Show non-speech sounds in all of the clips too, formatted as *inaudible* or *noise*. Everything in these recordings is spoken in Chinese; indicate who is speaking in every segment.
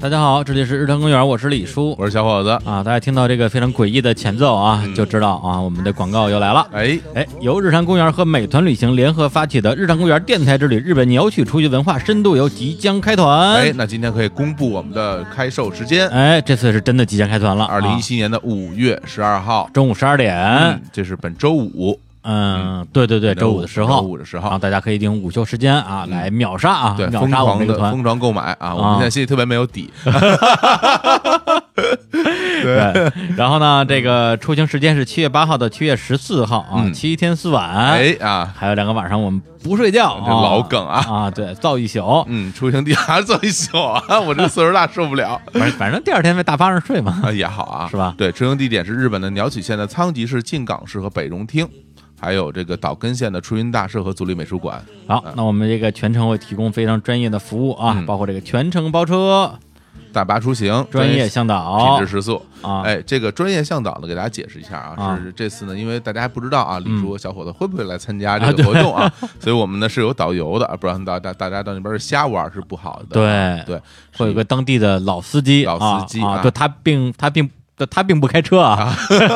Speaker 1: 大家好，这里是日坛公园，我是李叔
Speaker 2: 我是小伙子。
Speaker 1: 啊。大家听到这个非常诡异的前奏啊，
Speaker 2: 嗯
Speaker 1: 就知道啊，我们的广告又来了。
Speaker 2: 哎，
Speaker 1: 哎，由日坛公园和美团旅行联合发起的日坛公园电台之旅日本鸟取出游文化深度游即将开
Speaker 2: 哎
Speaker 1: 团，。
Speaker 2: 那今天可以公布我们的开售时间，
Speaker 1: 哎，这次是真的即将开团了，
Speaker 2: 二零一
Speaker 1: 啊
Speaker 2: 七年的五月十二号，
Speaker 1: 中午十二点
Speaker 2: 嗯，，这是本周五，
Speaker 1: 嗯，对对对，周五的时候，
Speaker 2: 周五的时
Speaker 1: 啊，
Speaker 2: 候，嗯
Speaker 1: 大家可以利用午休时间啊来秒杀啊，
Speaker 2: 对，
Speaker 1: 秒
Speaker 2: 疯
Speaker 1: 杀我们
Speaker 2: 狂
Speaker 1: 这
Speaker 2: 的
Speaker 1: 个团
Speaker 2: 疯。狂购买啊！我们现在心里特别没有底，
Speaker 1: 对，然后呢，这个出行时间是七月八号到七月十四号啊，
Speaker 2: 嗯
Speaker 1: 七天四晚，
Speaker 2: 哎啊，
Speaker 1: 还有两个晚上我们不睡觉啊，
Speaker 2: 这老梗啊
Speaker 1: 啊，对，造一
Speaker 2: *laughs*
Speaker 1: 宿，
Speaker 2: 嗯，出行地还是坐一宿啊， *laughs* 我这岁数大受
Speaker 1: *laughs*
Speaker 2: 不了。
Speaker 1: 反正反正第二天在大巴上睡嘛。
Speaker 2: 啊，也好啊，
Speaker 1: 是吧
Speaker 2: 对，出行地点是日本的鸟取县的仓吉市静冈市和北荣町，还有这个岛根县的出云大社和足立美术馆。
Speaker 1: 好，那我们这个全程会提供非常专业的服务啊，
Speaker 2: 嗯
Speaker 1: 包括这个全程包车、
Speaker 2: 大巴出行，
Speaker 1: 专业向
Speaker 2: 品
Speaker 1: 导
Speaker 2: 质食宿。
Speaker 1: 啊，
Speaker 2: 哎，这个专业向导呢，给大家解释一下啊，
Speaker 1: 啊嗯
Speaker 2: 是这次呢，因为大家还不知道啊，李叔和小伙子会不会来参加
Speaker 1: 啊
Speaker 2: 这
Speaker 1: 对
Speaker 2: 个活动啊，所以我们呢是有导游的，啊不然大大大家到那边瞎玩是不好的。
Speaker 1: 对
Speaker 2: 对，
Speaker 1: 会有个当地的老司机，
Speaker 2: 老司机
Speaker 1: 啊，
Speaker 2: 啊
Speaker 1: 对他并他并他并不开车啊， *laughs*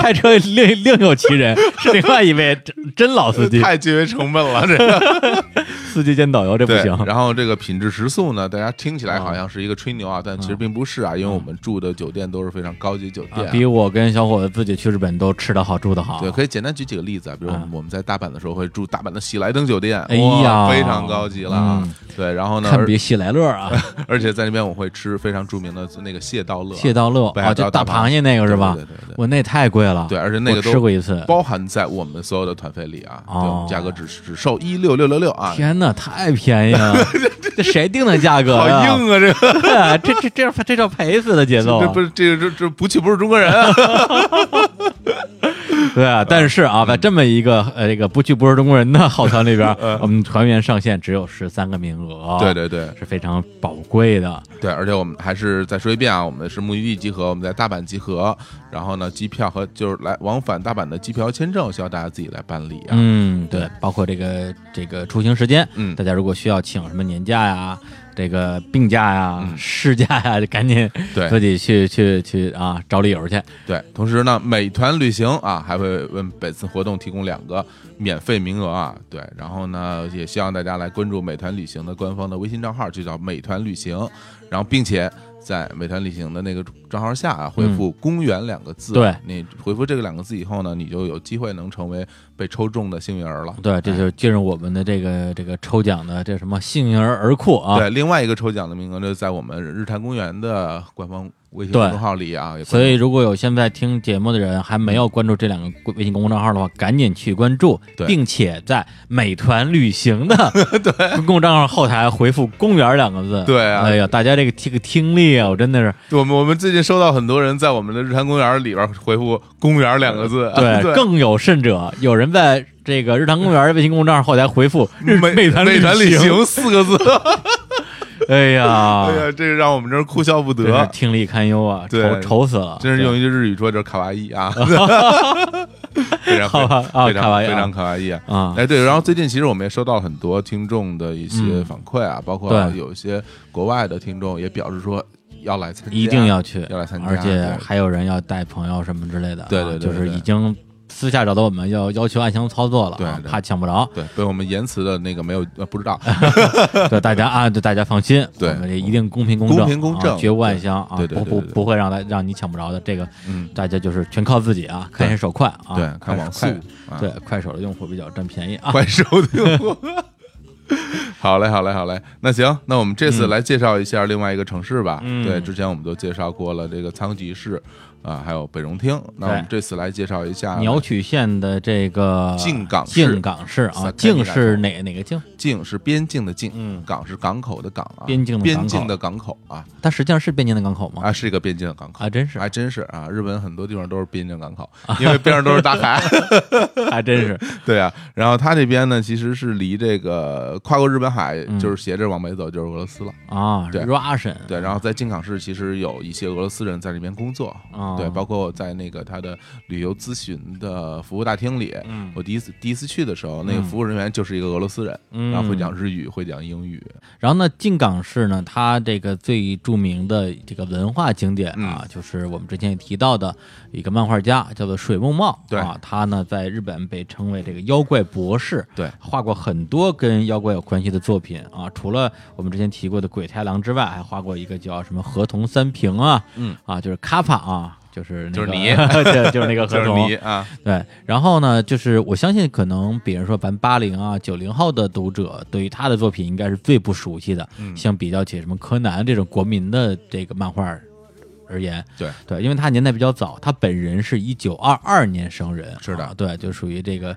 Speaker 1: 开车另另有其
Speaker 2: *laughs*
Speaker 1: 人，是另外一位真真老司机，
Speaker 2: 太节约成本了，
Speaker 1: *laughs*
Speaker 2: 这个
Speaker 1: 司机兼导游这不
Speaker 2: 对
Speaker 1: 行。啊
Speaker 2: 然后这个品质食宿呢，大家听起来好像是一个吹牛啊，但其实并不是啊，因为我们住的酒店都是非常高级酒
Speaker 1: 啊
Speaker 2: 店啊，
Speaker 1: 比我跟小伙子自己去日本都吃得好住得好，
Speaker 2: 对，可以简单举几个例子啊，比如我们
Speaker 1: 啊
Speaker 2: 我们在大阪的时候会住大阪的喜来登酒店，
Speaker 1: 哎
Speaker 2: 哇
Speaker 1: 呀
Speaker 2: 非常高级了啊
Speaker 1: 嗯。
Speaker 2: 对，然后呢，
Speaker 1: 堪
Speaker 2: 而
Speaker 1: 比喜来乐啊，
Speaker 2: 而且在那边我会吃非常著名的那个蟹道乐啊，
Speaker 1: 蟹道乐
Speaker 2: 北
Speaker 1: 啊，
Speaker 2: 海道
Speaker 1: 就大
Speaker 2: 大
Speaker 1: 螃
Speaker 2: 螃
Speaker 1: 蟹那个是吧
Speaker 2: 对对对对？对
Speaker 1: 我那太贵了，
Speaker 2: 对，而且那
Speaker 1: 我
Speaker 2: 个都
Speaker 1: 吃过一次，
Speaker 2: 包含在我们所有的团费里啊，对我
Speaker 1: 哦
Speaker 2: 们价格只只售一六六六六
Speaker 1: *laughs*
Speaker 2: 啊，
Speaker 1: 天哪，太便宜
Speaker 2: *laughs*
Speaker 1: 了，这谁定的价格
Speaker 2: 好
Speaker 1: 呀？
Speaker 2: 硬啊，这个
Speaker 1: 对啊， *laughs* 这这这这叫赔死的节奏啊，
Speaker 2: 这不是这这这不去不是中国人啊，
Speaker 1: 对啊，但是
Speaker 2: 嗯
Speaker 1: 啊，在这么一个呃这个不去不是中国人的好团里边，
Speaker 2: *laughs*
Speaker 1: 我们团员上限只有十三个名额，
Speaker 2: 嗯
Speaker 1: 啊
Speaker 2: 对，啊对对
Speaker 1: 是非常宝贵的。
Speaker 2: 对，而且我们还是再说一遍啊，我们是目的地集合，我们在大阪集合，然后呢，机票和就是来往返大阪的机票签证需要大家自己来办理啊，
Speaker 1: 嗯，对，包括这个这个出行时间，
Speaker 2: 嗯
Speaker 1: 大家如果需要请什么年假呀、这个病假呀、
Speaker 2: 嗯
Speaker 1: 事假呀，就赶紧
Speaker 2: 对嗯
Speaker 1: 自己去去去啊找理由去。
Speaker 2: 对，同时呢，美团旅行啊还会为本次活动提供两个免费名额啊。对，然后呢，也希望大家来关注美团旅行的官方的微信账号，就叫美团旅行。然后，并且在美团旅行的那个账号下啊，回复“公园”两个
Speaker 1: 嗯
Speaker 2: 字。
Speaker 1: 对
Speaker 2: 你回复这个两个字以后呢，你就有机会能成为被抽中的幸运儿了。
Speaker 1: 对，这就是进入我们的这个这个抽奖的这什么幸运儿儿库啊。
Speaker 2: 对，另外一个抽奖的名额呢，在我们日坛公园的官方微信
Speaker 1: 对
Speaker 2: 公众号里啊，也关
Speaker 1: 所以，如果有现在听节目的人还没有关注这两个微信公众号的话，赶紧去关注，
Speaker 2: 嗯对
Speaker 1: 并且在美团旅行的
Speaker 2: *laughs*
Speaker 1: 公共账号后台回复“公园”两个字。
Speaker 2: 对啊
Speaker 1: 哎呀，大家这个这个听力啊，我真的是
Speaker 2: 我们我们最近收到很多人在我们的日坛公园里边回复“公园”两个字，
Speaker 1: 对，
Speaker 2: 啊对
Speaker 1: 更有甚者，有人在这个日坛公园微信公众账号后台回复“日
Speaker 2: 美
Speaker 1: 美团
Speaker 2: 美团
Speaker 1: 旅
Speaker 2: 旅”，四个字，
Speaker 1: 哎呀，
Speaker 2: *laughs* 哎呀，这让我们这儿哭笑不
Speaker 1: 真是
Speaker 2: 得，
Speaker 1: 听力堪忧啊，
Speaker 2: 对
Speaker 1: 愁愁死了，
Speaker 2: 真是用一句日语说就是卡哇伊
Speaker 1: *laughs*
Speaker 2: 啊，非常
Speaker 1: 好吧啊
Speaker 2: 非常
Speaker 1: 卡哇伊啊
Speaker 2: 非常卡哇伊啊。
Speaker 1: 对啊。
Speaker 2: 哎，对，然后最近其实我们也收到很多听众的一些反馈啊，包括
Speaker 1: 嗯对
Speaker 2: 有一些国外的听众也表示说要来参加，
Speaker 1: 一定要去，
Speaker 2: 啊要来参加
Speaker 1: 而且
Speaker 2: 对
Speaker 1: 还有人要带朋友什么之类的啊，
Speaker 2: 对对对
Speaker 1: 就
Speaker 2: 对
Speaker 1: 是
Speaker 2: 对
Speaker 1: 已经私下找到我们要要求暗箱操作了啊，
Speaker 2: 对对，
Speaker 1: 怕抢不着
Speaker 2: 对被我们言辞的那个没有呃不知道，
Speaker 1: 对大家啊，对大家放心，
Speaker 2: 对
Speaker 1: 我们这一定公平公正，
Speaker 2: 公平公正
Speaker 1: 啊绝无暗箱啊，
Speaker 2: 对对对对
Speaker 1: 不
Speaker 2: 对
Speaker 1: 不
Speaker 2: 对
Speaker 1: 不会让大让你抢不着的，这个
Speaker 2: 嗯，
Speaker 1: 大家就是全靠自己啊，看人手快啊，
Speaker 2: 对，看网速
Speaker 1: 快手，
Speaker 2: 啊
Speaker 1: 对快手的用户比较占便宜啊，
Speaker 2: *laughs* 怪兽的 *laughs* 诱惑。好嘞，好嘞，好嘞。那行，那我们这次来介绍一下另外一个城市吧。
Speaker 1: 嗯
Speaker 2: 对，之前我们都介绍过了这个仓吉市，啊、啊，还有北荣厅。那我们这次来介绍一下
Speaker 1: 鸟取县的这个
Speaker 2: 啊靖港市
Speaker 1: 靖港市啊，
Speaker 2: 三
Speaker 1: 靖是哪哪个靖？
Speaker 2: 境是边境的境，
Speaker 1: 嗯
Speaker 2: 港是港口的港啊，
Speaker 1: 边境的港口
Speaker 2: 边境的港口啊
Speaker 1: 它实际上是边境的港口吗？
Speaker 2: 啊，是一个边境的港口。
Speaker 1: 还真是，啊
Speaker 2: 还真是啊，日本很多地方都是边境港口，因为边上都是
Speaker 1: *laughs*
Speaker 2: 大海。
Speaker 1: 还真是，
Speaker 2: 对啊，然后它这边呢，其实是离这个跨过日本海
Speaker 1: 嗯，
Speaker 2: 就是斜着往北走就是俄罗斯了。
Speaker 1: 啊
Speaker 2: *laughs* 对
Speaker 1: ，Russian，
Speaker 2: 对，然后在靖港市其实有一些俄罗斯人在这边工作，
Speaker 1: 啊，
Speaker 2: 对，包括在那个他的旅游咨询的服务大厅里，
Speaker 1: 嗯
Speaker 2: 我第一次第一次去的时候，那个
Speaker 1: 嗯
Speaker 2: 服务人员就是一个俄罗斯人，
Speaker 1: 嗯
Speaker 2: 然后会讲日语，会讲英语，
Speaker 1: 然后呢，靖港市呢，它这个最著名的这个文化景点啊，
Speaker 2: 嗯
Speaker 1: 就是我们之前也提到的一个漫画家，叫做水木茂。
Speaker 2: 对
Speaker 1: 啊，他呢在日本被称为这个妖怪博士，
Speaker 2: 对，
Speaker 1: 画过很多跟妖怪有关系的作品啊。除了我们之前提过的鬼太郎之外，还画过一个叫什么河童三平啊，
Speaker 2: 嗯
Speaker 1: 啊，就是卡帕啊，就是那个、
Speaker 2: 就是你
Speaker 1: *laughs* 对，就是那个
Speaker 2: *laughs* 就
Speaker 1: 河
Speaker 2: 是
Speaker 1: 童，
Speaker 2: 你啊，
Speaker 1: 对，然后呢，就是我相信，可能比如说咱八零啊、九零后的读者，对于他的作品应该是最不熟悉的。
Speaker 2: 嗯
Speaker 1: 相比较起什么柯南这种国民的这个漫画而言，
Speaker 2: 对
Speaker 1: 对，因为他年代比较早，他本人是一九二二年生人，
Speaker 2: 是的
Speaker 1: 啊对，就属于这个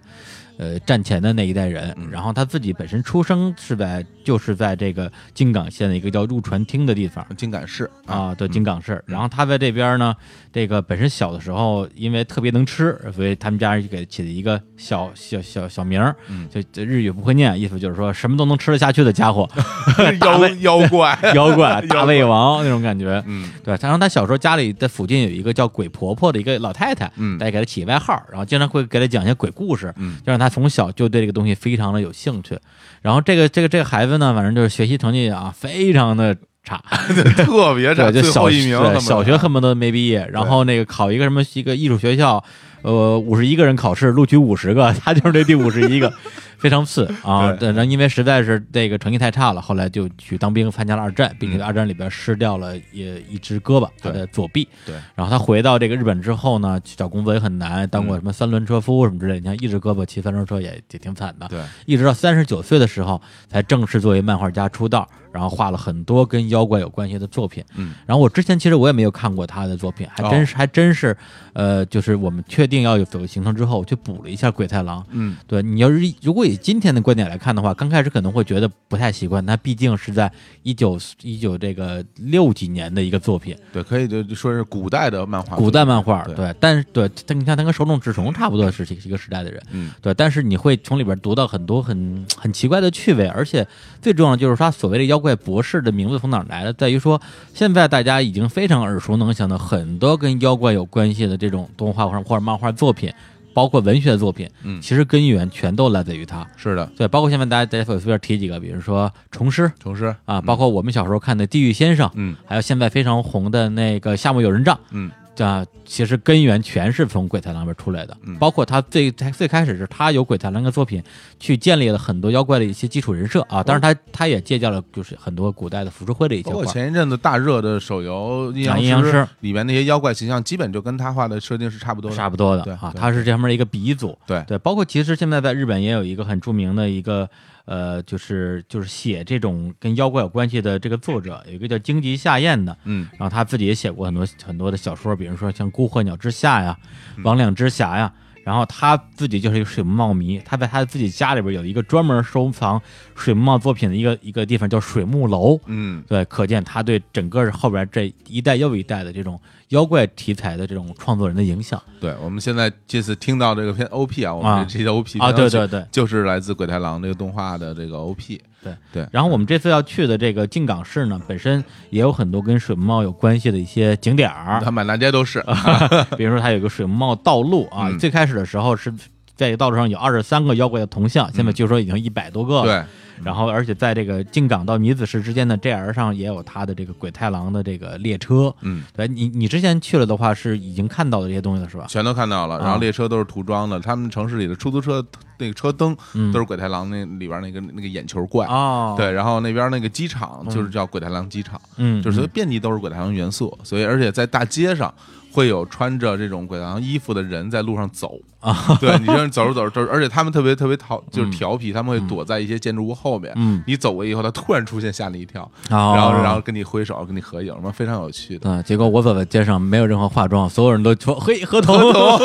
Speaker 1: 呃战前的那一代人。
Speaker 2: 嗯
Speaker 1: 然后他自己本身出生是在就是在这个京港县的一个叫入船町的地方，
Speaker 2: 金港市
Speaker 1: 啊，对，
Speaker 2: 嗯
Speaker 1: 金港市。然后他在这边呢，这个本身小的时候因为特别能吃，所以他们家人就给起了一个小小小小名儿，
Speaker 2: 嗯
Speaker 1: 就就日语不会念，意思就是说什么都能吃得下去的
Speaker 2: *laughs*
Speaker 1: 家伙， *laughs* 大胃
Speaker 2: 妖妖怪，
Speaker 1: *laughs* 妖怪
Speaker 2: *laughs* 怪
Speaker 1: 大胃王那种感觉。
Speaker 2: 嗯
Speaker 1: 对，然后他小时候家里的附近有一个叫鬼婆婆的一个老太太，
Speaker 2: 嗯
Speaker 1: 大家给她起外号儿，然后经常会给她讲一些鬼故事，
Speaker 2: 嗯
Speaker 1: 就让他从小就对这个东西非常的有兴趣。然后这个这个这个孩子呢，反正就是学习成绩啊，非常的差，
Speaker 2: 特别
Speaker 1: 对，
Speaker 2: 差，
Speaker 1: 就
Speaker 2: 最
Speaker 1: 小
Speaker 2: 后一名
Speaker 1: 对
Speaker 2: 他们
Speaker 1: 小学恨不得没毕业，然后那个考一个什么一个艺术学校，呃，五十一个人考试录取五十个，他就是这第五十一个，非常次啊。
Speaker 2: 对
Speaker 1: 对然后因为实在是这个成绩太差了，后来就去当兵，参加了二战，并且在二战里边失掉了一一只胳膊，他的左臂。
Speaker 2: 嗯对
Speaker 1: 然后他回到这个日本之后呢，去找工作也很难，当
Speaker 2: 嗯
Speaker 1: 过什么三轮车夫什么之类的。你看一只胳膊骑三轮车也也挺惨的。
Speaker 2: 对
Speaker 1: 一直到三十九岁的时候，才正式作为漫画家出道，然后画了很多跟妖怪有关系的作品。
Speaker 2: 嗯，哦
Speaker 1: 然后我之前其实我也没有看过他的作品，还真是、还真是，呃，就是我们确定要有走个行程之后，我去补了一下《鬼太郎》。
Speaker 2: 嗯
Speaker 1: 对你要是如果以今天的观点来看的话，刚开始可能会觉得不太习惯，那毕竟是在一九一九这个六几年的一个作品，
Speaker 2: 对，可以就就说是古代的漫画，
Speaker 1: 古代漫画，
Speaker 2: 对
Speaker 1: 对，但是对，但你看他跟手冢治虫差不多是一个时代的人，
Speaker 2: 嗯
Speaker 1: 对，但是你会从里边读到很多很很奇怪的趣味，而且最重要的就是他所谓的妖怪博士的名字从哪儿来的，在于说现在大家已经非常耳熟能详的很多跟妖怪有关系的这种动画或者或者漫画作品，包括文学作品，
Speaker 2: 嗯
Speaker 1: 其实根源全都来自于他。
Speaker 2: 是的，
Speaker 1: 对，包括现在大家大家随随便提几个，比如说虫师
Speaker 2: 重师
Speaker 1: 啊，包括我们小时候看的《地狱先生》，
Speaker 2: 嗯
Speaker 1: 还有现在非常红的那个《夏目友人帐》，
Speaker 2: 嗯
Speaker 1: 啊，其实根源全是从鬼太郎那边出来的，
Speaker 2: 嗯
Speaker 1: 包括他最他最开始是他有鬼太郎的作品，去建立了很多妖怪的一些基础人设啊，当然他他也借鉴了就是很多古代的浮世绘的一些
Speaker 2: 包括
Speaker 1: 画，
Speaker 2: 前一阵子大热的手游《阴
Speaker 1: 啊
Speaker 2: 阳
Speaker 1: 阴阳师
Speaker 2: 里面那些妖怪形象，基本就跟他画的设定是差不多的。
Speaker 1: 差不多的
Speaker 2: 对
Speaker 1: 啊，
Speaker 2: 对
Speaker 1: 他是这方面的一个鼻祖，
Speaker 2: 对
Speaker 1: 对，包括其实现在在日本也有一个很著名的一个呃，就是就是写这种跟妖怪有关系的这个作者，有一个叫荆棘夏彦的，
Speaker 2: 嗯，
Speaker 1: 然后他自己也写过很多很多的小说，比如说像《孤鹤鸟之下》呀，《魍魉之匣》呀。然后他自己就是一个水木茂迷，他在他自己家里边有一个专门收藏水木茂作品的一个一个地方，叫水木楼。
Speaker 2: 嗯，
Speaker 1: 对，可见他对整个后边这一代又一代的这种妖怪题材的这种创作人的影响
Speaker 2: 对，我们现在这次听到这个片 OP 啊，我们这期的 OP
Speaker 1: 啊，
Speaker 2: 片
Speaker 1: 对
Speaker 2: 头曲
Speaker 1: 对对。
Speaker 2: 就是来自《鬼太郎》这个动画的这个 OP。
Speaker 1: 然后我们这次要去的这个靖港市呢，本身也有很多跟水木茂有关系的一些景点儿，
Speaker 2: 它满大街都是，
Speaker 1: 哦比如说它有一个水木茂道路啊，
Speaker 2: 嗯
Speaker 1: 最开始的时候是在这个道路上有二十三个妖怪的铜像，现在据说已经一百多个了。
Speaker 2: 嗯对，
Speaker 1: 然后而且在这个靖港到米子市之间的 JR 上也有它的这个鬼太郎的这个列车。
Speaker 2: 嗯，
Speaker 1: 对你你之前去了的话是已经看到的这些东西了是吧？
Speaker 2: 全都看到了。然
Speaker 1: 啊
Speaker 2: 后列车都是涂装的，他们城市里的出租车那个车灯
Speaker 1: 嗯
Speaker 2: 都是鬼太郎那里边那个那个眼球怪。
Speaker 1: 哦，，
Speaker 2: 对，然后那边那个机场就是叫鬼太郎机场，
Speaker 1: 嗯，
Speaker 2: 就是遍地都是鬼太郎元素，所以而且在大街上会有穿着这种鬼太郎衣服的人在路上走
Speaker 1: 啊，
Speaker 2: *laughs* 对你就是走着走着走着，而且他们特别特别淘，就是
Speaker 1: 嗯
Speaker 2: 调皮，他们会躲在一些建筑物后面，
Speaker 1: 嗯，
Speaker 2: 你走过以后，他突然出现，吓你一跳，
Speaker 1: 哦
Speaker 2: 然后然后跟你挥手，跟你合影，什么非常有趣的。
Speaker 1: 啊，结果我走在街上没有任何化妆，所有人都说嘿合同，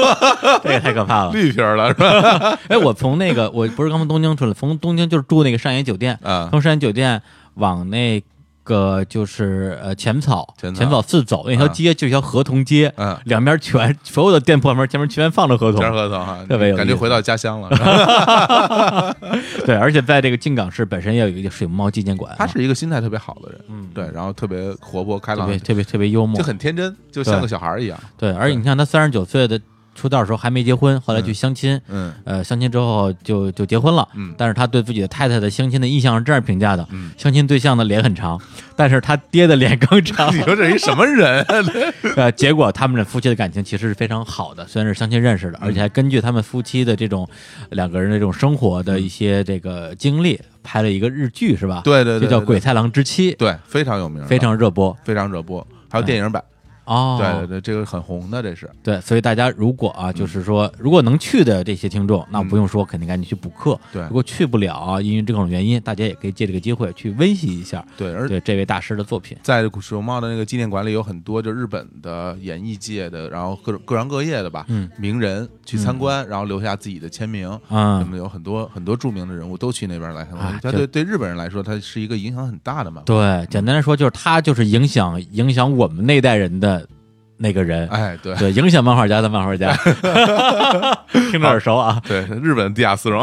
Speaker 1: *laughs* 这个太可怕了。
Speaker 2: 绿皮儿了是吧？
Speaker 1: 哎，我从那个我不是刚从东京出来，从东京就是住那个上野酒店，
Speaker 2: *laughs* 啊，
Speaker 1: 从上野酒店往那个就是呃浅草
Speaker 2: 浅草
Speaker 1: 草寺走，那条
Speaker 2: 啊
Speaker 1: 街就一条合同街，
Speaker 2: 嗯，
Speaker 1: 两边全所有的店铺旁边前面全放着合同
Speaker 2: 签，合同哈，
Speaker 1: 特别有意思
Speaker 2: 感觉回到家乡了。
Speaker 1: *laughs*
Speaker 2: 是吧
Speaker 1: 对，而且在这个进港市本身也有一个水母猫纪念馆啊，
Speaker 2: 他是一个心态特别好的人，
Speaker 1: 嗯
Speaker 2: 对，然后特别活泼开
Speaker 1: 特
Speaker 2: 朗
Speaker 1: 别，特别特别幽默
Speaker 2: 就，很天真，就像个小孩儿一样。
Speaker 1: 对，而且你看他三十九岁的出道的时候还没结婚，后来去相亲， *laughs*
Speaker 2: 嗯
Speaker 1: 呃，相亲之后就就结婚了。
Speaker 2: 嗯
Speaker 1: 但是他对自己的太太的相亲的印象是这样评价的：
Speaker 2: 嗯，
Speaker 1: 相亲对象的脸很长，但是他爹的脸更长
Speaker 2: 你。说这是一什么人？啊
Speaker 1: *laughs* 呃，结果他们这夫妻的感情其实是非常好的，虽然是相亲认识
Speaker 2: 嗯
Speaker 1: 的，而且还根据他们夫妻的这种两个人的这种生活的一些这个经历，拍了一个日剧，是吧？
Speaker 2: *laughs* 嗯对对
Speaker 1: 就
Speaker 2: 对
Speaker 1: 叫《
Speaker 2: 对
Speaker 1: 鬼太郎之妻》，
Speaker 2: 对，非常有名的，
Speaker 1: 非常热播
Speaker 2: 非常热播，还有电影版。
Speaker 1: 哦。
Speaker 2: 对嗯对对，这个很红的，这是
Speaker 1: 对，所以大家如果啊，就是说如果能去的这些听众，那不用说，肯定赶紧去补课。
Speaker 2: 嗯对
Speaker 1: 如果去不了啊，因为这种原因，大家也可以借这个机会去温习一下
Speaker 2: 对，而
Speaker 1: 对这位大师的作品。
Speaker 2: 在古熊猫的那个纪念馆里有很多就日本的演艺界的，然后各种各行各业的吧，
Speaker 1: 嗯
Speaker 2: 名人去参观，然后留下自己的签名。那
Speaker 1: 嗯，
Speaker 2: 么有很多很多著名的人物都去那边来参
Speaker 1: 啊
Speaker 2: 观，他
Speaker 1: 这
Speaker 2: 对对日本人来说，他是一个影响很大的漫画。
Speaker 1: 对，简单来说就是他就是影响影响我们那代人的那个人，
Speaker 2: 哎，对
Speaker 1: 对，影响漫画家的漫画家， *laughs* 听着耳熟啊，
Speaker 2: 对，日本地下丝绒，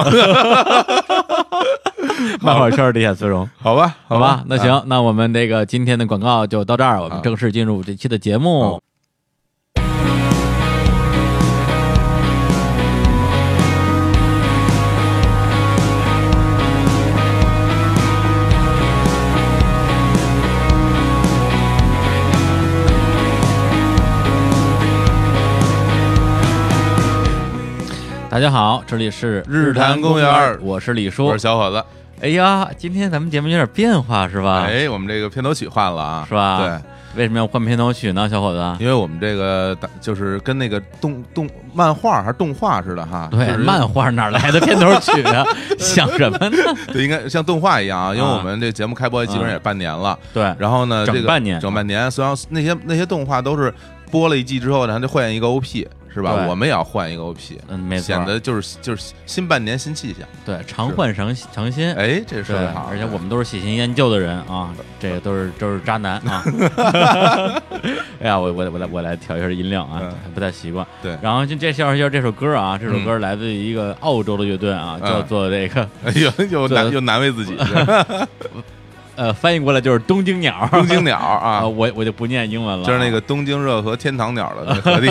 Speaker 1: 漫画圈的啊叶思荣。
Speaker 2: *laughs* 好吧，
Speaker 1: 好
Speaker 2: 吧
Speaker 1: 吧，，那行，那我们这个今天的广告就到这儿，我们
Speaker 2: 好
Speaker 1: 正式进入这期的节目
Speaker 2: 好。
Speaker 1: 大家好，这里是
Speaker 2: 日坛公园
Speaker 1: 园，我是李
Speaker 2: 我
Speaker 1: 叔
Speaker 2: 是。小伙子。
Speaker 1: 哎呀，今天咱们节目有点变化是吧？
Speaker 2: 哎，我们这个片头曲换了啊，
Speaker 1: 是吧
Speaker 2: 对，
Speaker 1: 为什么要换片头曲呢，小伙子？
Speaker 2: 因为我们这个打就是跟那个动动漫画还是动画似的哈，
Speaker 1: 对，
Speaker 2: 就是
Speaker 1: 漫画哪来的片头曲
Speaker 2: *laughs*
Speaker 1: 啊？想什么呢？
Speaker 2: 对应该像动画一样啊，因为
Speaker 1: 啊
Speaker 2: 我们这节目开播基本上也半年了，
Speaker 1: 对，
Speaker 2: 然后呢，
Speaker 1: 嗯整
Speaker 2: 这个
Speaker 1: 半年
Speaker 2: 整半年，虽然那些那些动画都是播了一季之后，然后就换一个 OP 是吧？
Speaker 1: 对
Speaker 2: 我们也要换一个 OP，
Speaker 1: 嗯，没错
Speaker 2: 显，得就是就是新半年新气象。
Speaker 1: 对，常换成诚心。
Speaker 2: 哎，这是说
Speaker 1: 对
Speaker 2: 的好，，
Speaker 1: 而且我们都是喜新厌旧的人啊，这个都是都是渣男
Speaker 2: *laughs*
Speaker 1: 啊！ *laughs* 哎呀，我我我来我来调一下音量啊，
Speaker 2: 嗯
Speaker 1: 还不太习惯。
Speaker 2: 对
Speaker 1: 然后就这介绍一下这首歌啊，这首歌来自于一个澳洲的乐队啊，
Speaker 2: 嗯
Speaker 1: 叫做这个
Speaker 2: 哎呦又
Speaker 1: 对
Speaker 2: 难又难为
Speaker 1: *laughs*
Speaker 2: 自己，
Speaker 1: 呃，翻译过来就是东京鸟。
Speaker 2: 东京鸟
Speaker 1: 啊，
Speaker 2: 啊，
Speaker 1: 我我就不念英文了啊，
Speaker 2: 就是那个东京热河天堂鸟的
Speaker 1: *laughs*
Speaker 2: 那河地。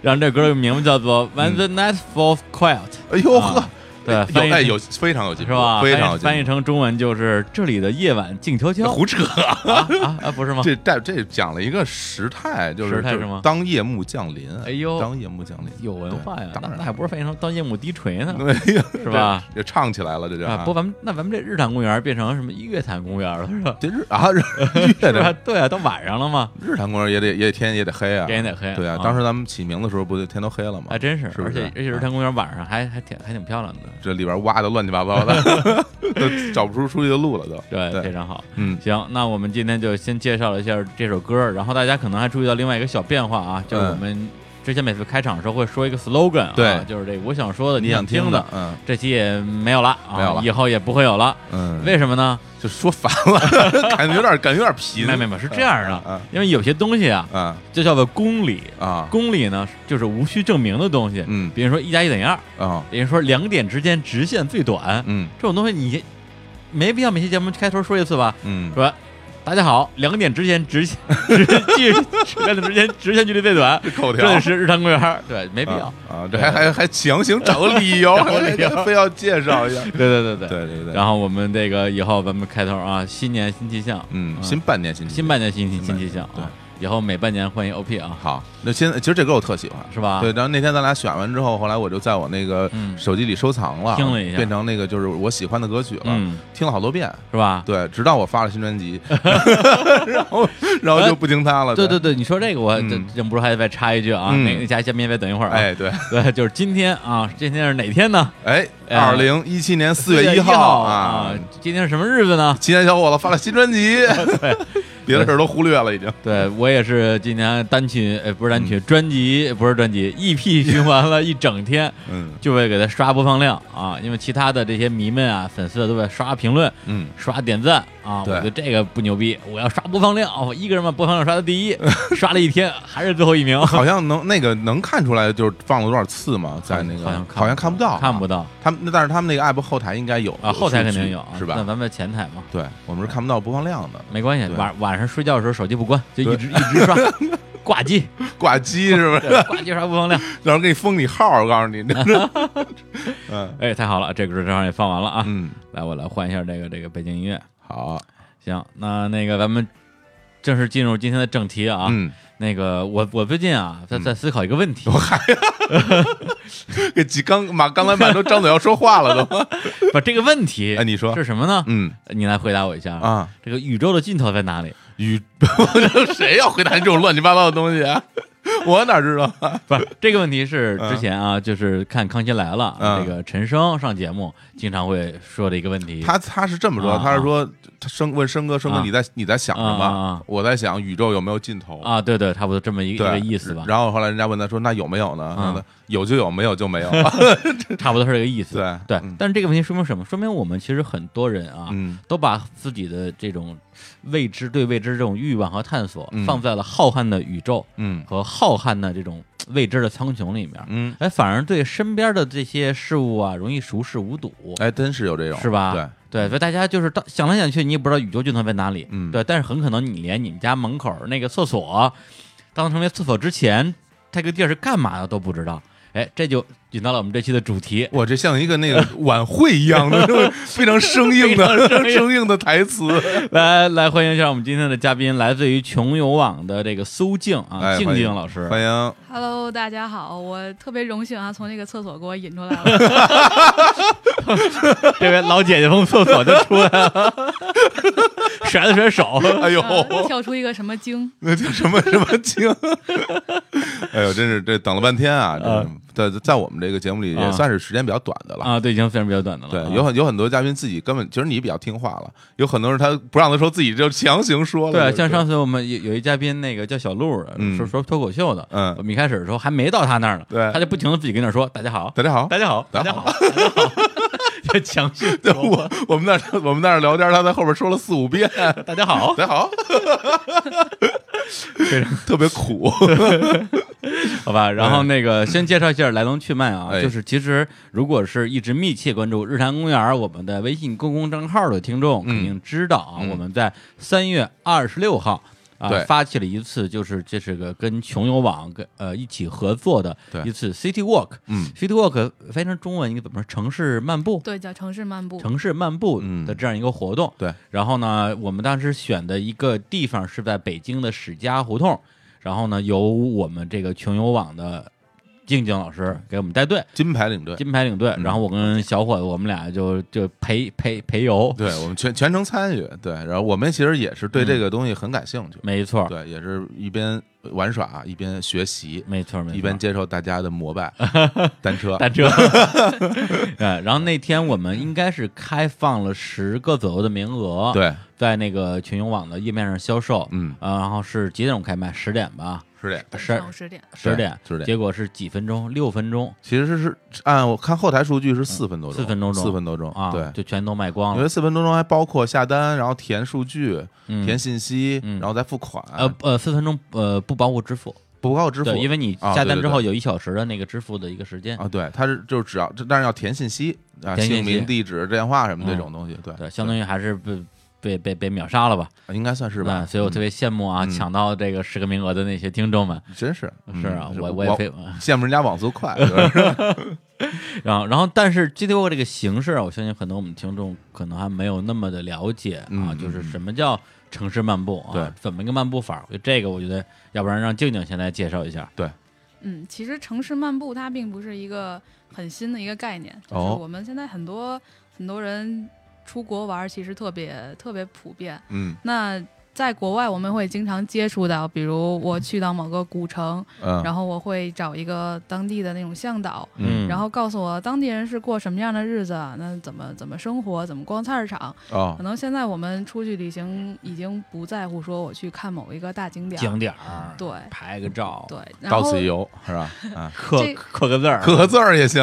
Speaker 1: 然后这歌的名字叫做《When the Night Falls Quiet
Speaker 2: 哎呦呵
Speaker 1: 啊》，，对，翻译
Speaker 2: 嗯
Speaker 1: 成
Speaker 2: 有哎有非常有进
Speaker 1: 是
Speaker 2: 步，
Speaker 1: 吧？
Speaker 2: 非
Speaker 1: 翻译
Speaker 2: 常有
Speaker 1: 翻译
Speaker 2: 进步。
Speaker 1: 成中文就是这里的夜晚静悄
Speaker 2: *laughs*
Speaker 1: 悄
Speaker 2: 胡扯！
Speaker 1: 啊啊啊，不是吗？
Speaker 2: 这这这讲了一个时态，就是
Speaker 1: 时态
Speaker 2: 就是
Speaker 1: 吗
Speaker 2: 当夜幕降临，
Speaker 1: 哎呦
Speaker 2: 当夜幕降临，
Speaker 1: 有文化呀，
Speaker 2: 对
Speaker 1: 那
Speaker 2: 当
Speaker 1: 那
Speaker 2: 然
Speaker 1: 还不是翻译成当夜幕低垂呢？
Speaker 2: *laughs* 对呀，
Speaker 1: 是吧？
Speaker 2: 也唱起来了，这就
Speaker 1: 啊，不，咱们那咱们这日坛公园变成什么月坛公园了，是吧？
Speaker 2: 这日啊
Speaker 1: *laughs*
Speaker 2: 日
Speaker 1: 是
Speaker 2: 月
Speaker 1: 吧
Speaker 2: 的？
Speaker 1: 对啊，到晚上了嘛，
Speaker 2: 日坛公园也得也得天也得黑啊，
Speaker 1: 天也得黑
Speaker 2: 对啊，
Speaker 1: 啊
Speaker 2: 当时咱们起名的时候不就天都黑了吗？
Speaker 1: 还真是，
Speaker 2: 是不
Speaker 1: 而且
Speaker 2: 是
Speaker 1: 而且日坛公园晚上还还挺还挺漂亮的，
Speaker 2: 这里边挖的乱七八糟的，
Speaker 1: *laughs*
Speaker 2: 都找不出出去的路了都。
Speaker 1: 对，非
Speaker 2: 对，
Speaker 1: 常好。
Speaker 2: 嗯，
Speaker 1: 行，那我们今天就先介绍了一下这首歌，然后大家可能还注意到另外一个小变化啊，就是我们之前每次开场的时候会说一个 slogan 啊，
Speaker 2: 嗯对
Speaker 1: 就是这个我想说的，你
Speaker 2: 想
Speaker 1: 想听
Speaker 2: 的，，嗯
Speaker 1: 这期也没有了啊，
Speaker 2: 没有了
Speaker 1: 以后也不会有了。
Speaker 2: 嗯，
Speaker 1: 为什么呢？
Speaker 2: 就说烦了，感觉有点感觉有点贫，
Speaker 1: 没没没，是这样的
Speaker 2: 嗯，
Speaker 1: 因为有些东西啊，
Speaker 2: 啊
Speaker 1: 就叫做公理，
Speaker 2: 啊
Speaker 1: 公理呢就是无需证明的东西，
Speaker 2: 嗯
Speaker 1: 比如说一加一等于二，
Speaker 2: 啊
Speaker 1: 比如说两点之间直线最短，
Speaker 2: 嗯
Speaker 1: 这种东西你没必要每期节目开头说一次吧？
Speaker 2: 嗯，
Speaker 1: 说大家好，两点之间直线 *laughs* 直距两点之间直线距离最短，
Speaker 2: 口条
Speaker 1: 这里是日坛公园，对，没必要
Speaker 2: 啊，啊，这还还还强行找个理由，
Speaker 1: *laughs* 找理由
Speaker 2: 还 *laughs* 非要介绍一下。
Speaker 1: 对对 *laughs* 对对。
Speaker 2: 对对对，
Speaker 1: 然后我们这个以后咱们开头啊，新年新气象，
Speaker 2: 嗯，新半年新
Speaker 1: 新半年新新新气象
Speaker 2: 对
Speaker 1: 啊。以后每半年换一 OP 啊，
Speaker 2: 好，那现在其实这歌我特喜欢，
Speaker 1: 是吧？
Speaker 2: 对，然后那天咱俩选完之后，后来我就在我那个
Speaker 1: 啊嗯
Speaker 2: 手机里收藏了，
Speaker 1: 听了一下
Speaker 2: 变成那个就是我喜欢的歌曲了，
Speaker 1: 嗯
Speaker 2: 听了好多遍。
Speaker 1: 是吧？
Speaker 2: 对，直到我发了新
Speaker 1: *laughs*
Speaker 2: 专辑，然后然后就不听它了。
Speaker 1: 对对对，你说这个我这
Speaker 2: 嗯
Speaker 1: 忍不住还得再插一句啊，
Speaker 2: 嗯
Speaker 1: 那个家先别别等一会儿啊，
Speaker 2: 哎对，
Speaker 1: *laughs* 对，就是今天啊，今天是哪天呢？
Speaker 2: 哎，
Speaker 1: 呃
Speaker 2: 二零一七年四
Speaker 1: 月
Speaker 2: 月
Speaker 1: 一
Speaker 2: 一号
Speaker 1: 啊，，今天是什么日子呢？
Speaker 2: 青年小伙子发了新专辑， *laughs* 别的事儿都忽略了已经。
Speaker 1: 对我也是今年单曲，呃，不是单曲，
Speaker 2: 嗯
Speaker 1: 专辑不是专辑，EP 循环
Speaker 2: *laughs*
Speaker 1: 了一整天，
Speaker 2: 嗯
Speaker 1: 就为给它刷播放量啊，因为其他的这些迷们啊、粉丝都在刷评论、
Speaker 2: 嗯，
Speaker 1: 刷点赞啊，我
Speaker 2: 对
Speaker 1: 觉得这个不牛逼，我要刷播放量，我一个人把播放量刷到
Speaker 2: *laughs*
Speaker 1: 第一，刷了一天还是最后一 *laughs* 名，
Speaker 2: 好像能那个能看出来，就是放了多少次嘛， *laughs* 在那个
Speaker 1: 好像看不
Speaker 2: 好像看不到，啊
Speaker 1: 看不。到
Speaker 2: 他们那但是他们那个 app 后台应该有
Speaker 1: 啊，后台肯定有
Speaker 2: 有
Speaker 1: 啊
Speaker 2: 数据，是
Speaker 1: 那
Speaker 2: 吧？
Speaker 1: 咱们前台嘛，
Speaker 2: 对，我们是看不到播放量的， *laughs*
Speaker 1: 没关系，
Speaker 2: 对
Speaker 1: 晚晚上睡觉的时候手机不关，就一直一直
Speaker 2: *laughs*
Speaker 1: 刷，挂机，
Speaker 2: 挂机是不是？
Speaker 1: 对挂机刷播放量。
Speaker 2: 然后给你封你号，我告诉你， *laughs* 这是嗯
Speaker 1: 哎，太好了，这歌正好也放完了啊！
Speaker 2: 嗯，
Speaker 1: 来，我来换一下这个这个背景音乐。
Speaker 2: 好，
Speaker 1: 啊行，那那个咱们正式进入今天的正题啊。
Speaker 2: 嗯，
Speaker 1: 那个我我最近啊在在思考一个问题，
Speaker 2: 给几刚马刚老板都张嘴要说话
Speaker 1: *laughs*
Speaker 2: 了都，
Speaker 1: 不这个问题
Speaker 2: 哎，你说，
Speaker 1: 是什么呢？
Speaker 2: 嗯
Speaker 1: 你来回答我一下。
Speaker 2: 啊，
Speaker 1: 这个宇宙的尽头在哪里？
Speaker 2: 宇， *laughs* 谁要回答你这种乱七八糟的东西啊？ *laughs* 我哪知道啊？
Speaker 1: 不
Speaker 2: *laughs*
Speaker 1: 是这个问题是
Speaker 2: 嗯
Speaker 1: 之前啊，就是看《康熙来了》
Speaker 2: 嗯
Speaker 1: 这个陈升上节目经常会说的一个问题。
Speaker 2: 他他是这么说，
Speaker 1: 啊
Speaker 2: 他是说，他生问生哥，生哥
Speaker 1: 啊
Speaker 2: 你在你在想什
Speaker 1: 啊啊
Speaker 2: 么
Speaker 1: 啊？
Speaker 2: 我在想宇宙有没有尽头？
Speaker 1: 啊，对对，差不多这么一个一个
Speaker 2: 对
Speaker 1: 意思吧，
Speaker 2: 然后后来人家问他说：“那有没有呢？”
Speaker 1: 嗯
Speaker 2: 他说有就有，没有就没有。
Speaker 1: *laughs* 差不多是这个意思。
Speaker 2: 对
Speaker 1: 对，
Speaker 2: 嗯
Speaker 1: 但是这个问题说明什么？说明我们其实很多人啊，
Speaker 2: 嗯
Speaker 1: 都把自己的这种未知、对未知这种欲望和探索，
Speaker 2: 嗯
Speaker 1: 放在了浩瀚的宇宙
Speaker 2: 嗯
Speaker 1: 和浩瀚的这种未知的苍穹里面，
Speaker 2: 嗯，
Speaker 1: 哎，反而对身边的这些事物啊，容易熟视无睹。
Speaker 2: 哎，真是有这种，
Speaker 1: 是吧？
Speaker 2: 对，
Speaker 1: 对，所以大家就是到想来想去，你也不知道宇宙尽头在哪里。
Speaker 2: 嗯
Speaker 1: 对，但是很可能你连你们家门口那个厕所，当成为厕所之前，这个地儿是干嘛的都不知道。哎，这就引到了我们这期的主题。 *laughs*
Speaker 2: 我这像一个那个晚会一样的， *laughs* 就是非常生硬的、生硬的台词。
Speaker 1: 来来，欢迎一下我们今天的嘉宾，来自于穷游网的这个苏静啊，
Speaker 2: 哎
Speaker 1: 静
Speaker 2: 欢迎
Speaker 1: 静老师。
Speaker 2: 欢迎，
Speaker 3: Hello，大家好，我特别荣幸啊，从那个厕所给我引出来
Speaker 2: *laughs*
Speaker 3: 了。
Speaker 1: *laughs* 这位老姐姐从厕所就出来了， *laughs* 甩了甩手。
Speaker 2: 哎呦，
Speaker 3: 呃跳出一个什么精？
Speaker 2: *laughs* 那叫什么什么精？ *laughs* 哎呦，真是这等了半天啊！这在在我们这个节目里
Speaker 1: 啊
Speaker 2: 也算是时间比较短的了。
Speaker 1: 啊，对，已经非常比较短的了
Speaker 2: 对
Speaker 1: 啊。，
Speaker 2: 有很有很多嘉宾自己根本，其实你比较听话了，有很多人他不让他说，自己就强行说了。
Speaker 1: 对，啊
Speaker 2: 就
Speaker 1: 像
Speaker 2: 是
Speaker 1: 上次我们有有一嘉宾那个叫小鹿，
Speaker 2: 嗯
Speaker 1: 说说脱口秀的，
Speaker 2: 嗯
Speaker 1: 我们一开始的时候还没到他那儿呢，
Speaker 2: 对
Speaker 1: 他就不停的自己跟那儿说大家好，
Speaker 2: 大家好，
Speaker 1: 大家好，大家
Speaker 2: 大家
Speaker 1: 好
Speaker 2: 好，
Speaker 1: 大家好， *laughs* 就强行
Speaker 2: 对
Speaker 1: 说
Speaker 2: 我我们那儿我们那儿聊天，他在后边说了四五遍，
Speaker 1: 大家好，
Speaker 2: 大家好，
Speaker 1: *laughs* 非常
Speaker 2: 特别苦。
Speaker 1: *laughs* 好吧，然后那个先介绍一下来龙去脉啊，
Speaker 2: 哎
Speaker 1: 就是其实如果是一直密切关注日坛公园我们的微信公共账号的听众，肯定知道啊，
Speaker 2: 嗯
Speaker 1: 我们在三月二十六号。啊
Speaker 2: 对，
Speaker 1: 发起了一次，就是这是个跟穷游网跟呃一起合作的
Speaker 2: 对
Speaker 1: 一次 City Walk，
Speaker 2: 嗯
Speaker 1: ，City Walk 呃翻译成中文应该怎么说？城市漫步，
Speaker 3: 对，叫城市漫步。
Speaker 1: 城市漫步
Speaker 2: 嗯
Speaker 1: 的这样一个活动。
Speaker 2: 对，
Speaker 1: 然后呢，我们当时选的一个地方是在北京的史家胡同，然后呢，由我们这个穷游网的静静老师给我们带队，
Speaker 2: 金牌领队，
Speaker 1: 金牌领队，
Speaker 2: 嗯
Speaker 1: 然后我跟小伙子我们俩就就陪陪陪游，
Speaker 2: 对我们全全程参与，对，然后我们其实也是
Speaker 1: 嗯
Speaker 2: 对这个东西很感兴趣，
Speaker 1: 没错，
Speaker 2: 对，也是一边玩耍啊一边学习，
Speaker 1: 没错，嗯没错，*laughs*
Speaker 2: 一边接受大家的膜拜，单车，
Speaker 1: 单车，对，嗯然后那天我们应该是开放了十个左右的名额，，
Speaker 2: 对，
Speaker 1: 在那个群友网的页面上销售，
Speaker 2: 嗯，
Speaker 1: 呃，然后是几点钟开卖？十点吧，
Speaker 2: 是这样。
Speaker 1: 十
Speaker 3: 上午十点，
Speaker 1: 十点，
Speaker 2: 10点
Speaker 1: 结果是几分钟？六分钟
Speaker 2: 其实是按我看后台数据是四分多钟，
Speaker 1: 嗯四分多钟
Speaker 2: 四分多钟
Speaker 1: 啊，
Speaker 2: 对，
Speaker 1: 就全都卖光
Speaker 2: 因
Speaker 1: 了
Speaker 2: 为。四分钟中还包括下单，然后填数据、
Speaker 1: 嗯
Speaker 2: 填信息，
Speaker 1: 嗯
Speaker 2: 然后再付款，
Speaker 1: 呃呃，四分钟呃不包括支付，
Speaker 2: 不靠支付，
Speaker 1: 对，因为你
Speaker 2: 啊
Speaker 1: 下
Speaker 2: 对
Speaker 1: 单
Speaker 2: 对
Speaker 1: 之后
Speaker 2: 对
Speaker 1: 有一小时的那个支付的一个时间。
Speaker 2: 啊，对，它是就是只要，这但是要填信息啊，
Speaker 1: 填信
Speaker 2: 姓
Speaker 1: 息
Speaker 2: 名、地址、电话什么
Speaker 1: 嗯
Speaker 2: 这种东西，对
Speaker 1: 对，相当于还是被被被被秒杀了吧？
Speaker 2: 对应该算是吧
Speaker 1: 嗯，所以我特别羡慕啊，
Speaker 2: 嗯
Speaker 1: 抢到这个十个名额的那些听众们。
Speaker 2: 真是
Speaker 1: 是啊，
Speaker 2: 嗯
Speaker 1: 我
Speaker 2: 我
Speaker 1: 我也非 *laughs*
Speaker 2: 羡慕人家网速快，就是
Speaker 1: 然后，然后，但是 GTO 这个形式啊，我相信很多我们听众可能还没有那么的了解啊，
Speaker 2: 嗯
Speaker 1: 就
Speaker 2: 嗯
Speaker 1: 是
Speaker 2: 嗯
Speaker 1: 什么叫城市漫步啊，
Speaker 2: 对
Speaker 1: 怎么一个漫步法儿？我觉得这个，我觉得要不然让静静先来介绍一下。
Speaker 3: 嗯，其实城市漫步它并不是一个很新的一个概念，就是
Speaker 2: 哦
Speaker 3: 我们现在很多很多人出国玩，其实特别特别普遍。
Speaker 2: 嗯
Speaker 3: 那在国外，我们会经常接触到，比如我去到某个古城，
Speaker 2: 嗯，
Speaker 3: 然后我会找一个当地的那种向导，
Speaker 2: 嗯
Speaker 3: 然后告诉我当地人是过什么样的日子，啊那怎么怎么生活，怎么逛菜市场。
Speaker 2: 哦
Speaker 3: 可能现在我们出去旅行已经不在乎说我去看某一个大景点儿，
Speaker 1: 景点儿，
Speaker 3: 啊对
Speaker 1: 拍个照，
Speaker 3: 对，然
Speaker 2: 到
Speaker 3: 后
Speaker 2: 此一游是吧？啊，
Speaker 1: 刻
Speaker 3: 这
Speaker 1: 刻个字儿，
Speaker 2: 刻个字儿也行。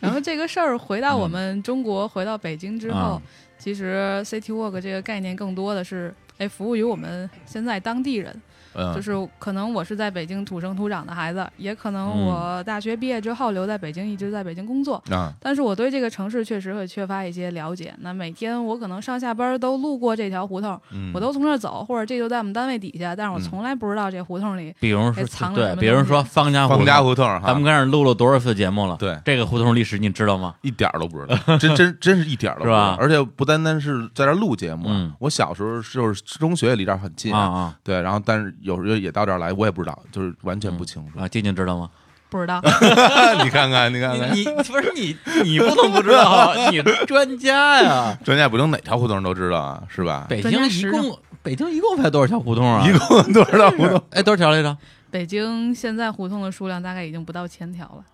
Speaker 3: 然后这个事儿回到我们中国，回到北京之后
Speaker 1: 啊，
Speaker 3: 其实 City Walk 这个概念更多的是。哎，服务于我们现在当地人，就
Speaker 2: 嗯
Speaker 3: 是可能我是在北京土生土长的孩子，也可能
Speaker 1: 嗯
Speaker 3: 我大学毕业之后留在北京，一直在北京工作，
Speaker 2: 啊，
Speaker 3: 但是我对这个城市确实会缺乏一些了解。那每天我可能上下班都路过这条胡同，
Speaker 2: 嗯
Speaker 3: 我都从这儿走，或者这就在我们单位底下，但是我
Speaker 2: 嗯
Speaker 3: 从来不知道这胡同里。
Speaker 1: 比如
Speaker 3: 还
Speaker 1: 说
Speaker 3: 藏了什
Speaker 1: 对，
Speaker 3: 么
Speaker 1: 比如
Speaker 3: 东西
Speaker 1: 说方家
Speaker 2: 方
Speaker 1: 胡
Speaker 2: 家
Speaker 1: 同，
Speaker 2: 胡同儿
Speaker 1: 咱们
Speaker 2: 哈，
Speaker 1: 跟这儿录了多少次节目了？
Speaker 2: 对，
Speaker 1: 这个胡同历史你知道吗？
Speaker 2: 一点儿都不知道，真真真是一点儿都不知道
Speaker 1: 是吧。
Speaker 2: 而且不单单是在这儿录节目
Speaker 1: 嗯
Speaker 2: 啊，我小时候就是中学也离这儿很近
Speaker 1: 啊，啊
Speaker 2: 对，然后但是有时候也到这儿来，我也不知道，就是完全不清楚。
Speaker 1: 啊！静静知道吗？
Speaker 2: *laughs*
Speaker 3: 不知道，
Speaker 1: 嗯
Speaker 2: 你看看，你看
Speaker 1: *laughs*
Speaker 2: 看，
Speaker 3: *laughs*
Speaker 1: 你不是你，你不能不知
Speaker 2: *laughs*
Speaker 1: 道，啊你专家呀！
Speaker 2: 专家不能哪条胡同都知道啊，是吧？
Speaker 1: 北
Speaker 3: 专
Speaker 1: 京
Speaker 3: 家
Speaker 1: 一
Speaker 3: 识
Speaker 1: 共北京一共才多少条胡同 *laughs* 啊？
Speaker 2: 一共多少条
Speaker 1: *laughs*
Speaker 2: 胡同
Speaker 1: 哎多少条来着？
Speaker 3: 北京现在胡同的数量大概已经不到千条了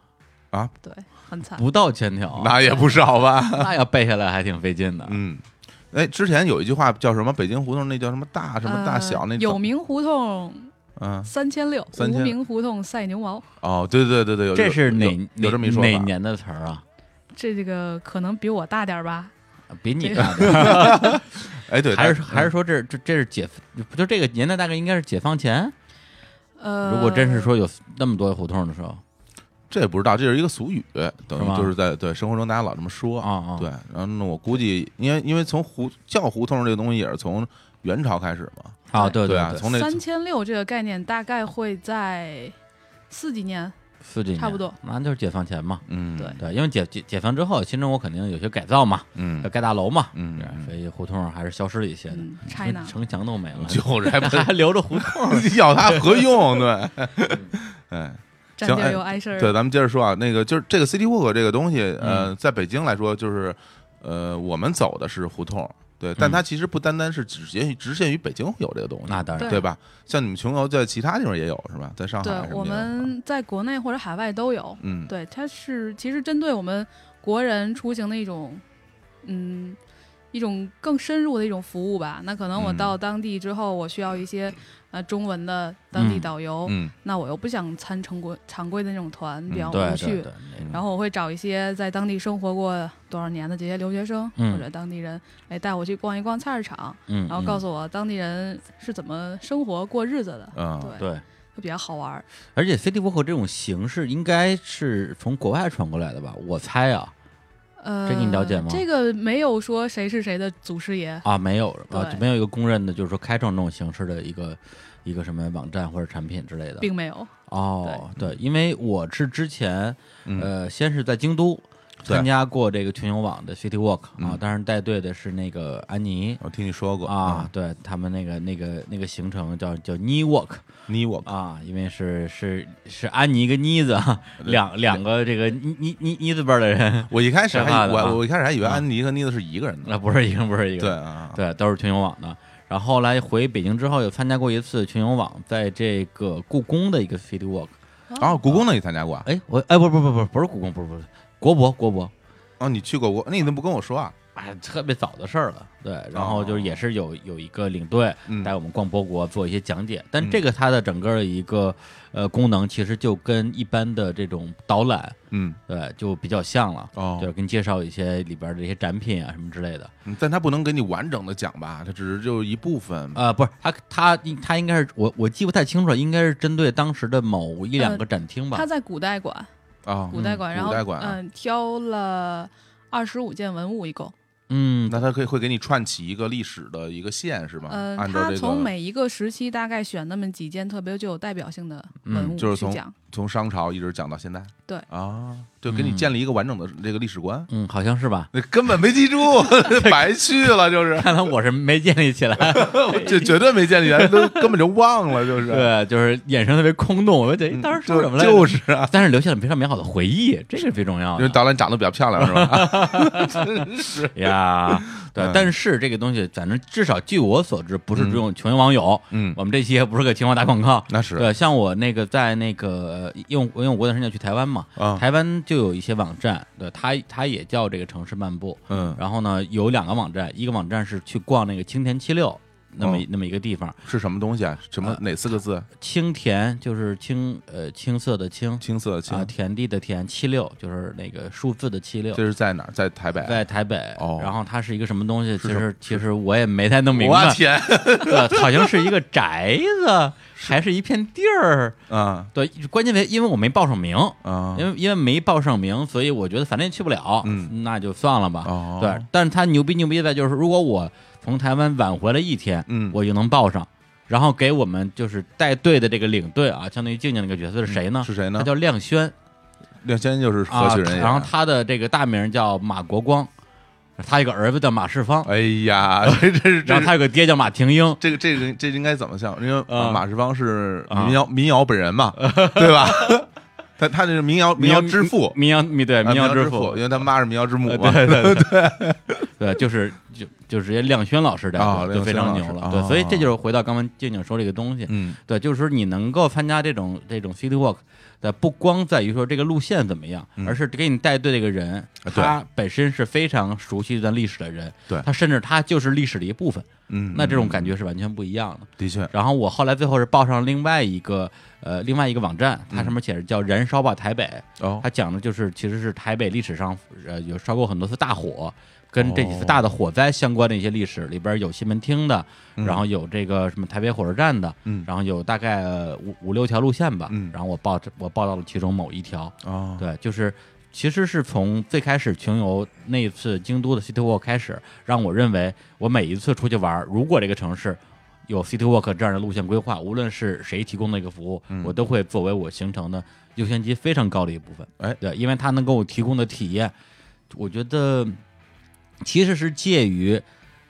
Speaker 2: 啊，
Speaker 3: 对，很惨。
Speaker 1: 不到千条，
Speaker 2: 那也不
Speaker 1: *laughs*
Speaker 2: 少吧？
Speaker 1: 那要背下来还挺费劲的。
Speaker 2: 嗯，哎，之前有一句话叫什么？北京胡同那叫什么大什么大小那
Speaker 3: 呃、
Speaker 2: 怎
Speaker 3: 有名胡同
Speaker 2: 嗯
Speaker 3: 三千六，无
Speaker 2: 3600
Speaker 3: 名胡同赛牛毛。
Speaker 2: 哦，对对对对，有
Speaker 1: 这是哪
Speaker 2: 有有这么一说
Speaker 1: 哪哪
Speaker 2: 法？
Speaker 1: 年的词儿啊？
Speaker 3: 这这个可能比我大点儿吧，
Speaker 1: 比你
Speaker 3: 这
Speaker 1: 大
Speaker 3: *laughs*
Speaker 1: 点儿，
Speaker 2: 哎，对，
Speaker 1: 还是
Speaker 2: 但
Speaker 1: 还是说这这这是解不就这个年代大概应该是解放前？
Speaker 3: 呃，
Speaker 1: 如果真是说有那么多胡同的时候
Speaker 2: 这也不知道，这是一个俗语，等
Speaker 1: 是吗
Speaker 2: 于就是在对生活中大家老这么说
Speaker 1: 啊。啊，
Speaker 2: 对，然后呢，我估计因为因为从胡叫胡同这个东西也是从元朝开始嘛，
Speaker 1: 啊对
Speaker 2: 对啊，
Speaker 1: 对，
Speaker 2: 从那
Speaker 3: 三千六这个概念大概会在四几年，
Speaker 1: 四几年
Speaker 3: 差不多，
Speaker 1: 那就是解放前嘛。
Speaker 2: 嗯
Speaker 3: 对
Speaker 1: 对，因为解解解放之后，新中国肯定有些改造嘛，
Speaker 2: 嗯
Speaker 1: 要盖大楼嘛，哎
Speaker 2: 嗯
Speaker 1: 对 *laughs*
Speaker 2: 嗯
Speaker 1: 所以胡同还是消失了一些的，
Speaker 3: 嗯，China
Speaker 1: 城墙都没了，
Speaker 2: 就是 *laughs* 还不
Speaker 1: *laughs* 还留着胡同儿。
Speaker 2: 要它何用？
Speaker 3: *laughs*
Speaker 2: 对，哎，
Speaker 3: 占
Speaker 2: 行
Speaker 3: 地
Speaker 2: 哎
Speaker 3: 儿有碍事儿。
Speaker 2: 对，咱们接着说啊，那个就是这个 City Walk 这个东西，
Speaker 1: 嗯
Speaker 2: 呃，在北京来说，就是呃，我们走的是胡同，对，但
Speaker 1: 嗯
Speaker 2: 它其实不单单是只限于只限于北京有这个东西，
Speaker 1: 那当然，
Speaker 3: *laughs* 对
Speaker 2: 对吧？像你们穷游在其他地方也有是吧？在
Speaker 1: 啊
Speaker 2: 上海
Speaker 3: 对
Speaker 2: 什么，的
Speaker 3: 我们在国内或者海外都有。
Speaker 2: 嗯
Speaker 3: 对，它是其实针对我们国人出行的一种，嗯，一种更深入的一种服务吧。那可能我
Speaker 2: 嗯
Speaker 3: 到当地之后，我需要一些呃中文的当地
Speaker 1: 嗯
Speaker 3: 导游，
Speaker 2: 嗯
Speaker 3: 那我又不想参成规常规的那种团，
Speaker 2: 嗯
Speaker 3: 比较
Speaker 2: 对
Speaker 3: 无
Speaker 1: 对
Speaker 3: 趣。
Speaker 1: 对嗯对，那种
Speaker 3: 然后我会找一些在当地生活过多少年的这些留学生、
Speaker 1: 嗯
Speaker 3: 或者当地人，哎，带我去逛一逛菜市场，
Speaker 1: 嗯，
Speaker 3: 然后告
Speaker 1: 诉
Speaker 3: 诉我当地人是怎么生活过日子的，
Speaker 2: 嗯，
Speaker 3: 对，
Speaker 1: 对。
Speaker 3: 会比较好玩儿。
Speaker 1: 而且 City Walk 这种形式应该是从国外传过来的吧？我猜啊
Speaker 3: 呃，
Speaker 1: 这个你了解吗
Speaker 3: 这个没有说谁是谁的祖师爷，
Speaker 1: 啊，没有啊，
Speaker 3: 对
Speaker 1: 就没有一个公认的，就是说开创这种形式的一个一个什么网站或者产品之类的。
Speaker 3: 并没有。
Speaker 1: 哦，对，因为我是之前
Speaker 2: 嗯
Speaker 1: 呃，先是在京都
Speaker 2: 对
Speaker 1: 参加过这个全球网的 City Walk 啊
Speaker 2: 嗯，
Speaker 1: 当然带队的是那个安妮。
Speaker 2: 我听你说过
Speaker 1: 啊，，对他们那个那个那个行程叫叫 knee walk
Speaker 2: 你我
Speaker 1: 啊，因为是是是安妮跟妮子啊两两个这个妮妮妮妮子辈儿的人，
Speaker 2: *laughs* 我一开始
Speaker 1: 害怕
Speaker 2: 还
Speaker 1: 的
Speaker 2: 我
Speaker 1: 啊
Speaker 2: 我一开始还以为
Speaker 1: 啊
Speaker 2: 安妮和妮子是一个人
Speaker 1: 那
Speaker 2: 呢，
Speaker 1: 不是一个不是一个，
Speaker 2: 对啊，
Speaker 1: 对，都是群友网的。然后后来回北京之后，又参加过一次群友网在这个故宫的一个 city walk。
Speaker 2: 然后故宫那你参加过啊？
Speaker 1: 哎，我哎不不不不不是故宫，不是不是国博国博，
Speaker 2: 哦，你去过国，那你怎么不跟我说啊？
Speaker 1: 哎特别早的事儿了。对，然后
Speaker 2: 哦
Speaker 1: 就是也是有有一个领队
Speaker 2: 嗯
Speaker 1: 带我们逛博物国，做一些讲解。但
Speaker 2: 嗯
Speaker 1: 这个它的整个的一个呃功能，其实就跟一般的这种导览
Speaker 2: 嗯
Speaker 1: 对就比较像了。
Speaker 2: 哦
Speaker 1: 就是跟介绍一些里边儿的一些展品啊什么之类的，
Speaker 2: 嗯但他不能给你完整的讲吧，他只是就一部分。
Speaker 1: 呃，不是，他他他应该是我我记不太清楚了，应该是针对当时的某一两
Speaker 3: 呃
Speaker 1: 个展厅吧
Speaker 3: 他。在古代馆，
Speaker 1: 呃
Speaker 2: 啊，
Speaker 3: 古代馆，
Speaker 2: 嗯
Speaker 3: 然后
Speaker 2: 古代馆啊
Speaker 3: 嗯、挑了二十五件文物一共，
Speaker 1: 嗯，
Speaker 2: 那他可以会给你串起一个历史的一个线是吗？
Speaker 1: 呃
Speaker 3: 嗯、
Speaker 2: 按照
Speaker 3: 他
Speaker 2: 这
Speaker 3: 从
Speaker 2: 个，
Speaker 3: 每一个时期大概选那么几件特别具有代表性的文
Speaker 1: 嗯
Speaker 3: 物
Speaker 2: 就是
Speaker 3: 去
Speaker 2: 从
Speaker 3: 讲，
Speaker 2: 从商朝一直讲到现在。
Speaker 3: 对
Speaker 2: 啊，就给你
Speaker 1: 嗯
Speaker 2: 建立一个完整的这个历史观，
Speaker 1: 嗯，好像是吧？
Speaker 2: 那根本没记
Speaker 1: *laughs*
Speaker 2: 住，白去了，就是
Speaker 1: 看来我是没建立起来，
Speaker 2: 这绝对没建立起来，都根本就忘了，就是。
Speaker 1: 对，就是眼神特别空洞。我就觉得
Speaker 2: 嗯
Speaker 1: 哎当时
Speaker 2: 就
Speaker 1: 说什么来着？
Speaker 2: 就是啊，
Speaker 1: 但是留下了非常美好的回忆，这是最重要
Speaker 2: 因
Speaker 1: 的
Speaker 2: 为导演长得比较漂亮，是吧？
Speaker 1: *laughs*
Speaker 2: 真是，
Speaker 1: 呀。对
Speaker 2: *laughs* 嗯，
Speaker 1: 但是这个东西，反正至少据我所知，不是只有球员网友。
Speaker 2: 嗯，
Speaker 1: 我们这期也不是给球员网友打广告。
Speaker 2: 那是
Speaker 1: 对，像我那个在那个，因为我因为我过段时间要去台湾嘛，
Speaker 2: 啊，
Speaker 1: 台湾就有一些网站，对，它它也叫这个城市漫步。
Speaker 2: 嗯，
Speaker 1: 然后呢，有两个网站，一个网站是去逛那个青田七六那
Speaker 2: 哦
Speaker 1: 么一、那么一个地方，
Speaker 2: 是什么东西啊？什么
Speaker 1: 呃
Speaker 2: 哪四个字？
Speaker 1: 青田就是青呃青色的青
Speaker 2: 青色的青
Speaker 1: 啊，，田地的田，七六就是那个数字的七六
Speaker 2: 这。是在哪儿？在台北。
Speaker 1: 在台北，
Speaker 2: 哦
Speaker 1: 然后它是一个什么东西？其
Speaker 2: 什么
Speaker 1: 实其实我也没太弄明白
Speaker 2: 我，
Speaker 1: *laughs*
Speaker 2: 天
Speaker 1: 对好像是一个宅子，还是一片地儿？
Speaker 2: 啊
Speaker 1: 对，关键为因为我没报上名，
Speaker 2: 啊！
Speaker 1: 因为因为没报上名，所以我觉得反正也去不了，
Speaker 2: 嗯
Speaker 1: 那就算了吧。
Speaker 2: 哦
Speaker 1: 对，但是他牛逼牛逼在就是，如果我从台湾晚回来一天，
Speaker 2: 嗯
Speaker 1: 我就能报上，然后给我们就是带队的这个领队啊，相当于静静那个角色是谁呢？
Speaker 2: 嗯是谁呢
Speaker 1: 他？叫亮轩
Speaker 2: 亮先就是何
Speaker 1: 啊
Speaker 2: 许人，也？
Speaker 1: 然后他的这个大名叫马国光，他有个儿子叫马世芳，
Speaker 2: 哎呀， *laughs* 这这是
Speaker 1: 然
Speaker 2: 这
Speaker 1: 后他有个爹叫马廷英，
Speaker 2: 这个这个这个应该怎么像？因为
Speaker 1: 啊
Speaker 2: 马世芳是
Speaker 1: 啊
Speaker 2: 民谣民谣本人嘛， *laughs* 对吧？他他这是民谣民谣之父，
Speaker 1: 民谣民对
Speaker 2: 啊
Speaker 1: 民谣
Speaker 2: 之
Speaker 1: 父。
Speaker 2: 因为他妈是民谣之母
Speaker 1: 呃
Speaker 2: 嘛。
Speaker 1: 对对对对，就是就就直接亮轩老师带的、
Speaker 2: 啊
Speaker 1: 就非常牛
Speaker 2: 亮轩老
Speaker 1: 了。
Speaker 2: 师
Speaker 1: 对，
Speaker 2: 啊
Speaker 1: 所以这就是回到刚刚静静说这个东西，
Speaker 2: 嗯
Speaker 1: 对，就是说你能够参加这种这种 city walk 的，不光在于说这个路线怎么样，
Speaker 2: 嗯啊
Speaker 1: 而是给你带队这个人，
Speaker 2: 对
Speaker 1: 他本身是非常熟悉一段历史的人，
Speaker 2: 对
Speaker 1: 他甚至他就是历史的一部分，
Speaker 2: 嗯，
Speaker 1: 那这种感
Speaker 2: 觉
Speaker 1: 觉是完全不一样的。
Speaker 2: 的确，
Speaker 1: 然后我后来最后是报上另外一个呃另外一个网站，它上面写着叫“燃烧吧台北”，
Speaker 2: 嗯哦
Speaker 1: 它讲的就是其实是台北历史上呃有烧过很多次大火，跟这几
Speaker 2: 哦
Speaker 1: 次大的火灾相关的一些历史，里边有西门町的，
Speaker 2: 嗯
Speaker 1: 然后有这个什么台北火车站的，
Speaker 2: 嗯
Speaker 1: 然后有大概呃五五六条路线吧，
Speaker 2: 嗯
Speaker 1: 然后我报我报到了其中某一条，
Speaker 2: 哦，
Speaker 1: 对，就是。其实是从最开始穷游那一次京都的 City Walk 开始，让我认为我每一次出去玩，如果这个城市有 City Walk 这样的路线规划，无论是谁提供的一个服务，
Speaker 2: 嗯
Speaker 1: 我都会作为我行程的优先级非常高的一部分。
Speaker 2: 哎
Speaker 1: 对，因为它能给我提供的体验，我觉得其实是介于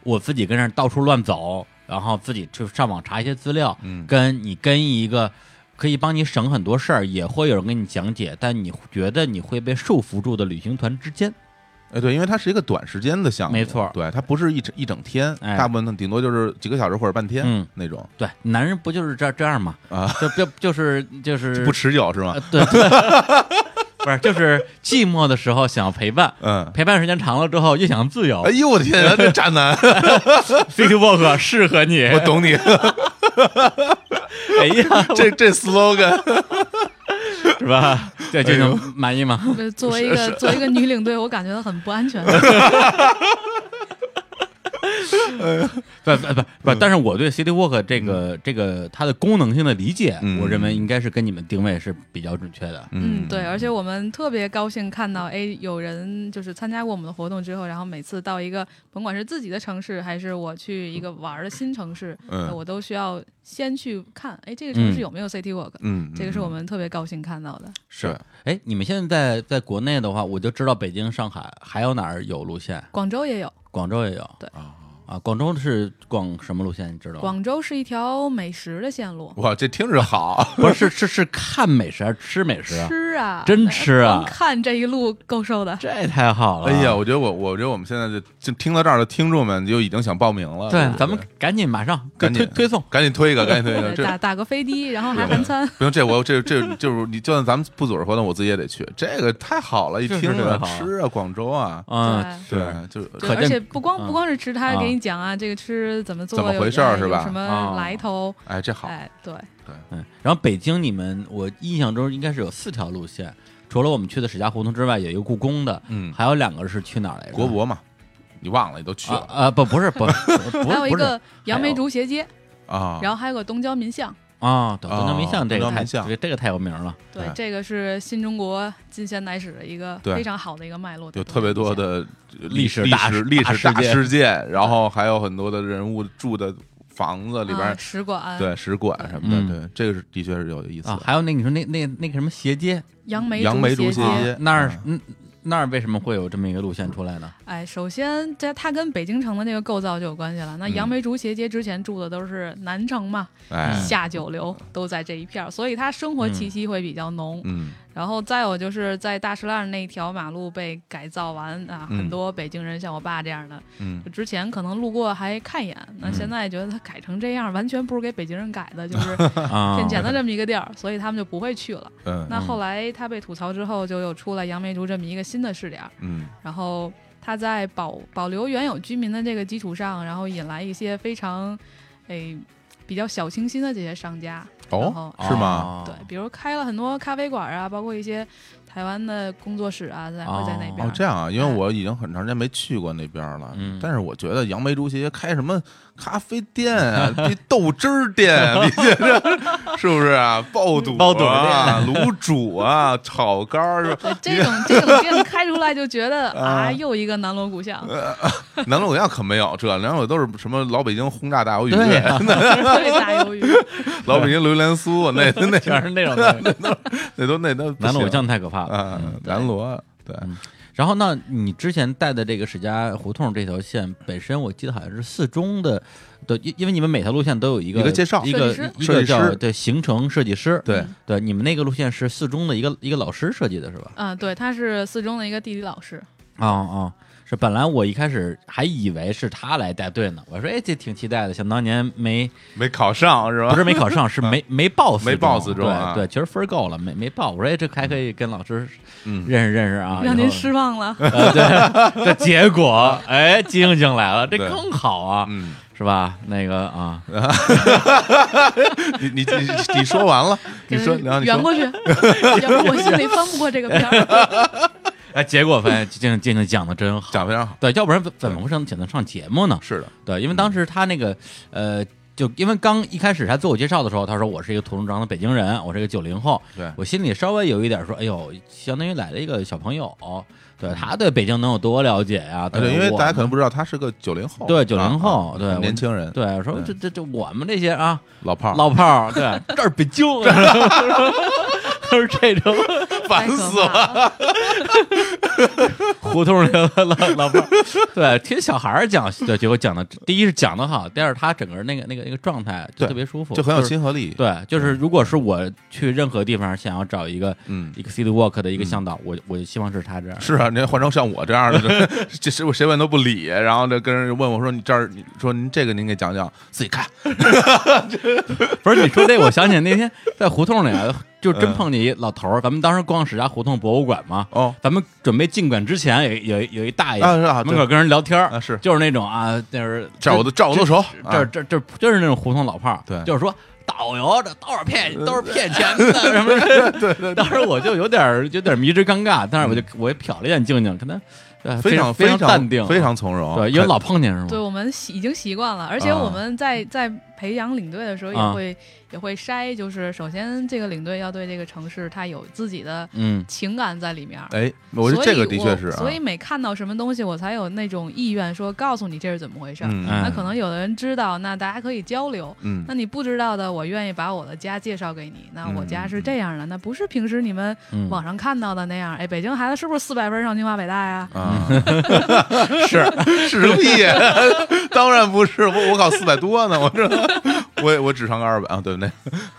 Speaker 1: 我自己跟那儿到处乱走，然后自己去上网查一些资料，
Speaker 2: 嗯
Speaker 1: 跟你跟一个可以帮你省很多事儿，也会有人给你讲解，但你觉得你会被束缚住的旅行团之间，
Speaker 2: 哎，对，因为它是一个短时间的项目，
Speaker 1: 没错
Speaker 2: 对，它不是一整一整天，
Speaker 1: 哎
Speaker 2: 大部分顶多就是几个小时或者半天、
Speaker 1: 嗯
Speaker 2: 那种
Speaker 1: 对，男人不就是这这样吗？
Speaker 2: 啊，
Speaker 1: 就就就是就是
Speaker 2: 不持久是吗
Speaker 1: 呃？对对，不是就是寂寞的时候想要陪伴，
Speaker 2: 嗯，
Speaker 1: 陪伴时间长了之后又想自由
Speaker 2: 哎呦我的天啊，这渣
Speaker 1: *laughs*
Speaker 2: 男，
Speaker 1: ，City Walk 适合你。
Speaker 2: 我懂你，
Speaker 1: 哎呀，
Speaker 2: 这这 slogan
Speaker 1: 是吧？对，
Speaker 2: 哎
Speaker 1: 就能满意
Speaker 2: *laughs*
Speaker 1: 吗？
Speaker 3: 呃作为一个作为一个女领队，我感觉到很不安全。嗯
Speaker 1: 不不不
Speaker 2: 嗯
Speaker 1: 不，但是我对 City Walk 这个这个它的功能性的理解，
Speaker 2: 嗯
Speaker 1: 我认为应该是跟你们定位是比较准确的。
Speaker 3: *laughs* 嗯，对，而且我们特别高兴看到，哎，有人就是参加过我们的活动之后，然后每次到一个甭管是自己的城市，还是我去一个玩儿的新城市，
Speaker 2: 嗯
Speaker 3: 呃我都需要先去看，哎，这个城市有没有 City Walk，、
Speaker 2: 嗯，
Speaker 3: 这个是我们特别高兴看到的。
Speaker 2: 是
Speaker 1: 哎，你们现在在国内的话，我就知道北京、上海还有哪儿有路线，
Speaker 3: 广州也有，
Speaker 2: 哦
Speaker 1: 广州也有。
Speaker 3: 对
Speaker 1: 啊，广州是逛什么路线？你知道吗？
Speaker 3: 广州是一条美食的线路，
Speaker 2: 哇，这听着好，
Speaker 1: 不是是是是看美食还是吃美食啊？
Speaker 3: 吃啊，
Speaker 1: 真吃啊
Speaker 3: 光看这一路够瘦的。
Speaker 1: 这太好了！
Speaker 2: 哎呀，，我觉得我我觉得我们现在就就听到这儿的听众们就已经想报名了，
Speaker 1: 对，咱们赶紧马上
Speaker 2: 赶紧
Speaker 1: 推推送。
Speaker 2: 赶紧推一个，赶紧推一个，
Speaker 3: 对
Speaker 2: 这
Speaker 3: 打打个飞的，然后还含餐，
Speaker 2: 不用，这我这这就是你，就算咱们不组织活动，我自己也得去。这个太好了，一
Speaker 1: 是是
Speaker 2: 听
Speaker 1: 特
Speaker 2: 啊
Speaker 1: 别，好
Speaker 2: 吃啊，广州啊，
Speaker 1: 嗯，是
Speaker 3: 对
Speaker 2: 对，就是
Speaker 3: 对
Speaker 1: 可见
Speaker 3: 而且不光
Speaker 1: 嗯
Speaker 3: 不光是吃，他还
Speaker 1: 啊
Speaker 3: 给你讲啊，这个吃怎么做，
Speaker 2: 怎么
Speaker 3: 有
Speaker 2: 回事儿
Speaker 3: 哎
Speaker 2: 是吧
Speaker 3: 有什
Speaker 1: 啊
Speaker 3: 么来头？
Speaker 2: 哎，这好，
Speaker 3: 哎，对，
Speaker 1: 嗯，然后北京你们，我印象中应该是有四条路线，除了我们去的史家胡同之外，有一个故宫的，
Speaker 2: 嗯，
Speaker 1: 还有两个是去哪儿来着？
Speaker 2: 国博嘛，你忘了，你都去
Speaker 1: 嗯啊
Speaker 2: 了
Speaker 1: 啊不不是不不
Speaker 3: *laughs* 还有
Speaker 1: 是
Speaker 3: 一
Speaker 1: 不是
Speaker 3: 个杨梅竹斜街，
Speaker 2: 哎啊。
Speaker 3: 然后还有个东郊民巷。
Speaker 1: 啊，对东
Speaker 2: 哦
Speaker 1: 交民巷这
Speaker 2: 东
Speaker 1: 个
Speaker 2: 交
Speaker 1: 太
Speaker 2: 民巷
Speaker 1: 这个这个太有名了，
Speaker 3: 对
Speaker 2: 对，
Speaker 3: 这个是新中国近现代史的一个
Speaker 2: 哎对
Speaker 3: 非常好的一个脉络，
Speaker 2: 有特别多的
Speaker 1: 历史
Speaker 2: 历
Speaker 1: 大
Speaker 2: 史
Speaker 1: 事
Speaker 2: 历史
Speaker 1: 大
Speaker 2: 大
Speaker 1: 事件
Speaker 2: 事件，然后还有很多的人物住的房子里边
Speaker 3: 啊
Speaker 2: 儿，
Speaker 3: 使馆、
Speaker 2: 对使馆什么的，
Speaker 1: 嗯
Speaker 2: 对，这个是的确是有意思
Speaker 1: 啊，
Speaker 2: 的。
Speaker 1: 还有那你说那那那个什么斜街
Speaker 3: 杨梅
Speaker 2: 杨梅竹斜
Speaker 3: 斜
Speaker 1: 啊
Speaker 2: 街
Speaker 1: 那儿
Speaker 2: 嗯，
Speaker 1: 嗯那儿为什么会有这么一个路线出来
Speaker 2: *laughs*
Speaker 1: 呢？
Speaker 3: 哎，首先这它跟北京城的那个构造就有关系了。那
Speaker 2: 嗯
Speaker 3: 杨梅竹斜街之前住的都是南城嘛，
Speaker 2: 哎，
Speaker 3: 下九流都在这一片儿，所以它生活气息会比较浓。
Speaker 2: 嗯
Speaker 3: 然后再有就是在大石烂那条马路被改造完啊，
Speaker 2: 嗯
Speaker 3: 很多北京人像我爸这样的，
Speaker 2: 嗯
Speaker 3: 就之前可能路过还看一眼，那
Speaker 2: 嗯
Speaker 3: 现在觉得它改成这样，完全不是给北京人改
Speaker 2: *laughs*
Speaker 3: 的，就是
Speaker 2: 哦
Speaker 1: 啊，
Speaker 3: 骗钱的这么一个地儿，所以他们就不会去了。
Speaker 2: 嗯
Speaker 3: 那后来它被吐槽之后，就又出了杨梅竹这么一个新的试点儿。
Speaker 2: 嗯
Speaker 3: 然后它在保保留原有居民的这个基础上，然后引来一些非常，诶、比较小清新的这些商家，然
Speaker 2: 哦
Speaker 3: 后，
Speaker 2: *laughs* 是吗？
Speaker 1: 哦
Speaker 3: 对，比如开了很多咖啡馆啊，包括一些台湾的工作室啊，在会在那边。
Speaker 2: 哦，这样啊，因为我已经很长时间没去过那边了，
Speaker 1: 嗯
Speaker 2: 但是我觉得杨梅竹斜开什么咖啡店啊，这豆汁儿店啊，你觉着是不是啊？爆肚、啊、
Speaker 1: 爆肚
Speaker 2: 啊、卤煮啊、炒肝儿是吧，
Speaker 3: 对
Speaker 2: *laughs*
Speaker 3: 这种这种店开出来就觉得
Speaker 2: 啊
Speaker 3: 啊，又一个南锣鼓巷，
Speaker 2: 南锣鼓巷可没有这，南锣鼓巷都是什么老北京轰炸大鱿鱼，
Speaker 1: 对呀
Speaker 3: 对大鱿鱼，
Speaker 2: *laughs* 老北京榴莲酥，那那
Speaker 1: *laughs* 全是那种东西
Speaker 2: *laughs* 那都那都不
Speaker 1: 南锣鼓
Speaker 2: 行
Speaker 1: 巷太可怕了。
Speaker 2: 啊，南锣对，
Speaker 1: 然后，那你之前带的这个史家胡同这条线，本身我记得好像是四中的，对，因因为你们每条路线都有一个
Speaker 2: 一个介绍
Speaker 1: 一个
Speaker 3: 设计师
Speaker 1: 一个
Speaker 2: 设计
Speaker 1: 叫
Speaker 2: 师
Speaker 1: 对行程设计师，
Speaker 2: 对
Speaker 3: 嗯
Speaker 1: 对，你们那个路线是四中的一个一个老师设计的是吧？
Speaker 3: 嗯，对，他是四中的一个地理老师，
Speaker 2: 哦
Speaker 1: 啊啊，是本来我一开始还以为是他来带队呢，我说哎，这挺期待的，想当年没
Speaker 2: 没考上是
Speaker 1: 不
Speaker 2: 吧？
Speaker 1: 是没考上，是没没报四中
Speaker 2: 嗯没报四中
Speaker 1: 对、
Speaker 2: 啊
Speaker 1: 对，其实分儿够了，没没报，我说哎，这还可以跟老师
Speaker 2: 嗯
Speaker 1: 认识认识啊，
Speaker 3: 让
Speaker 1: 以
Speaker 3: 您
Speaker 1: 后
Speaker 3: 失望了。
Speaker 1: 呃，对，这结果，哎，晶晶来了，这
Speaker 2: 对
Speaker 1: 更好啊，
Speaker 2: 嗯，
Speaker 1: 是吧？那个啊，
Speaker 2: 你你你你说完了， *laughs* 你说然后你
Speaker 3: 圆
Speaker 2: 说
Speaker 3: 过去， *laughs* 圆我心里翻不过这
Speaker 2: *laughs*
Speaker 3: 个片儿。
Speaker 1: 哎，结果发现晶晶晶晶讲的真好，
Speaker 2: 讲得非常好，
Speaker 1: 对，要不然怎怎么会上请她上节目呢？
Speaker 2: 是的，
Speaker 1: 对，因为当时他那个呃。就因为刚一开始他自我介绍的时候，他说我是一个土生土长的北京人，我是一个九零后，
Speaker 2: 对，
Speaker 1: 我心里稍微有一点说，哎呦，相当于来了一个小朋友，对他对北京能有多了解呀、
Speaker 2: 啊对，因为
Speaker 1: 我
Speaker 2: 大家可能不知道他是个九零后，
Speaker 1: 对90
Speaker 2: 啊
Speaker 1: 后
Speaker 2: 啊
Speaker 1: 对我
Speaker 2: 年轻人，
Speaker 1: 对我说
Speaker 2: 对
Speaker 1: 这这这我们这些啊，
Speaker 2: 老炮儿，
Speaker 1: 老炮儿，对，这儿北京，都是这种
Speaker 2: *laughs* 烦死了，
Speaker 3: 了！
Speaker 1: 胡同里的老老炮儿，对，听小孩儿讲，对，结果讲的，第一是讲的好，第二他整个那个那个那个状态就
Speaker 2: 对
Speaker 1: 特别舒服，
Speaker 2: 就很有
Speaker 1: 是
Speaker 2: 亲和力，
Speaker 1: 对，就是如果是我去任何地方想要找一个
Speaker 2: 嗯。
Speaker 1: 一个 city walk 的一个向导，我我就希望是他这样。
Speaker 2: 是啊，你要换成像我这样的， *laughs* 这这谁谁问都不理，然后这跟人问我说你这儿，你说您这个您给讲讲，自己看，
Speaker 1: *laughs* 不是你说这，我想起那天在胡同里啊， *laughs* 就真碰见一老头儿。
Speaker 2: 嗯
Speaker 1: 咱们当时逛史家胡同博物馆嘛，
Speaker 2: 哦，
Speaker 1: 咱们准备进馆之前，有有有一大爷
Speaker 2: 啊是啊，
Speaker 1: 门口跟人聊天儿
Speaker 2: 啊是
Speaker 1: 就是那种啊，就是
Speaker 2: 这儿我都照我都熟，
Speaker 1: 这儿这儿这儿就是那种胡同老炮儿，
Speaker 2: 啊对呃
Speaker 1: 就是说导游这都是骗都是骗钱的什么的。
Speaker 2: *laughs* 对对
Speaker 1: 当时我就有点儿有点儿迷之尴尬，但是我就我也瞟了一眼静静，可能呃
Speaker 2: 非
Speaker 1: 常
Speaker 2: 常
Speaker 1: 非
Speaker 2: 常
Speaker 1: 淡定，
Speaker 2: 非常从容。
Speaker 1: 对，因为老碰见是吗？
Speaker 3: 对我们习已经习惯了，而且
Speaker 2: 嗯啊
Speaker 3: 我们在在培养领队的时候
Speaker 1: 啊
Speaker 3: 也会也会筛，就是首先这个领队要对这个城市他有自己的
Speaker 1: 嗯
Speaker 3: 情感在里面。
Speaker 2: 哎，我觉得这个的确是啊，
Speaker 3: 所以我，所以每看到什么东西，我才有那种意愿说告诉你这是怎么回事儿。
Speaker 2: 嗯
Speaker 1: 哎
Speaker 3: 那可能有的人知道，那大家可以交流。
Speaker 2: 嗯
Speaker 3: 那你不知道的，我愿意把我的家介绍给你。那我家
Speaker 2: 嗯
Speaker 3: 是这样的，那不是平时你们
Speaker 1: 嗯，
Speaker 3: 网上看到的那样。哎，北京孩子是不是四百分上清华北大呀？
Speaker 2: 啊，
Speaker 1: 是
Speaker 2: 是个屁！ *laughs* 当然不是，我我考四百多呢，我这我我只上个二百啊，对不对？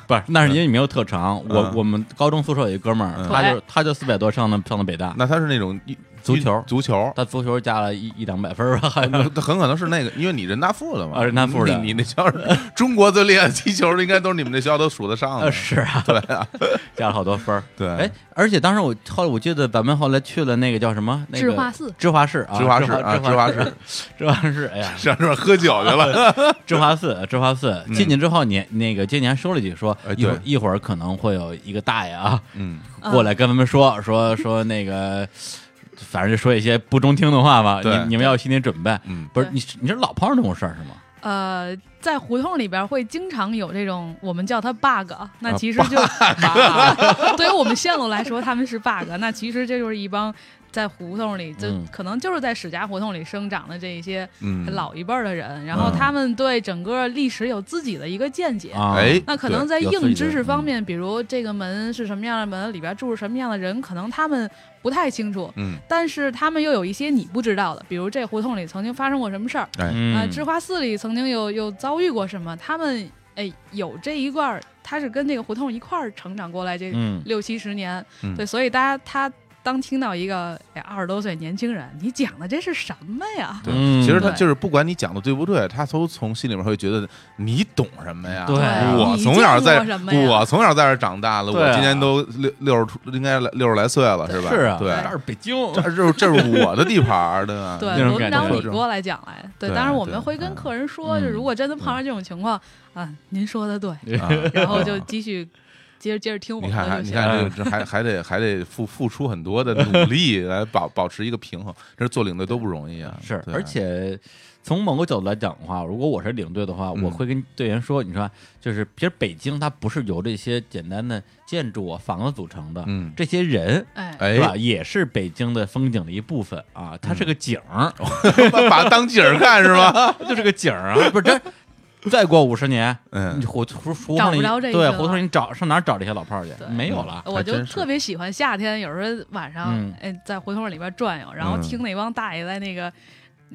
Speaker 1: 不是？那是因为你没有特长。我
Speaker 2: 嗯
Speaker 1: 我们高中宿舍有一哥们儿，
Speaker 2: 嗯
Speaker 1: 他就他就四百多上的上的北大，
Speaker 2: 那他是那种一
Speaker 1: 足球
Speaker 2: 足球，
Speaker 1: 他足球加了一一两百分儿
Speaker 2: *laughs*
Speaker 1: 吧，还
Speaker 2: 他很可能是那个，因为你人大附的嘛，
Speaker 1: 啊人大附的
Speaker 2: 你你那学校是中国最厉害的踢球的，应该都是你们那学校都数得上
Speaker 1: 呃
Speaker 2: 的。
Speaker 1: 是啊，对啊， *laughs* 加了好多分儿。
Speaker 2: 对，
Speaker 1: 哎，而且当时我后来我记得咱们后来去了那个叫什么？那个
Speaker 3: 智化寺
Speaker 1: 芝华士啊，
Speaker 2: 芝华士啊，芝
Speaker 1: 芝
Speaker 2: 华
Speaker 1: 华
Speaker 2: 士
Speaker 1: 士， *laughs* 芝华士，哎呀，
Speaker 2: 上这边喝酒去
Speaker 1: *laughs*
Speaker 2: 了。
Speaker 1: 芝华寺，芝华寺。进去之后，你那个今年说了一句说
Speaker 2: 嗯哎，
Speaker 1: 一会儿
Speaker 2: 对
Speaker 1: 一会儿可能会有一个大爷啊
Speaker 2: 嗯，
Speaker 1: 过来跟他们说说说那个，反正就说一些不中听的话吧，
Speaker 2: 对
Speaker 1: 你你们要有心理准备。
Speaker 2: 嗯，
Speaker 1: 不是
Speaker 3: 对
Speaker 1: 你是，你是老碰上这种事儿是吗？
Speaker 3: 呃，在胡同里边会经常有这种，我们叫它 bug，那
Speaker 2: 啊
Speaker 3: 啊其实就、对于我们线路来说，他们是 bug，那其实这就是一帮在胡同里，就
Speaker 1: 嗯
Speaker 3: 可能就是在史家胡同里生长的这一些
Speaker 2: 嗯，
Speaker 3: 老一辈儿的人，然后
Speaker 2: 嗯
Speaker 3: 他们对整个历史有自己的一个见解。
Speaker 1: 啊，
Speaker 2: 哎，
Speaker 3: 那可
Speaker 2: 对
Speaker 3: 能在
Speaker 1: 有自己
Speaker 3: 硬
Speaker 1: 的嗯
Speaker 3: 知识方面，比如这个门是什么样的门，里边住着什么样的人，可能他们不太清楚。
Speaker 2: 嗯，
Speaker 3: 但是他们又有一些你不知道的，比如这胡同里曾经发生过什么事儿，
Speaker 1: 嗯，
Speaker 3: 啊，知华寺里曾经有有遭遇过什么？他们哎有这一段儿，他是跟这个胡同一块儿成长过来这
Speaker 1: 嗯，
Speaker 3: 六七十年，
Speaker 2: 嗯
Speaker 3: 对，所以大家他当听到一个哎二十多岁年轻人，你讲的这是什么呀？
Speaker 2: 对，
Speaker 1: 嗯
Speaker 2: 其实他
Speaker 3: 对
Speaker 2: 就是不管你讲的对不对，他都从心里面会觉得你懂什么呀？
Speaker 1: 对啊
Speaker 2: 我
Speaker 3: 你
Speaker 2: 从
Speaker 3: 见
Speaker 2: 小在
Speaker 3: 过什么呀
Speaker 2: 我从小在这儿长大了，
Speaker 1: 对啊
Speaker 2: 我今年都六六十出，应该六十来岁了，是吧？
Speaker 1: 是啊，
Speaker 2: 对，
Speaker 1: 这是北京，
Speaker 2: 这这是这是我的地盘儿，对吧？
Speaker 1: 那
Speaker 3: 对，
Speaker 1: 种
Speaker 3: 轮不
Speaker 1: 感觉
Speaker 3: 着
Speaker 2: 有
Speaker 3: 你
Speaker 2: 这种
Speaker 3: 过来讲来。对，
Speaker 2: 对
Speaker 3: 当然我
Speaker 2: 对
Speaker 3: 们会跟
Speaker 2: 嗯
Speaker 3: 客人说，就
Speaker 1: 嗯
Speaker 3: 如果真的碰上这种情况啊，您说的对，
Speaker 2: 啊
Speaker 3: 然后就继续接着接着听我
Speaker 2: 你
Speaker 3: 们
Speaker 2: 看，还
Speaker 3: 的
Speaker 2: 你
Speaker 1: 啊
Speaker 2: 看这个，
Speaker 3: 就行。
Speaker 2: 这还还得还得付付出很多的努力来保 *laughs* 保持一个平衡，这做领队都不容易啊。
Speaker 1: 是，
Speaker 2: 对
Speaker 1: 而且从某个角度来讲的话，如果我是领队的话，
Speaker 2: 嗯
Speaker 1: 我会跟队员说，你说啊，就是其实北京它不是由这些简单的建筑啊、房子组成的，
Speaker 2: 嗯，
Speaker 1: 这些人。
Speaker 3: 哎，
Speaker 1: 是吧？
Speaker 2: 哎，嗯
Speaker 1: 也是北京的风景的一部分啊，它是个景儿，
Speaker 2: *laughs*
Speaker 1: *laughs*
Speaker 2: 把把它当景儿看是吗？
Speaker 1: 就是个景儿啊，不是这。再过五十年，
Speaker 2: 嗯
Speaker 1: 你胡胡胡
Speaker 3: 找
Speaker 1: 同里
Speaker 3: 不着这
Speaker 1: 对
Speaker 3: 个
Speaker 1: 胡同里你找上哪儿找这些老炮儿去
Speaker 3: 对？
Speaker 1: 没有了，
Speaker 3: 我
Speaker 2: 啊还
Speaker 3: 就
Speaker 2: 真是
Speaker 3: 特别喜欢夏天，有时候晚上、
Speaker 1: 嗯
Speaker 3: 哎在胡同里边转悠，然后
Speaker 2: 嗯
Speaker 3: 听那帮大爷在那个。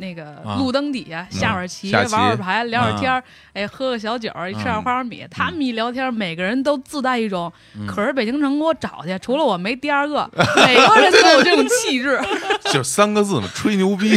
Speaker 3: 那个
Speaker 1: 啊
Speaker 3: 路灯底下下会儿棋，
Speaker 2: 嗯下
Speaker 3: 玩
Speaker 2: 棋嗯
Speaker 3: 会儿牌，聊会儿天儿，哎，喝个小酒，吃点花生米。他们一聊天，每个人都自带一种，
Speaker 2: 嗯
Speaker 3: 可是北京城给我找去，除了我没第二个，每个人都有这种
Speaker 2: *laughs*
Speaker 3: 气质。
Speaker 2: 就三个字嘛，吹
Speaker 1: *laughs*
Speaker 2: 牛逼。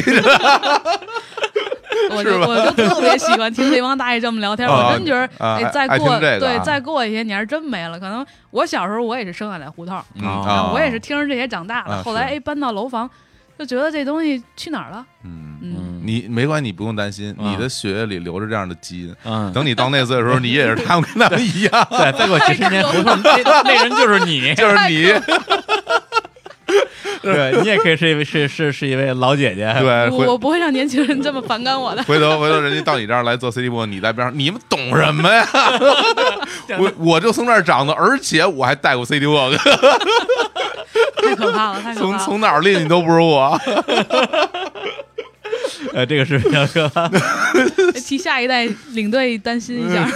Speaker 3: 我就我就特别喜欢听这帮大爷这么聊
Speaker 2: *laughs*
Speaker 3: 天，
Speaker 2: 啊
Speaker 3: 我真觉得，
Speaker 2: 啊
Speaker 3: 哎，再
Speaker 2: 爱听
Speaker 3: 过
Speaker 2: 这个
Speaker 3: 对
Speaker 2: 啊，
Speaker 3: 再过一些年真没了。可能我小时候我也是生下来胡同，
Speaker 2: 嗯
Speaker 1: 啊
Speaker 2: 啊
Speaker 3: 我也是，听着这些长大的。
Speaker 2: 啊
Speaker 3: 后来
Speaker 2: 是
Speaker 3: 哎搬到楼房，就觉得这东西去哪儿了？
Speaker 2: 嗯，
Speaker 3: 嗯，
Speaker 1: 嗯
Speaker 2: 你没关系，你不用担心，
Speaker 1: 嗯
Speaker 2: 你的血液里留着这样的基因。
Speaker 1: 嗯，
Speaker 2: 等你到那岁的时候，你也是
Speaker 1: *laughs*
Speaker 2: 他们跟他们一样，
Speaker 1: 对，嗯再过几十年胡同那那人就是 *laughs* 你，
Speaker 2: 就是你，
Speaker 1: 对你也可以是一位是是是一位老姐姐，
Speaker 2: 对，
Speaker 3: 我我
Speaker 2: 回。
Speaker 3: 不会让年轻人这么反感我的
Speaker 1: *laughs*
Speaker 2: 回头回头人家到你这儿来做 CD 部，你在边上，你们懂什
Speaker 1: *laughs*
Speaker 2: 么呀？我我就从这儿长的，而且我还带过 CD 部，
Speaker 3: 太可怕了，太可
Speaker 2: *laughs* 从
Speaker 3: 怕了。
Speaker 2: 从哪儿练你都不是我。
Speaker 1: 呃，这个是 *laughs* 彪哥。
Speaker 3: 替下一代领队担心一下。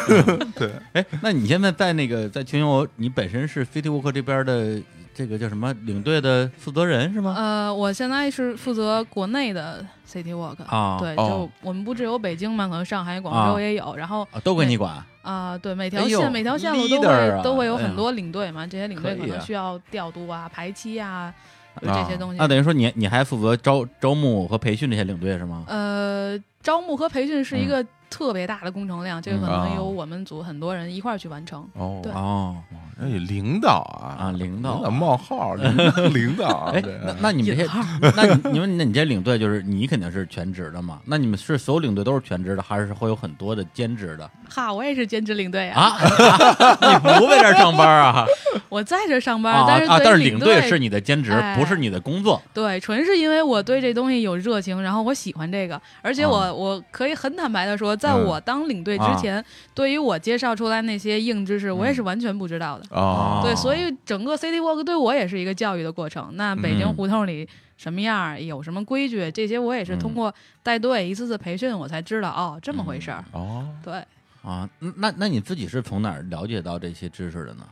Speaker 1: 哎，那你现在在那个在群游，你本身是 City Walk 这边的这个叫什么领队的负责人是吗？
Speaker 3: *laughs* 呃，我现在是负责国内的 City Walk，
Speaker 1: 啊
Speaker 3: 对，
Speaker 2: 哦
Speaker 3: 就我们不只有北京嘛，可能上海、广州
Speaker 1: 啊
Speaker 3: 也有。然后
Speaker 1: 啊，都归你管。
Speaker 3: 啊、对，每条
Speaker 1: 哎呦
Speaker 3: 线、每条线路都
Speaker 1: leader 啊
Speaker 3: 会都会有
Speaker 1: 哎呀
Speaker 3: 很多领队嘛，这些领队
Speaker 1: 可以
Speaker 3: 可能
Speaker 1: 啊
Speaker 3: 需要调度啊、排期啊，有这些东西。
Speaker 1: 那等于说你你还负责招招募和培训这些领队是吗？
Speaker 3: 呃，招募和培训是
Speaker 1: 嗯
Speaker 3: 一个特别大的工程量，这个可
Speaker 2: 嗯啊
Speaker 3: 能由我们组很多人一块儿去完成。
Speaker 2: 哦
Speaker 3: 对
Speaker 1: 哦
Speaker 2: 哎，领导啊
Speaker 1: 啊，领导
Speaker 2: 导冒
Speaker 1: *laughs*
Speaker 2: 号，领导领导啊。
Speaker 1: 哎，
Speaker 2: 对
Speaker 1: 那那你们这
Speaker 3: 引
Speaker 1: 些
Speaker 3: 号，
Speaker 1: *laughs* 那你你们那你这些领队就是你肯定是全职的嘛？那你们是所有领队都是全职的，还是会有很多的兼职的
Speaker 3: 哈，我也是兼职领队啊，
Speaker 1: 啊？ *laughs* 你不为这儿上班
Speaker 3: *laughs*
Speaker 1: 啊？
Speaker 3: 我在这上班，
Speaker 1: 啊
Speaker 3: 但是
Speaker 1: 啊，
Speaker 3: 对
Speaker 1: 但是
Speaker 3: 领
Speaker 1: 领
Speaker 3: 队
Speaker 1: 队是你的兼职，
Speaker 3: 哎
Speaker 1: 不是你的工作。
Speaker 3: 对，纯是因为我对这东西有热情，然后我喜欢这个，而且我、
Speaker 1: 啊
Speaker 3: 我可以很坦白的说，在
Speaker 2: 嗯
Speaker 3: 我当领队之
Speaker 1: 啊
Speaker 3: 前，对于我介绍出来那些硬知识，我也
Speaker 1: 嗯
Speaker 3: 是完全不知道的。
Speaker 2: 哦，
Speaker 3: 对，所以整个 City Walk 对我也是一个教育的过程。那北京
Speaker 1: 嗯
Speaker 3: 胡同里什么样儿，有什么规矩，这些我也
Speaker 1: 嗯
Speaker 3: 是通过带队一次次培训，我才知道哦，这么回事儿。
Speaker 1: 嗯
Speaker 2: 哦，
Speaker 3: 对，
Speaker 1: 啊，嗯那那你自己是从哪儿了解到这些知识的呢？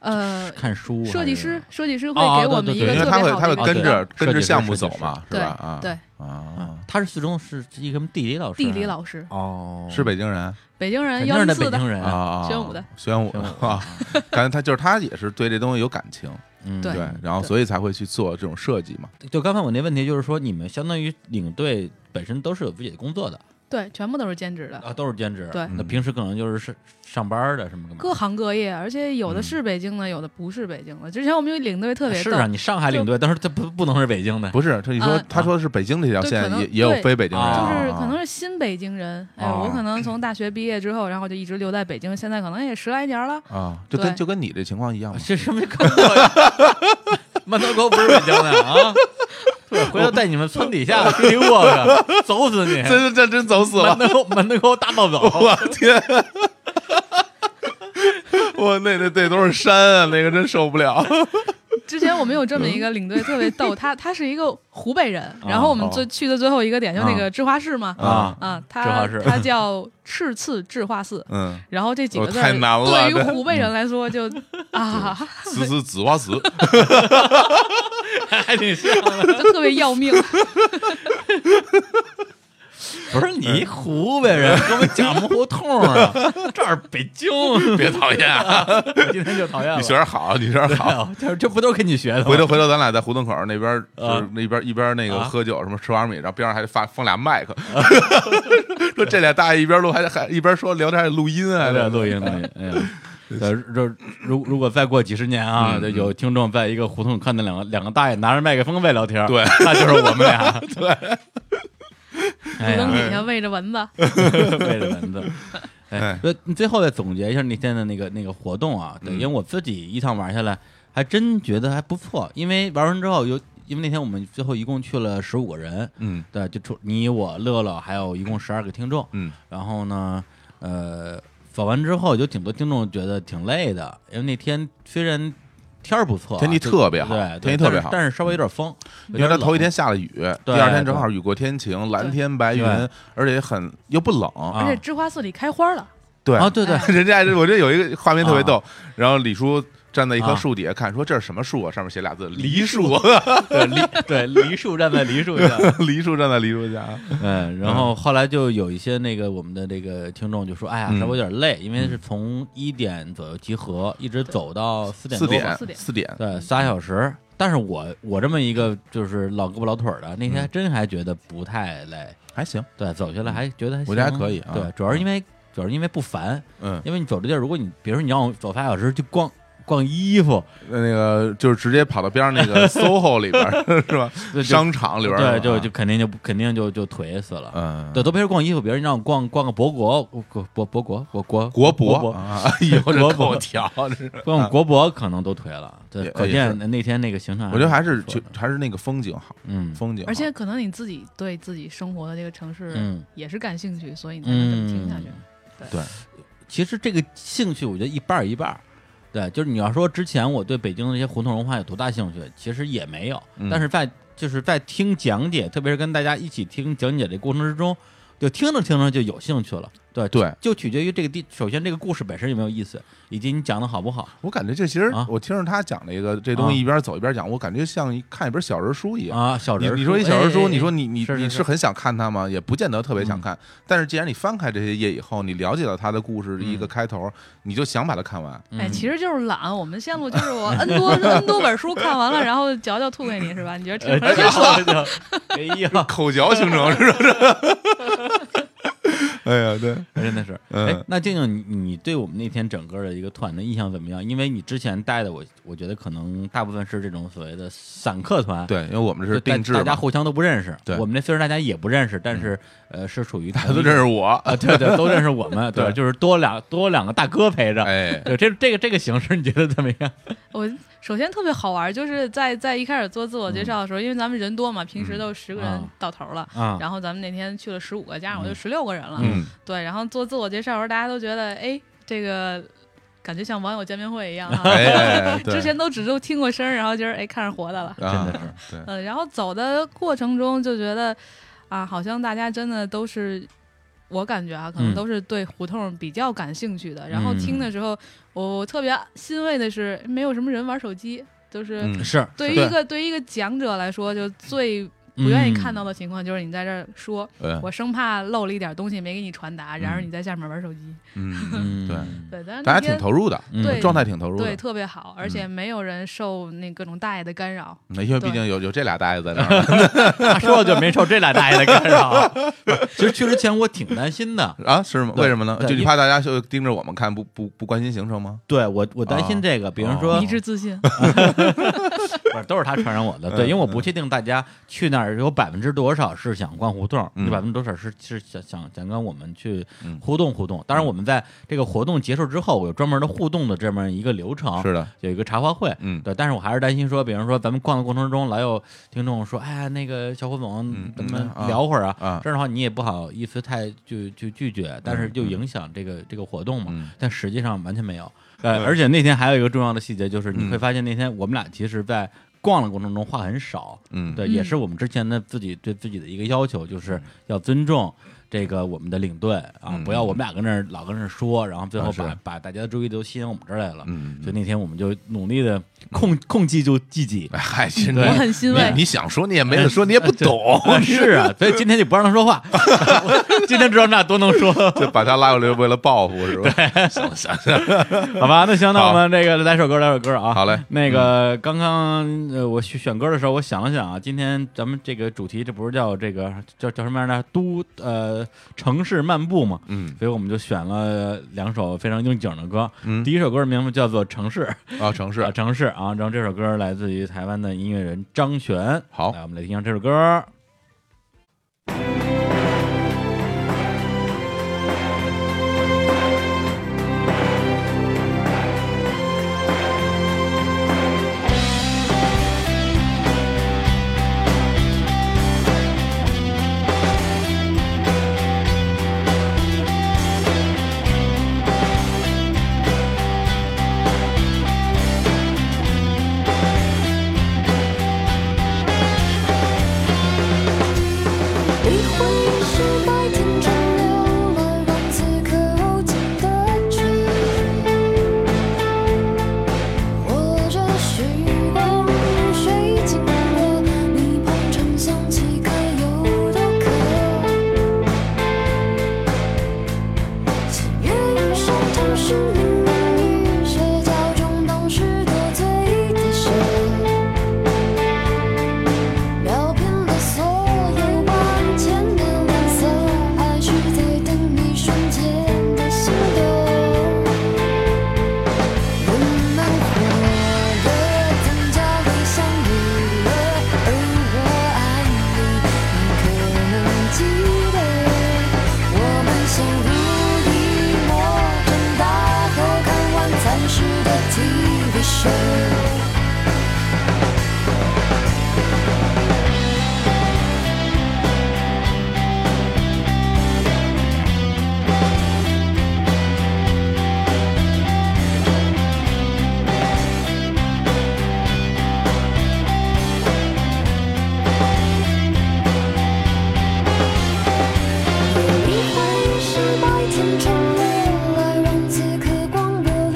Speaker 3: 呃，
Speaker 1: 看书还是？
Speaker 3: 设计师，设计师
Speaker 1: 啊哦哦
Speaker 3: 会给我
Speaker 1: 对
Speaker 3: 们一
Speaker 1: 对
Speaker 3: 个
Speaker 2: 因
Speaker 1: 对
Speaker 2: 为
Speaker 3: 特别
Speaker 2: 他会
Speaker 3: 好的
Speaker 2: 他会
Speaker 3: 一个
Speaker 2: 跟着
Speaker 1: 啊对
Speaker 2: 跟着项目
Speaker 1: 设计师
Speaker 2: 走嘛，是
Speaker 3: 对
Speaker 2: 吧？啊，
Speaker 3: 对
Speaker 1: 啊
Speaker 2: 啊，，
Speaker 1: 他是四中是一个什么地理老师？
Speaker 3: 地理老师，
Speaker 1: 哦，
Speaker 2: 是北京人
Speaker 3: 北京人
Speaker 1: 肯
Speaker 3: 幺
Speaker 1: 啊定是在
Speaker 3: 零四
Speaker 1: 北
Speaker 3: 的
Speaker 1: 京，人
Speaker 2: 啊，啊，
Speaker 3: 宣武的，
Speaker 2: 宣武
Speaker 1: 宣
Speaker 2: 的
Speaker 1: 武 *laughs*
Speaker 2: 啊，感觉他就是他也是对这东西有感情，
Speaker 1: 嗯
Speaker 3: 对
Speaker 2: 对，然后
Speaker 3: 对
Speaker 2: 所以才会去做这种设计嘛。
Speaker 1: 就刚才我那问题就是说，你们相当于领队本身都是有自己的工作的
Speaker 3: 对，全部都是兼职的。
Speaker 1: 啊，都是兼职。
Speaker 3: 对
Speaker 1: 那平时可能就是上上班的什么干嘛
Speaker 3: 各行各业，而且有的
Speaker 1: 嗯
Speaker 3: 是北京的，有的不是北京的。之前我们有领队特别
Speaker 1: 是
Speaker 3: 逗，
Speaker 1: 啊，你上海领队，但是他不不能是北京的。
Speaker 2: 不是，他你说
Speaker 3: 啊
Speaker 2: 他说是北京这条
Speaker 3: 对
Speaker 2: 线
Speaker 3: 可能
Speaker 2: 也也有
Speaker 3: 对
Speaker 2: 非北京人，
Speaker 1: 就
Speaker 3: 就是
Speaker 2: 啊
Speaker 3: 可能是新北京人。哎，
Speaker 1: 哦
Speaker 3: 我可能从大学毕业之后，然后就一直留在北京，现在可能也十来年了。
Speaker 2: 啊，就跟
Speaker 3: 对
Speaker 2: 就跟你这情况一
Speaker 1: *laughs*
Speaker 2: 样嘛。
Speaker 1: 这什么跟 *laughs* 我？门头沟不是北京的啊！对，回头带你们村底下去过去，走死你！
Speaker 2: 真真真走死了
Speaker 1: 门！头沟门头沟大暴 *laughs* 走，
Speaker 2: 我天！
Speaker 1: 啊
Speaker 2: 我那那那都是山啊，那个真受不了。
Speaker 3: 之前我们有这么一
Speaker 1: 嗯
Speaker 3: 个领队特别
Speaker 1: *laughs*
Speaker 3: 逗，他他是一个湖北
Speaker 1: 啊
Speaker 3: 人，然后我们
Speaker 1: 哦
Speaker 3: 最去的最后一个点就那个智化寺嘛，
Speaker 2: 啊，
Speaker 3: 啊，
Speaker 1: 智化
Speaker 3: 他
Speaker 1: 寺
Speaker 3: 他叫赤次智化
Speaker 1: *laughs*
Speaker 3: 寺，
Speaker 2: 嗯，
Speaker 3: 然后这几个字
Speaker 2: 哦太难了
Speaker 3: 对于
Speaker 2: 对
Speaker 3: 湖
Speaker 1: 嗯
Speaker 3: 北人来
Speaker 1: *laughs*
Speaker 3: 说就啊，
Speaker 2: 死死紫花死，
Speaker 1: 还挺像。
Speaker 3: 就特别要命。
Speaker 1: 不是你湖北人，跟我们讲不胡同啊， *laughs* 这儿北京，
Speaker 2: 别讨厌啊，
Speaker 1: 今天就讨厌了。
Speaker 2: *laughs* 你学点好，你学点好。
Speaker 1: 好，这这不都跟你学的吗？
Speaker 2: 回头回头，咱俩在胡同口那边儿，就
Speaker 1: 啊
Speaker 2: 是那边一边那个
Speaker 1: 啊
Speaker 2: 喝酒什么吃花米，然后边上还发放俩麦
Speaker 1: *laughs*
Speaker 2: 克， *laughs* 说这俩大爷一边录还还一边说聊天还录音啊，
Speaker 1: 对对，
Speaker 2: 这
Speaker 1: 录音录音，哎呀。
Speaker 2: *laughs*
Speaker 1: 呃，这如如果再过几十年啊，
Speaker 2: 嗯
Speaker 1: 这有听众在一个胡同看到两个两个大爷拿着麦克风在聊天，
Speaker 2: 对，
Speaker 1: *laughs* 那就是我们
Speaker 2: *laughs*
Speaker 1: 俩，对。哎
Speaker 3: 灯
Speaker 1: 呀，哎
Speaker 3: 底下喂着蚊子，
Speaker 2: *laughs*
Speaker 1: 为了蚊子。哎
Speaker 2: 哎，
Speaker 1: 呃你最后再总结一下那天的那个那个活动啊，对，
Speaker 2: 嗯
Speaker 1: 因为我自己一趟玩下来，还真觉得还不错。因为玩完之后有，因为那天我们最后一共去了十五个人，
Speaker 2: 嗯
Speaker 1: 对，就除你我乐乐，还有一共十二个听众。
Speaker 2: 嗯
Speaker 1: 然后呢，呃，走完之后有挺多听众觉得挺累的，因为那天虽然天儿不错啊、
Speaker 2: 天气
Speaker 1: 就
Speaker 2: 特别好
Speaker 1: 对，
Speaker 2: 天
Speaker 1: 对
Speaker 2: 气特
Speaker 1: 但
Speaker 2: 别
Speaker 1: 是
Speaker 2: 好
Speaker 1: 但是稍微有点风，有
Speaker 2: 因
Speaker 1: 点
Speaker 2: 为它头
Speaker 1: 冷
Speaker 2: 一天下了雨，第
Speaker 1: 对
Speaker 2: 二天正好雨过天晴，蓝天白云
Speaker 1: 对，
Speaker 2: 而且很又不冷，
Speaker 1: 啊
Speaker 3: 而且芝华寺里开花了，
Speaker 2: 对
Speaker 1: 啊，对对，
Speaker 2: *laughs* 人家我这有一个画面特别逗，然后李叔站在一棵
Speaker 1: 啊
Speaker 2: 树底下看，说这是什么树啊？上面写俩字梨树， *laughs*
Speaker 1: 对梨 *laughs* 对梨树站在梨树下，
Speaker 2: 梨树站在梨树下，
Speaker 1: 嗯，然后后来就有一些那个我们的这个听众就说，哎呀，
Speaker 2: 嗯
Speaker 1: 稍微有点累，因为是从一点左右集合，一直走到四点
Speaker 2: 四
Speaker 1: 多吧，
Speaker 2: 点
Speaker 3: 四点
Speaker 2: 四点，
Speaker 1: 对，仨小时。但是我我这么一个就是老胳膊老腿儿的，那
Speaker 2: 嗯
Speaker 1: 天还真还觉得不太累，
Speaker 2: 还行，
Speaker 1: 对，走下来还觉得还行
Speaker 2: 嗯我觉得还可以啊
Speaker 1: 对，主要是因为主要是因为不烦，
Speaker 2: 嗯，
Speaker 1: 因为你走这地儿，如果你比如说你让我走仨小时去逛逛衣服，
Speaker 2: 那个就是直接跑到边上那
Speaker 1: *laughs*
Speaker 2: 个 SOHO 里边儿是吧？
Speaker 1: 对就
Speaker 2: 商场里边儿
Speaker 1: 对，
Speaker 2: 是吧啊
Speaker 1: 就就肯定就不肯定就就颓死了。
Speaker 2: 嗯，
Speaker 1: 对，都别说逛衣服，别人让我逛逛个博国，国博博国国国国
Speaker 2: 国博啊，哎呦，这
Speaker 1: 国
Speaker 2: 口
Speaker 1: 博哎
Speaker 2: 条，这是
Speaker 1: 逛国博可能都颓了。
Speaker 2: 也
Speaker 1: 对，可
Speaker 2: 也
Speaker 1: 见那天那个行程，
Speaker 2: 我觉得还是
Speaker 1: 不错
Speaker 2: 就
Speaker 1: 的
Speaker 2: 还是那个风景好，
Speaker 1: 嗯
Speaker 2: 风景好，
Speaker 3: 而且可能你自己对自己生活的这个城市
Speaker 1: 嗯，
Speaker 3: 也是感兴趣，所以你才能这么听下去。
Speaker 1: 其实这个兴趣我觉得一半儿一半儿。对，就是你要说之前我对北京那些胡同文化有多大兴趣，其实也没有，
Speaker 2: 嗯
Speaker 1: 但是在就是在听讲解，特别是跟大家一起听讲解的过程之中，就听着听着就有兴趣了。对
Speaker 2: 对
Speaker 1: 就取决于这个地，首先这个故事本身有没有意思，以及你讲的好不好
Speaker 2: 我感觉这其实
Speaker 1: 啊
Speaker 2: 我听着他讲这个这东西一边走一边讲，我感觉像一看一本小人书一样。
Speaker 1: 啊。小
Speaker 2: 你
Speaker 1: 人儿，
Speaker 2: 你说一小人
Speaker 1: 哎哎
Speaker 2: 书，
Speaker 1: 哎
Speaker 2: 你说你你
Speaker 1: 是是
Speaker 2: 你
Speaker 1: 是
Speaker 2: 是很想看它吗？也不见得特别想看。但是既然你翻开这些页以后，你了解到它的故事一个开头，你就想把它看完。
Speaker 3: 哎，
Speaker 1: 嗯
Speaker 3: 其实就是懒，我们线路就是我 n
Speaker 1: *laughs*
Speaker 3: 多 n 多本书看完了，然后嚼嚼吐给你是吧？你觉得
Speaker 1: 哎
Speaker 3: 挺
Speaker 1: 这
Speaker 3: 挺爽？
Speaker 1: 个哎呀，
Speaker 2: 口嚼形成是不是？ *laughs* 哎呀，对，
Speaker 1: 真的是。
Speaker 2: 嗯
Speaker 1: 哎，那静静，你你对我们那天整个的一个团的印象怎么样？因为你之前带的我，我觉得可能大部分是这种所谓的散客团，
Speaker 2: 对，因为我们
Speaker 1: 就是大，
Speaker 2: 定制
Speaker 1: 大
Speaker 2: 嘛，
Speaker 1: 家互相都不认识。
Speaker 2: 对嗯
Speaker 1: 我们那虽然大家也不认识，但是呃，是属于
Speaker 2: 大家 *laughs* 都认
Speaker 1: *laughs*
Speaker 2: 识我，
Speaker 1: 啊，对对，都认识我们，
Speaker 2: *laughs* 对
Speaker 1: 对，就是多两多两个大哥陪着。
Speaker 2: 哎，
Speaker 1: *laughs* 对，这这个这个形式你觉得怎么样？
Speaker 3: 我首先特别好玩，就是在在一开始做自我介绍的时候，因为咱们人多嘛，平时都十个
Speaker 1: 啊
Speaker 3: 人到头了，
Speaker 1: 啊，
Speaker 3: 然后咱们那天去了十五个，加上我就
Speaker 1: 嗯
Speaker 3: 十六个人了。
Speaker 1: *laughs*
Speaker 2: 嗯，
Speaker 3: 对，然后做自我介绍的时候，大家都觉得，哎，这个感觉像网友见面会一样啊。
Speaker 2: 哎哎，哎对
Speaker 3: 之前都只都听过声儿，然后今儿哎看着活的了。
Speaker 1: 真的是
Speaker 2: 啊 *laughs* 对，
Speaker 3: 嗯，然后走的过程中就觉得，啊，好像大家真的都是，我感觉啊，可
Speaker 1: 嗯
Speaker 3: 能都是对胡同比较感兴趣的。然后
Speaker 2: 嗯
Speaker 3: 听的时候，我我特别欣慰的是，没有什么人玩手机，就是。
Speaker 2: 嗯
Speaker 1: 是嗯
Speaker 3: 对于一个对于一个讲者来说，就最
Speaker 1: 不
Speaker 3: 不愿意看到的情况就是你在这儿说，
Speaker 2: 嗯对，
Speaker 3: 我生怕漏了一点东西没给你传达，然而
Speaker 2: 嗯
Speaker 3: 你在下面玩手机。
Speaker 1: *laughs*
Speaker 2: 嗯，
Speaker 1: 嗯，
Speaker 2: 对
Speaker 3: 对，但是
Speaker 2: 大家
Speaker 3: 那
Speaker 2: 挺
Speaker 3: 天
Speaker 2: 投入的，
Speaker 1: 嗯
Speaker 3: 对
Speaker 2: 状态挺投入
Speaker 3: 对
Speaker 2: 的。嗯
Speaker 3: 特别好，而且没有人受那各种大爷的干扰。
Speaker 2: 那因为毕竟有有这俩大爷在那
Speaker 1: *laughs*
Speaker 2: 儿
Speaker 1: 他说的就没受这俩大爷的干
Speaker 2: *laughs*
Speaker 1: 扰。 *laughs* 其实去之前我挺担心的，
Speaker 2: 啊，是吗？
Speaker 1: 对
Speaker 2: 为什么呢？
Speaker 1: 对
Speaker 2: 就你
Speaker 1: 因
Speaker 2: 怕大家就盯着我们看，不不不关心行程吗？
Speaker 1: 对我我担心这个，比如说
Speaker 2: 哦 *laughs*
Speaker 3: 一致自信，
Speaker 1: 不是，都是他传染我的。
Speaker 2: 嗯
Speaker 1: 对，因为我不确定大家去那儿儿有百分之多少是想逛胡同，
Speaker 2: 嗯
Speaker 1: 有百分之多少是是想想想跟我们去
Speaker 2: 嗯
Speaker 1: 互动互动。当然，我们在这个活动结束之后，我有专门的互动的这么一个流程，
Speaker 2: 是的，
Speaker 1: 有一个茶话会。
Speaker 2: 嗯，
Speaker 1: 啊对，但是我还是担心说，比方说咱们逛的过程中，老有听众说，哎呀，那个小胡
Speaker 2: 嗯
Speaker 1: 总，咱
Speaker 2: 嗯
Speaker 1: 们
Speaker 2: 啊
Speaker 1: 聊会儿啊。
Speaker 2: 啊，
Speaker 1: 这样的话，你也不好意思太就就拒绝，但是
Speaker 2: 嗯
Speaker 1: 就
Speaker 2: 嗯
Speaker 1: 影响这个这个活动嘛。
Speaker 2: 嗯
Speaker 1: 但实际上完全没有。呃，
Speaker 2: 嗯
Speaker 1: 而且那天还有一个重要的细节，就是
Speaker 2: 嗯
Speaker 1: 你会发现那天我们俩其实，在逛的过程中话很少。
Speaker 2: 嗯，
Speaker 1: 对，
Speaker 3: 嗯
Speaker 1: 也是我们之前的自己对自己的一个要求，就是要尊重这个我们的领队啊
Speaker 2: 嗯，
Speaker 1: 不要我们俩跟那儿老跟那儿说，然后最
Speaker 2: 啊
Speaker 1: 后
Speaker 2: 是
Speaker 1: 把把大家的注意力都吸引我们这儿来了。
Speaker 2: 嗯，
Speaker 1: 所以那天我们就努力的控控制住自己。
Speaker 2: 哎嗨，其实你
Speaker 1: 对哎
Speaker 3: 我很欣慰
Speaker 2: 你，你想说你也没得说，你也不
Speaker 1: *laughs*
Speaker 2: 懂，
Speaker 1: 是啊，所以今天就不让他说话。 *laughs* 我今天知道那多能
Speaker 2: *laughs*
Speaker 1: 说，
Speaker 2: 就把他拉过来为了报复是吧？想想想，
Speaker 1: 好吧？那行，那
Speaker 2: 好
Speaker 1: 我们这个来首歌，来首歌啊。
Speaker 2: 好嘞，
Speaker 1: *laughs* 那个刚刚呃，我选选歌的时候，我想了想啊，今天咱们这个主题这不是叫这个叫叫什么样的都呃城市漫步嘛，
Speaker 2: 嗯
Speaker 1: 所以我们就选了两首非常应景的歌。
Speaker 2: 嗯
Speaker 1: 第一首歌的名字叫做《城市》，
Speaker 2: 啊，城
Speaker 1: 啊
Speaker 2: 市
Speaker 1: 城市啊，然后这首歌来自于台湾的音乐人张悬。啊
Speaker 2: 好
Speaker 1: 来我们来听听这首歌。
Speaker 4: 一回是白天中流浪，让此刻无尽的距离。握着时光，水经过，你捧场想起该有的歌。情愿与上头是淋雨，社交中当时得罪的谁？绕遍了所有万千的蓝色，还是在等一瞬间的心动。我们活得更加理想娱乐，而我爱你，你可能记得。我们相濡以沫，长大后看完暂时的 TV show。一回是白天中流来让此刻广播里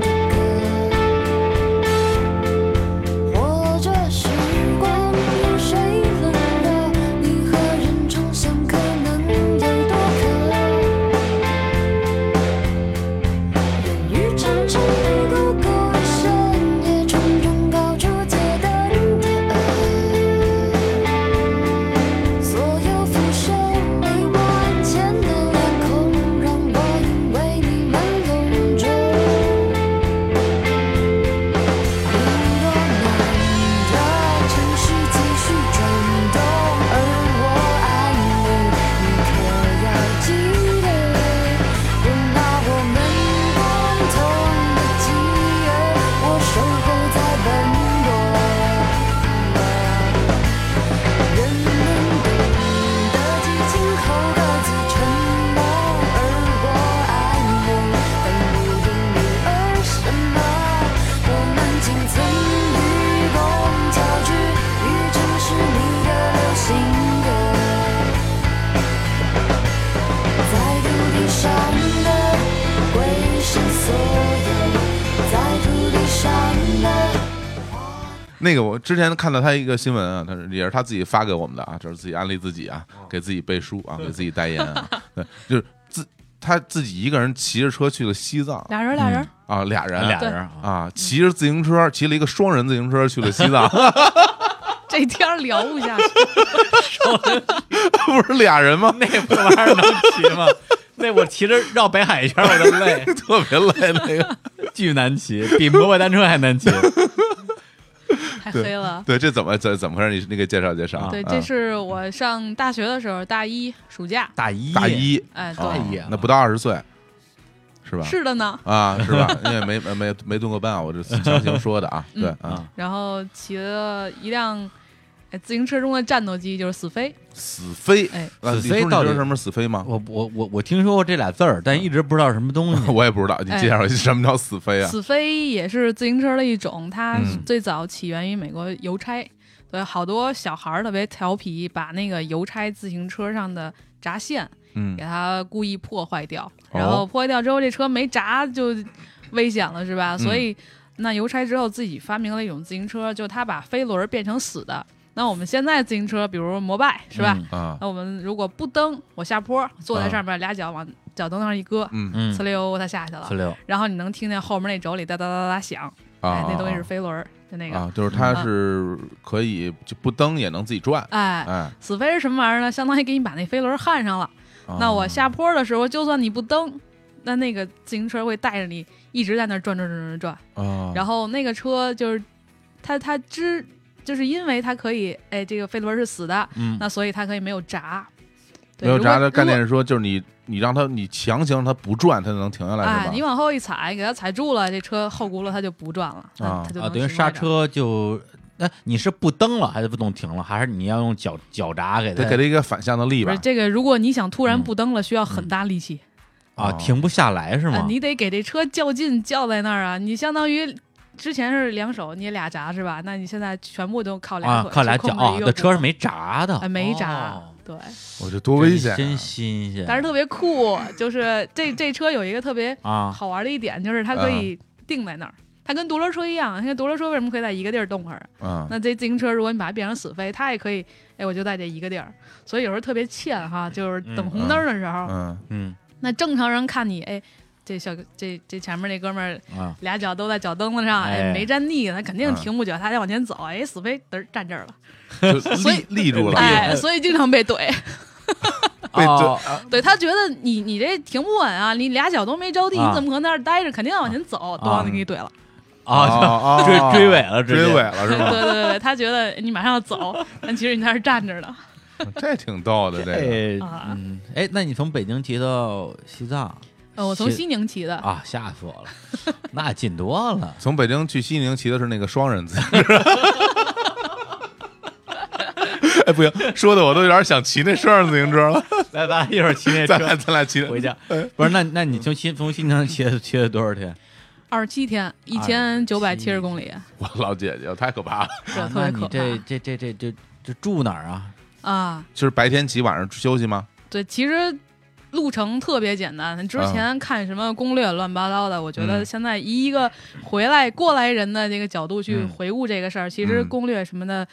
Speaker 4: 的歌，或者时光有谁冷落？你和人重相可能有多渴？人与城市里勾勾深夜重重高处街灯的恶。所有俯首你万千的脸孔，让我因为你们永驻。你我难得城市继续转动，而我爱你，你可要记得，容纳我们共同的记忆，我守候在奔波。人们懂得激情后各自沉默，而我爱你，本不因你而什么。我们仅曾与共交织，与城市你的流行歌，在土地上的归身所有，在土地上的。
Speaker 2: 那个我之前看到他一个新闻啊，他是也是他自己发给我们的啊，就是自己安利自己啊，
Speaker 1: 哦
Speaker 2: 给自己背书啊，给自己代言
Speaker 1: *laughs*
Speaker 2: 啊，对，就是自他自己一个人骑着车去了西
Speaker 3: *laughs*
Speaker 2: 藏
Speaker 3: 俩人俩人，
Speaker 2: 啊，俩人
Speaker 1: 俩人啊，
Speaker 2: 啊，骑着自行车，骑了一个双人自行车去了西藏， *laughs*
Speaker 3: *laughs* 这天儿聊不下去，
Speaker 2: 不是俩人吗？ *laughs*
Speaker 1: *laughs* 那玩意儿能骑吗？那我骑着绕北海一圈我都累，
Speaker 2: 特别累那个。 *laughs*
Speaker 1: 巨难骑，比摩拜单车还难骑。
Speaker 3: 太
Speaker 2: 对
Speaker 3: 黑了。
Speaker 2: 对，这怎么怎怎么回事？你那个介绍介绍。
Speaker 3: 对，
Speaker 2: 啊
Speaker 3: 这是我上大学的时候，大一暑假，
Speaker 1: 大一
Speaker 2: 大一，
Speaker 3: 哎，
Speaker 1: 哎
Speaker 3: 对，
Speaker 1: 呀
Speaker 2: 那不到二十岁，是吧？
Speaker 3: 是的呢。
Speaker 2: 啊，是吧？因为没没没没蹲过班啊，我这强行说的
Speaker 3: *laughs*
Speaker 2: 啊。
Speaker 3: 嗯
Speaker 2: 对啊，
Speaker 1: 啊，
Speaker 3: 然后骑了一辆哎自行车中的战斗机，就是死飞。
Speaker 2: 死飞，
Speaker 3: 哎
Speaker 2: 啊
Speaker 1: 死
Speaker 2: 李
Speaker 1: 飞
Speaker 2: 叔你
Speaker 1: 到
Speaker 2: 知道
Speaker 1: 底
Speaker 2: 什么是死飞吗？
Speaker 1: 我我我我听说过这俩字儿，但一直不知道什么东西。
Speaker 2: 我也不知道，你介绍一下什么叫死飞啊？
Speaker 3: 哎死飞也是自行车的一种，它
Speaker 2: 嗯
Speaker 3: 最早起源于美国邮差，对，好多小孩儿特别调皮，把那个邮差自行车上的闸线
Speaker 2: 嗯
Speaker 3: 给，它故意破坏掉，
Speaker 2: 哦
Speaker 3: 然后破坏掉之后这车没闸就危险了，是
Speaker 2: 嗯
Speaker 3: 吧？所以那邮差之后自己发明了一种自行车，就他把飞轮变成死的。那我们现在自行车，比如摩拜，是吧？
Speaker 1: 嗯
Speaker 2: 啊，
Speaker 3: 那我们如果不蹬，我下坡，坐在上面，俩脚往脚蹬上一搁，
Speaker 2: 嗯
Speaker 1: 嗯
Speaker 3: 呲，溜，它下去了
Speaker 1: 四。六
Speaker 3: 然后你能听见后面那轴里哒哒哒哒响，哎
Speaker 2: 啊，，
Speaker 3: 那东西是
Speaker 2: 啊
Speaker 3: 飞轮儿，就那个，嗯
Speaker 2: 啊，就是它是可以就不蹬也能自己转，
Speaker 3: 哎，
Speaker 2: 哎，
Speaker 3: 死飞是什么玩意儿呢？相当于给你把那飞轮儿焊上了。
Speaker 2: 啊
Speaker 3: 那我下坡的时候，就算你不蹬，那那个自行车会带着你一直在那儿转转转转转。
Speaker 2: 啊，
Speaker 3: 然后那个车就是它它之就是因为它可以，哎，这个飞轮儿是死的，
Speaker 1: 嗯，
Speaker 3: 那所以它可以没有闸。对
Speaker 2: 没有
Speaker 3: 如
Speaker 2: 啥
Speaker 3: 果
Speaker 2: 的概念
Speaker 3: 如
Speaker 2: 是说，就是你你让它你强行让它不转，它就能停下
Speaker 3: 果
Speaker 2: 来
Speaker 3: 哎，
Speaker 2: 是
Speaker 3: 你
Speaker 2: 吧？
Speaker 3: 往后一踩，给它踩住了，这车后轱辘它就不转了，那
Speaker 2: 啊
Speaker 3: 它就
Speaker 1: 啊，
Speaker 3: 能
Speaker 1: 等于
Speaker 3: 停
Speaker 1: 刹
Speaker 3: 在这儿。
Speaker 1: 车就，哎，你是不蹬了还是不动停了，还是你要用脚脚闸给它
Speaker 2: 得给它一个反向的力
Speaker 3: 不
Speaker 2: 吧
Speaker 3: 是。这个，如果你想突然
Speaker 1: 嗯
Speaker 3: 不蹬了，需要很大力气。
Speaker 1: 啊
Speaker 2: 哦
Speaker 1: 停不下来是
Speaker 3: 啊
Speaker 1: 吗？
Speaker 3: 你得给这车较劲，较在那儿啊！你相当于之前是两手捏俩闸是吧？那你现在全部都靠俩
Speaker 1: 啊
Speaker 3: 腿，，
Speaker 1: 靠俩
Speaker 3: 就
Speaker 1: 脚
Speaker 3: 控制
Speaker 1: 啊
Speaker 3: 一，个
Speaker 1: 那车
Speaker 3: 不
Speaker 1: 是没闸的
Speaker 3: 哎，没闸
Speaker 1: 哦，
Speaker 3: 对，
Speaker 2: 我这多危险啊！
Speaker 1: 真新鲜，
Speaker 3: 但是特别酷，就是这这车有一个特别
Speaker 1: 嗯啊，嗯
Speaker 3: 好玩的一点，就是它可以定在那儿。它跟独轮车一样，你看独轮车为什么可以在一个地儿动会儿？
Speaker 2: 嗯，
Speaker 3: 那这自行车如果你把它变成死飞，它也可以，哎，我就在这一个地儿。所以有时候特别欠哈，就是等红灯的时候，
Speaker 2: 嗯
Speaker 1: 嗯
Speaker 3: 那正常人看你，哎，这小这这前面那哥们儿
Speaker 1: 啊，
Speaker 3: 俩脚都在脚蹬子上，
Speaker 1: 哎啊
Speaker 3: 哎，没沾地，他肯定
Speaker 2: 嗯
Speaker 3: 停不久，他得往前走，哎，死飞嘚儿站这儿了，
Speaker 2: 就
Speaker 3: 所以
Speaker 2: 立立住了，
Speaker 3: 哎，所以经常被怼，
Speaker 2: 被
Speaker 1: 哦
Speaker 2: 这啊
Speaker 3: 对他觉得你你这停不稳啊，你俩脚都没着地，
Speaker 1: 啊
Speaker 3: 你怎么可能在那儿待着？肯定要往前走，都让你给怼了，
Speaker 1: 啊，
Speaker 2: 啊
Speaker 1: 追追尾了直接
Speaker 2: 追尾了是
Speaker 1: 啊
Speaker 3: 对
Speaker 2: 吧？ *laughs*
Speaker 3: 对对对，他觉得你马上
Speaker 1: *laughs*
Speaker 3: 要走，但其实你在那儿站着呢，
Speaker 2: 这挺逗的，这个
Speaker 1: 哎
Speaker 3: 啊
Speaker 1: 嗯，哎，那你从北京骑到西藏
Speaker 3: 呃，我从
Speaker 1: 是
Speaker 3: 西宁骑的，
Speaker 1: 啊，吓死我了，那近多
Speaker 2: *laughs*
Speaker 1: 了。
Speaker 2: 从北京去西宁骑的是那个双人自行车。 *laughs* 哎，不行，说的我都有点想骑那双人自行车
Speaker 1: *laughs*
Speaker 2: 了。
Speaker 1: 来，咱俩一会儿骑那
Speaker 2: 咱俩咱俩骑
Speaker 1: *laughs* 回
Speaker 3: *laughs*
Speaker 1: 家。
Speaker 3: 哎
Speaker 1: 不是，那那你从新从新疆骑骑了多少天？
Speaker 3: 二十七天，一千九百七十公里，
Speaker 2: 我老姐姐太可怕了，
Speaker 3: 这 *laughs* 特
Speaker 1: 那
Speaker 3: 别
Speaker 1: 你
Speaker 3: 可
Speaker 1: 这
Speaker 3: 怕
Speaker 1: 这这这这这住哪儿啊？
Speaker 3: 啊！
Speaker 2: 就是白天骑，晚上休息吗？
Speaker 3: 对，其实。路程特别简单，之前看什么攻略乱七八糟的，我觉得
Speaker 2: 啊嗯
Speaker 3: 现在以一个回来过来人的这个角度去
Speaker 2: 嗯
Speaker 3: 回顾这个事儿，其实
Speaker 2: 嗯
Speaker 3: 攻略什么的，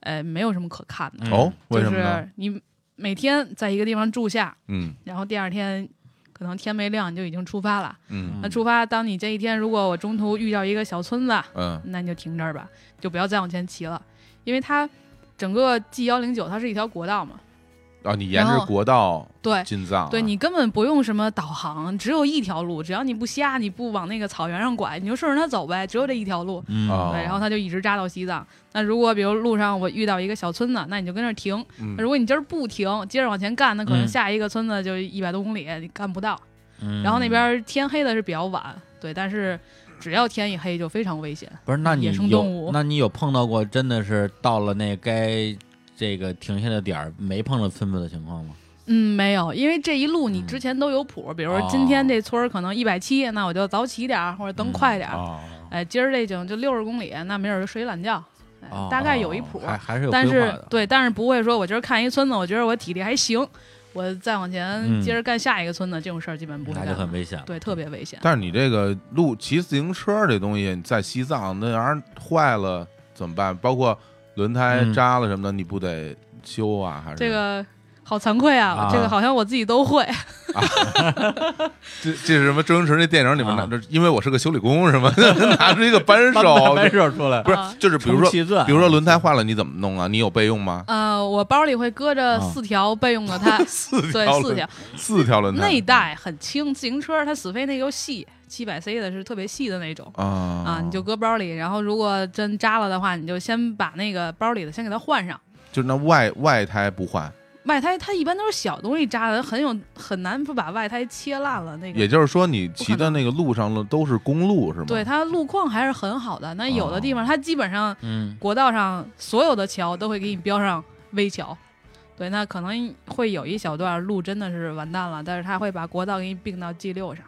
Speaker 3: 呃，没有什么可看的。
Speaker 1: 嗯
Speaker 2: 哦，为
Speaker 3: 就
Speaker 2: 什么呢？
Speaker 3: 是你每天在一个地方住下，
Speaker 2: 嗯
Speaker 3: 然后第二天可能天没亮你就已经出发了。
Speaker 2: 嗯
Speaker 3: 那出发，当你这一天如果我中途遇到一个小村子，
Speaker 2: 嗯
Speaker 3: 那你就停这儿吧，就不要再往前骑了，因为它整个 G 幺零九它是一条国道嘛，
Speaker 2: 啊，你沿着
Speaker 3: 然后
Speaker 2: 国道
Speaker 3: 对。
Speaker 2: 进藏啊，
Speaker 3: 对你根本不用什么导航，只有一条路，只要你不瞎，你不往那个草原上拐，你就顺着它走呗，只有这一条路。
Speaker 1: 嗯
Speaker 2: 啊
Speaker 3: 对，然后它就一直扎到西藏。那如果比如路上我遇到一个小村子，那你就跟那儿停，
Speaker 2: 嗯
Speaker 3: 如果你今儿不停，接着往前干，那可能
Speaker 1: 嗯
Speaker 3: 下一个村子就一百多公里，你干不到。
Speaker 1: 嗯
Speaker 3: 然后那边天黑的是比较晚，对，但是只要天一黑就非常危险。
Speaker 1: 不是？那你
Speaker 3: 野生
Speaker 1: 有
Speaker 3: 动物
Speaker 1: 那你有碰到过真的是到了那该这个停下的点儿没碰着村子的情况吗？
Speaker 3: 嗯，没有，因为这一路你
Speaker 1: 嗯
Speaker 3: 之前都有谱，比如
Speaker 1: 哦
Speaker 3: 说今天这村儿可能一百七，那我就早起点儿或者
Speaker 1: 嗯
Speaker 3: 蹬快点儿。
Speaker 2: 啊，
Speaker 3: 哎，今儿这景就六十公里，那没准儿就睡一懒觉，哎
Speaker 1: 哦
Speaker 3: 大概有一谱。
Speaker 1: 还还是有
Speaker 3: 但
Speaker 1: 规划
Speaker 3: 是
Speaker 1: 的
Speaker 3: 对，但是不会说我今儿看一村子，我觉得我体力还行，我再往前
Speaker 1: 嗯
Speaker 3: 接着干下一个村子，这种事儿基本不会
Speaker 1: 那
Speaker 3: 干
Speaker 1: 就
Speaker 3: 了。
Speaker 1: 很危险了。
Speaker 3: 对，特别危险。
Speaker 2: 但是你这个路骑自行车这东西，你在西藏那玩意儿坏了怎么办？包括轮胎
Speaker 1: 嗯
Speaker 2: 扎了什么的，你不得修啊？还是
Speaker 3: 这个好惭愧啊，
Speaker 1: 啊
Speaker 3: 这个好像我自己都会。
Speaker 2: 这这是什么？周星驰那电影里面拿
Speaker 1: 啊
Speaker 2: 着，因为我是个修理工，
Speaker 3: *laughs*
Speaker 2: 什么拿出一个扳手，
Speaker 1: 掰手出来，
Speaker 2: 不是
Speaker 3: 啊，
Speaker 2: 就是比如说
Speaker 1: 充气钻，
Speaker 2: 比如说轮胎坏了，你怎么弄啊？你有备用吗？
Speaker 3: 呃，我包里会搁着
Speaker 1: 啊
Speaker 3: 四条备
Speaker 1: *laughs*
Speaker 3: 用的它，
Speaker 2: 四
Speaker 3: 对
Speaker 2: 条
Speaker 3: 四
Speaker 2: 轮
Speaker 3: 条，
Speaker 2: 四条轮胎
Speaker 3: 内带很轻，自行车它死飞那个又细，七百 C 的是特别细的那种。
Speaker 2: 啊
Speaker 3: 啊，
Speaker 2: 啊
Speaker 3: 你就搁包里，然后如果真扎了的话，你就先把那个包里的先给它换上。
Speaker 2: 就是那外外胎不换，
Speaker 3: 外胎它一般都是小东西扎的，很有很难不把外胎切烂了那个。
Speaker 2: 也就是说你骑
Speaker 3: 不可
Speaker 2: 的那个路上了都是公路是吗？
Speaker 3: 对，它路况还是很好的。那有的地方、它基本上
Speaker 1: 嗯，
Speaker 3: 国道上所有的桥都会给你标上危桥。对，那可能会有一小段路真的是完蛋了，但是它会把国道给你并到 G 六上，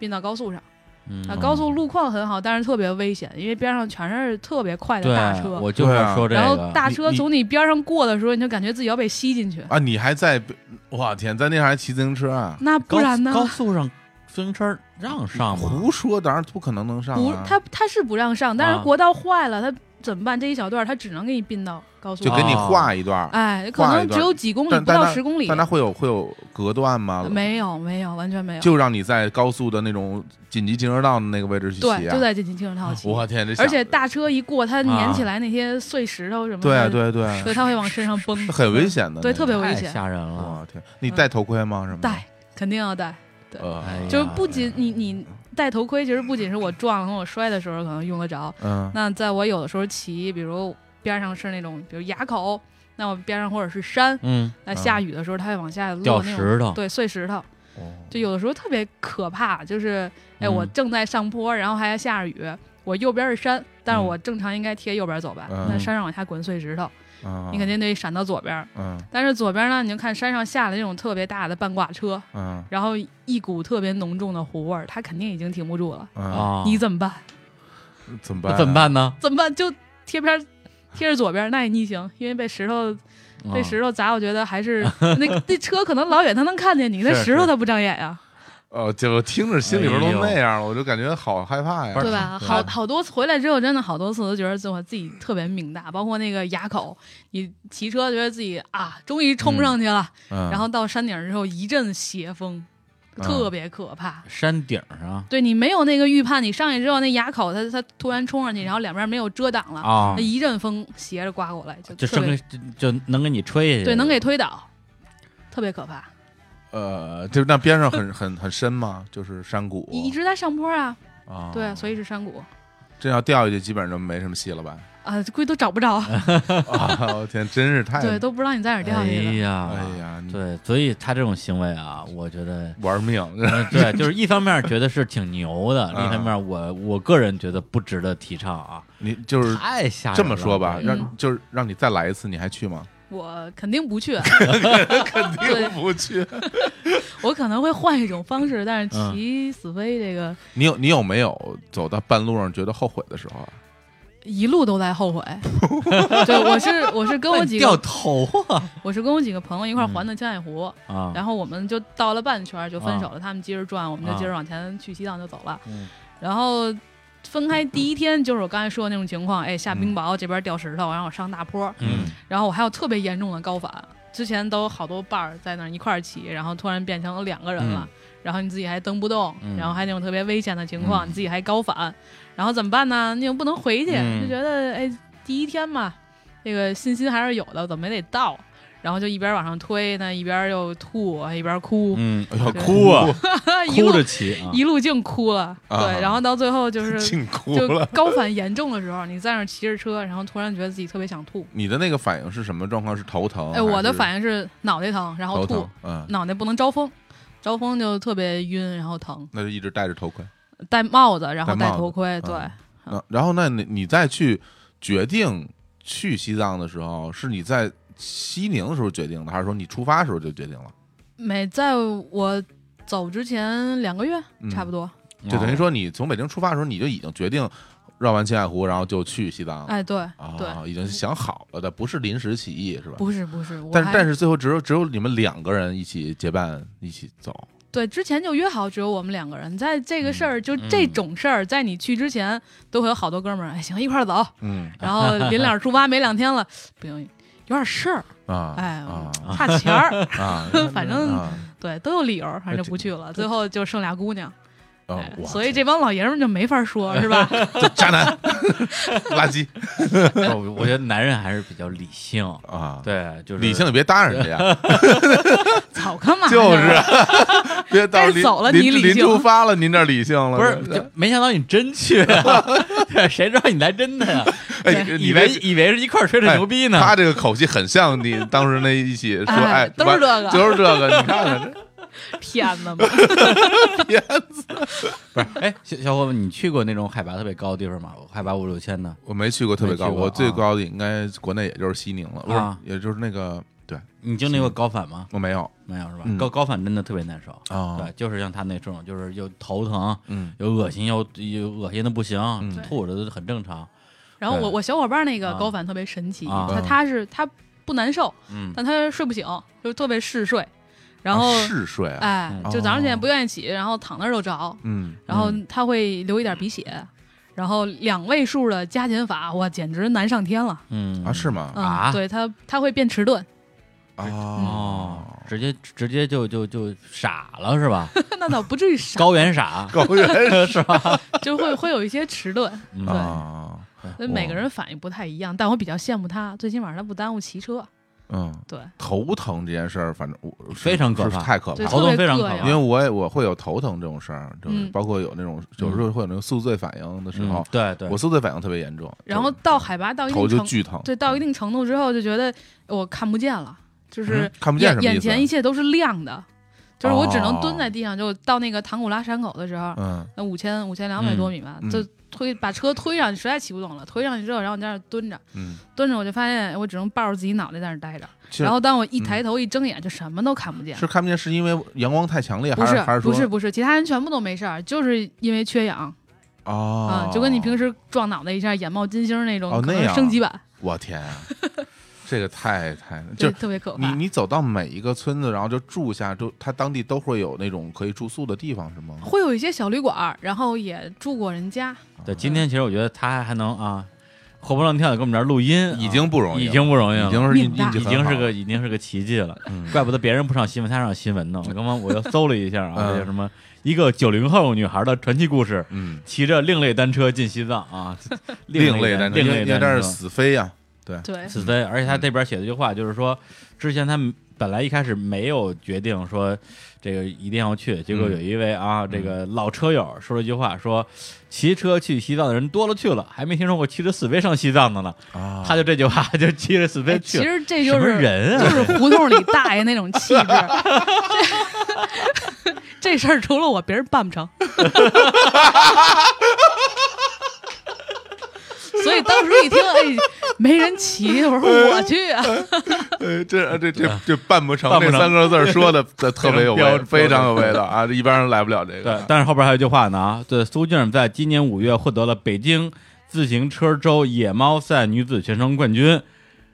Speaker 3: 并到高速上。
Speaker 1: 嗯
Speaker 3: 啊，高速路况很好，但是特别危险，因为边上全是特别快的
Speaker 1: 对
Speaker 3: 大车。，
Speaker 1: 我就是要说这
Speaker 3: 然后
Speaker 1: 个，
Speaker 3: 大
Speaker 2: 你
Speaker 3: 车
Speaker 2: 你
Speaker 3: 从你边上过的时候，你就感觉自己要被吸进去，
Speaker 2: 啊，你还在，我天，在那还骑自行车啊？
Speaker 3: 那不
Speaker 1: 高
Speaker 3: 然呢？
Speaker 1: 高速上自行车让上吗？
Speaker 2: 胡说，当然不可能能上
Speaker 3: 不
Speaker 2: 啊，，
Speaker 3: 他他是不让上，但
Speaker 1: 啊
Speaker 3: 是国道坏了，他怎么办？这一小段他只能给你并到高速
Speaker 2: 就
Speaker 3: 上。
Speaker 2: 给你
Speaker 1: 哦
Speaker 2: 画一段，
Speaker 3: 哎，可
Speaker 2: 挂一
Speaker 3: 能
Speaker 2: 段
Speaker 3: 只有几公里，
Speaker 2: 但
Speaker 3: 不
Speaker 2: 但
Speaker 3: 到
Speaker 2: 它
Speaker 3: 十公里
Speaker 2: 但。它会有会有隔断吗？
Speaker 3: 没有没有，完全没有。
Speaker 2: 就让你在高速的那种紧急行车道的那个位置去
Speaker 3: 对，
Speaker 2: 骑啊
Speaker 3: 就！在进行停车套
Speaker 2: *laughs*
Speaker 3: 骑，
Speaker 2: 我天，这
Speaker 3: 而且
Speaker 2: 想
Speaker 3: 大车一过，它
Speaker 1: 啊
Speaker 3: 粘起来那些碎石头什么
Speaker 2: 对啊
Speaker 3: 的，
Speaker 2: 对对，
Speaker 3: 所以它会往身上崩，
Speaker 2: 很危。险的，
Speaker 3: 对，
Speaker 2: 那
Speaker 3: 特别
Speaker 2: 个
Speaker 3: 危
Speaker 1: 太
Speaker 3: 险。
Speaker 1: 吓人了，
Speaker 2: 我天，你戴头盔吗？什么的？
Speaker 3: 戴肯定要戴，
Speaker 2: 呃，
Speaker 1: 哎呀
Speaker 3: 就是不仅你你戴头盔，其实不仅是我撞了和我摔的时候可能用得着，
Speaker 2: 嗯，
Speaker 3: 那在我有的时候骑，比如边上是那种，比如垭口，那我边上或者是山，
Speaker 1: 嗯，
Speaker 3: 那下雨的时候它会往下落
Speaker 1: 掉
Speaker 3: 那种，
Speaker 1: 石头，
Speaker 3: 对，碎石头，
Speaker 2: 哦
Speaker 3: 就有的时候特别可怕。就是，哎，
Speaker 1: 嗯
Speaker 3: 我正在上坡，然后还下着雨，我右边是山，但是
Speaker 1: 嗯
Speaker 3: 我正常应该贴右边走吧？
Speaker 2: 嗯
Speaker 3: 那山上往下滚碎石头，
Speaker 2: 啊
Speaker 3: 你肯定得闪到左边。
Speaker 2: 嗯
Speaker 3: 但是左边呢，你就看山上下来那种特别大的半挂车，
Speaker 2: 嗯
Speaker 3: 然后一股特别浓重的糊味儿，它肯定已经停不住了，
Speaker 2: 啊，
Speaker 1: 啊，
Speaker 3: 你怎么办？
Speaker 2: 怎么办？
Speaker 1: 那怎么？办呢？
Speaker 3: 怎么办？就贴边儿贴着左边儿，那也逆行，因为被石头被
Speaker 2: 嗯
Speaker 1: 啊
Speaker 3: 石头砸，我觉得还是 *laughs* 那那车可能老远他能看见你，那
Speaker 2: 是
Speaker 3: 石
Speaker 2: 是
Speaker 3: 头他不长眼呀，
Speaker 2: 呃，就听着心里边
Speaker 1: 哎
Speaker 2: 都
Speaker 1: 呦
Speaker 2: 那样了，我就感觉好害怕呀
Speaker 1: 不。是
Speaker 3: 对吧？
Speaker 1: 对
Speaker 3: 好好多次回来之后，真的好多次都觉得自我自己特别命大，包括那个垭口，你骑车觉得自己啊，终于冲上去了，
Speaker 2: 嗯，
Speaker 3: 然后到山顶儿之后一阵斜风，特别可怕。
Speaker 1: 山顶上
Speaker 3: 对你没有那个预判，你上去之后那垭口它它突然冲上去，然后两边没有遮挡了，
Speaker 1: 嗯啊
Speaker 3: 那，一阵风斜着刮过来，就
Speaker 1: 就
Speaker 3: 哎特
Speaker 1: 生
Speaker 3: 别
Speaker 1: 给就就能给你吹下去，
Speaker 3: 对，能给推倒，特别可怕。
Speaker 2: 呃，就那边上很 *laughs* 很很深吗？就是山谷
Speaker 3: 你一直在上坡啊，
Speaker 1: 哦
Speaker 2: 啊，
Speaker 3: 对，所以是山谷
Speaker 2: 真要掉下去，基本上就没什么戏了吧？ *laughs*
Speaker 3: 啊，估计都找
Speaker 1: *laughs*
Speaker 3: 不着，
Speaker 2: 啊，我天，真是太
Speaker 3: 对，都不知道你在哪儿掉下
Speaker 1: 哎
Speaker 3: 去的。
Speaker 1: 呀，
Speaker 2: 哎呀，你
Speaker 1: 啊对，所以他这种行为啊，我觉得。 *laughs*
Speaker 2: 玩命！ *laughs*
Speaker 1: 呃对，就是一方面觉得是挺牛的，另一方
Speaker 2: 嗯
Speaker 1: 面我我个人觉得不值得提倡啊，
Speaker 2: 你就是
Speaker 1: 太吓人了。
Speaker 2: 这么说吧，
Speaker 1: 这个
Speaker 2: 让就是让你再来一次，你还去
Speaker 3: *laughs*
Speaker 2: 吗？
Speaker 3: 我肯定不去，啊
Speaker 2: 并不去。
Speaker 3: *laughs* 我可能会换一种方式，但是
Speaker 1: 嗯
Speaker 3: 骑死飞这个
Speaker 2: *laughs* 你有你有没有走到半路上觉得后悔的时候啊？
Speaker 3: 一路都在
Speaker 1: *laughs*
Speaker 3: 后悔。对，我是我是跟我几
Speaker 1: 哎掉嗯
Speaker 3: 个
Speaker 1: 头啊
Speaker 3: 我是跟我几个朋友一块儿环的千海湖，
Speaker 2: 嗯
Speaker 1: 啊！
Speaker 3: 然后我们就到了半圈儿就分手了，他们接着转，我们就
Speaker 1: 啊
Speaker 3: 接着往前去西藏就走了。
Speaker 1: 嗯
Speaker 3: 然后分开第一天就是我刚才说的那种情况，哎，下冰雹这边掉石头，然后我上大坡，
Speaker 1: 嗯
Speaker 3: 然后我还有特别严重的高反，之前都有好多伴儿在那儿一块儿骑，然后突然变成了两个人了，然后你自己还蹬不动，
Speaker 1: 嗯
Speaker 3: 然后还那种特别危险的情况，你自己还高反，然后怎么办呢？你又不能回去，
Speaker 1: 嗯
Speaker 3: 就觉得哎，第一天嘛，这个信心还是有的，怎么也得到。然后就一边往上推，那一边又吐，一边哭，
Speaker 1: 嗯，
Speaker 2: 哎呦，
Speaker 3: 对
Speaker 2: 哭
Speaker 3: *laughs*
Speaker 2: 嗯啊，
Speaker 3: 一
Speaker 1: 哭
Speaker 3: 路
Speaker 1: 着骑啊，
Speaker 3: 一路净哭了。
Speaker 2: 啊
Speaker 3: 对，然后到最后就是
Speaker 2: *laughs* 净哭
Speaker 3: 就
Speaker 2: 了。
Speaker 3: 高反严重的时候，你在那儿骑着车，然后突然觉得自己特别想吐。
Speaker 2: 你的那个反应是什么状哦况？是头疼？
Speaker 3: 哎，我的
Speaker 2: 应
Speaker 3: 反应是脑袋疼，然后
Speaker 2: 头
Speaker 3: 吐
Speaker 2: 疼，，嗯，
Speaker 3: 脑袋不能招风，招风就特别晕，然后疼。
Speaker 2: 那就一直戴着头盔。
Speaker 3: 戴帽子，然后
Speaker 2: 戴
Speaker 3: 戴
Speaker 2: 帽子
Speaker 3: 头盔，对，
Speaker 2: 嗯那然后那你你再去决定去西藏的时候，是你在西宁的时候决定的，还是说你出发的时候就决定了？
Speaker 3: 每在我走之前两个月
Speaker 2: 嗯
Speaker 3: 差不多，
Speaker 2: 就
Speaker 1: 哦
Speaker 2: 等于说你从北京出发的时候，你就已经决定绕完青海湖，然后就去西藏了。
Speaker 3: 哎，对，对
Speaker 2: 啊，已经想好了的，不是临时起意是吧？
Speaker 3: 不是不是，我
Speaker 2: 但是
Speaker 3: 还
Speaker 2: 但是最后只有只有你们两个人一起结伴一起走，
Speaker 3: 对之前就约好只有我们两个人，在这个事儿、就
Speaker 1: 嗯
Speaker 3: 这种事儿，在你去之前都会
Speaker 2: *laughs*
Speaker 3: 有好多哥们儿，哎，行，一块儿走，
Speaker 2: 嗯，
Speaker 3: 然后临了出发没两天了，不行，有点事儿，
Speaker 2: 啊，
Speaker 3: 哎
Speaker 2: 啊
Speaker 3: 差
Speaker 2: *laughs*
Speaker 3: 钱儿， *laughs*
Speaker 2: 啊，
Speaker 3: 反正
Speaker 2: 啊
Speaker 3: 对都有理由，反正就不去了。最后就剩俩姑娘，
Speaker 1: 嗯
Speaker 3: *laughs*
Speaker 2: 哦
Speaker 3: 哎
Speaker 2: 哇
Speaker 3: 所以这帮老爷们儿就没法
Speaker 1: *laughs*
Speaker 3: 说，是吧？
Speaker 2: 这渣
Speaker 3: *laughs*
Speaker 2: 男垃圾
Speaker 1: *laughs* 我我觉得男人还是比较理性，
Speaker 2: 啊，，
Speaker 1: 对，就是
Speaker 2: 理性的别搭人家呀，
Speaker 3: 早干嘛？
Speaker 2: 就，是别到
Speaker 3: 该
Speaker 2: 临
Speaker 3: 走了
Speaker 2: 临
Speaker 3: 你理
Speaker 2: 临
Speaker 3: 性
Speaker 2: 出发了，您这理性了
Speaker 1: 不是？
Speaker 2: 这
Speaker 1: 就没想到你真去啊，对，谁知道你来真的呀？
Speaker 2: 哎，
Speaker 1: 以
Speaker 2: 你哎
Speaker 1: 为
Speaker 2: 这
Speaker 1: 以为是一块儿吹着牛逼呢，
Speaker 2: 他这个口气很像你当时那一起说，
Speaker 3: 哎
Speaker 2: 哎，
Speaker 3: 都是
Speaker 2: 完
Speaker 3: 这个
Speaker 2: 就是这个，你看看
Speaker 3: 骗子
Speaker 1: *laughs*
Speaker 3: 嘛。
Speaker 2: 这骗子，
Speaker 1: 不是？哎，小小伙伴，你去过那种海拔特别高的地方吗？海拔五六千的，
Speaker 2: 我没去过特别高，
Speaker 1: 没去过
Speaker 2: 我最高的应该国内也就是西宁了，不
Speaker 1: 啊
Speaker 2: 是，也就是那个，对
Speaker 1: 你经历过高反吗？
Speaker 2: 我没有
Speaker 1: 没有是吧
Speaker 2: 嗯？
Speaker 1: 高高反真的特别难受
Speaker 2: 啊
Speaker 1: 对，就是像他那种，就是又头疼，
Speaker 2: 嗯，
Speaker 1: 又恶心，又又恶心的不行，
Speaker 2: 对
Speaker 1: 吐着都很正常。
Speaker 3: 然后我
Speaker 1: 对
Speaker 3: 我小伙伴那个
Speaker 1: 啊
Speaker 3: 高反特别神奇，
Speaker 1: 啊
Speaker 3: 他他是他不难受，
Speaker 1: 嗯
Speaker 3: 但他睡不醒，就特别嗜睡，然后、
Speaker 2: 啊嗜睡啊，
Speaker 3: 哎，
Speaker 2: 嗯
Speaker 3: 就早上起来
Speaker 2: 哦
Speaker 3: 不愿意起，然后躺那儿就着，
Speaker 2: 嗯，
Speaker 3: 然后
Speaker 1: 嗯
Speaker 3: 他会流一点鼻血，然后两位数的加减法，哇，简直难上天了。
Speaker 1: 嗯
Speaker 2: 啊是吗？啊
Speaker 3: 嗯，
Speaker 1: 啊
Speaker 3: 对他他会变迟钝， *laughs*
Speaker 1: 哦
Speaker 2: 哦，，
Speaker 1: 直接直接就就就傻了是吧？
Speaker 3: 那倒不至于傻，
Speaker 1: 高原傻，
Speaker 2: 高
Speaker 3: *laughs*
Speaker 2: 原是吧？
Speaker 3: 就会会有一些迟钝。
Speaker 1: 嗯
Speaker 2: 啊，
Speaker 3: 所以
Speaker 1: 哦
Speaker 3: 每个人反应不太一样，但我比较羡慕他，最起码他不耽误骑车。
Speaker 2: 嗯，
Speaker 3: 对，
Speaker 2: 头疼这件事儿，反正我是
Speaker 1: 非常可
Speaker 2: 是
Speaker 1: 怕
Speaker 2: 太可
Speaker 3: 对，
Speaker 2: 怕
Speaker 1: 头
Speaker 2: 了。
Speaker 3: 特
Speaker 1: 疼
Speaker 3: 别
Speaker 1: 非常嗯
Speaker 3: 膈
Speaker 1: 可
Speaker 3: 应
Speaker 1: 怕
Speaker 2: 因为我也我会有头疼这种事儿，就是
Speaker 3: 嗯
Speaker 2: 包括有那种有时候会有那种宿醉反应的时
Speaker 1: 嗯
Speaker 2: 候，
Speaker 1: 对对，
Speaker 2: 我宿醉反应特别严重，
Speaker 3: 然后到海拔到一
Speaker 2: 就
Speaker 3: 定
Speaker 2: 头就
Speaker 3: 程
Speaker 2: 巨疼，
Speaker 3: 对，到一定程度之后就觉得我看不见了，就是
Speaker 2: 嗯看不见
Speaker 3: 眼
Speaker 2: 什么意
Speaker 3: 眼
Speaker 2: 思
Speaker 3: 前一切都是亮的，就是我只能蹲
Speaker 2: 哦
Speaker 3: 在地上。就到那个唐古拉山口的时候，
Speaker 2: 嗯
Speaker 3: 那五千五千两百多米吧，
Speaker 2: 嗯
Speaker 3: 就推把车推上去，实在骑不动了，推上去之后，然后我在那儿蹲着，
Speaker 2: 嗯，
Speaker 3: 蹲着我就发现我只能抱着自己脑袋在那儿待着，
Speaker 2: 其实嗯
Speaker 3: 然后当我一抬头一睁眼，就什么都看不见。
Speaker 2: 是看不见，是因为阳光太强烈，
Speaker 3: 不
Speaker 2: 还还是说
Speaker 3: 不是不是，其他人全部都没事儿，就是因为缺氧
Speaker 2: 哦
Speaker 3: 啊，就跟你平时撞脑袋一下眼冒金星那种，
Speaker 2: 哦
Speaker 3: 可
Speaker 2: 那
Speaker 3: 能
Speaker 2: 样
Speaker 3: 升级版，
Speaker 2: 我
Speaker 3: *laughs*
Speaker 2: 天啊，这个太太就
Speaker 3: 对，
Speaker 2: 是
Speaker 3: 特别可
Speaker 2: 你
Speaker 3: 怕。
Speaker 2: 你走到每一个村子，然后就住下，就他当地都会有那种可以住宿的地方，是吗？
Speaker 3: 会有一些小旅馆儿，然后也住过人家，
Speaker 1: 对今天其实我觉得他还能啊，活蹦乱跳的跟我们这儿录音，啊
Speaker 2: 已经不容易了，
Speaker 1: 已经不容易了，
Speaker 2: 已经是运
Speaker 3: 命大
Speaker 2: 运气
Speaker 1: 已
Speaker 2: 很
Speaker 1: 经
Speaker 2: 好嗯
Speaker 1: 是
Speaker 2: 了
Speaker 1: 个已经是个奇迹了，怪不得别人不上新闻，他上新闻呢。我刚刚我又搜了一下啊，
Speaker 2: 嗯
Speaker 1: 这叫什么？一个九零后女孩的传奇故事，
Speaker 2: 嗯，
Speaker 1: 骑着另类单车进西藏啊， *laughs*
Speaker 2: 另类
Speaker 1: 类
Speaker 2: 单车，
Speaker 1: 另
Speaker 2: 因为
Speaker 1: 类
Speaker 2: 因为
Speaker 1: 单
Speaker 2: 这是
Speaker 1: 车
Speaker 2: 死飞啊呀，对，
Speaker 3: 对，
Speaker 1: 死飞。而且
Speaker 2: 嗯
Speaker 1: 他这边写了一句话，就是说之前他们本来一开始没有决定说这个一定要去，结
Speaker 2: 嗯
Speaker 1: 果有一位啊这个老车友说了一句话，说骑车去西藏的人多了去了，还没听说过骑着死飞上西藏的呢。
Speaker 2: 啊
Speaker 1: 他就这句话就骑着死
Speaker 3: 哎
Speaker 1: 飞去
Speaker 3: 其
Speaker 1: 了。
Speaker 3: 实这就
Speaker 1: 什
Speaker 3: 是
Speaker 1: 么人啊
Speaker 3: *laughs* 就是胡同里大爷那种气质。 *laughs* 这这事儿除了我，别人办不成。 *laughs* 所以当时一听，哎，没人骑，我说我去啊，
Speaker 2: 呃，这这这这办不成
Speaker 1: 办不
Speaker 2: 这
Speaker 1: 成
Speaker 2: 三个字儿 *laughs* 说的这特别有味
Speaker 1: 标
Speaker 2: 道，
Speaker 1: 准
Speaker 2: 非常有味道啊！这一般人来不了这
Speaker 1: 对
Speaker 2: 个，。
Speaker 1: 但是后边还有一句话呢啊，对，苏静在今年五月获得了北京自行车周野猫赛女子全程冠军，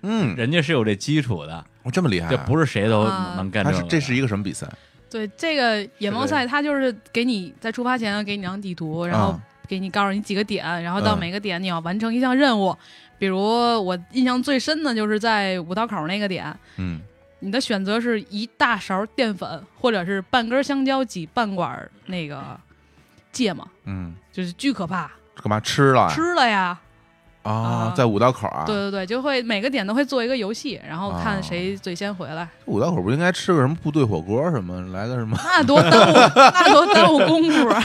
Speaker 2: 嗯，
Speaker 1: 人家是有这基础的，
Speaker 2: 我这么厉害啊，
Speaker 1: 这不是谁都
Speaker 3: 啊
Speaker 1: 能干
Speaker 2: 他
Speaker 1: 这
Speaker 2: 是
Speaker 1: 个。
Speaker 2: 这是一个什么比赛？
Speaker 3: 对这个野猫
Speaker 2: 是
Speaker 3: 赛，它就是给你在出发前给你张地图，然后
Speaker 2: 啊
Speaker 3: 给你告诉你几个点，然后到
Speaker 2: 嗯
Speaker 3: 每个点你要完成一项任务。比如我印象最深的就是在五道口那个点，
Speaker 2: 嗯，
Speaker 3: 你的选择是一大勺淀粉，或者是半根香蕉挤半管儿那个芥末，
Speaker 2: 嗯，
Speaker 3: 就是巨可怕，
Speaker 2: 干嘛吃了啊？
Speaker 3: 吃了呀！
Speaker 2: 啊
Speaker 3: 啊，
Speaker 2: 在五道口啊？
Speaker 3: 对，对对，就会每个点都会做一个游戏，然后
Speaker 2: 啊
Speaker 3: 看谁最先回来，
Speaker 2: 五道口不应该吃个什么部队火锅什么，来个什么？
Speaker 3: 那多耽
Speaker 2: *laughs*
Speaker 3: 误，那多耽误功夫啊！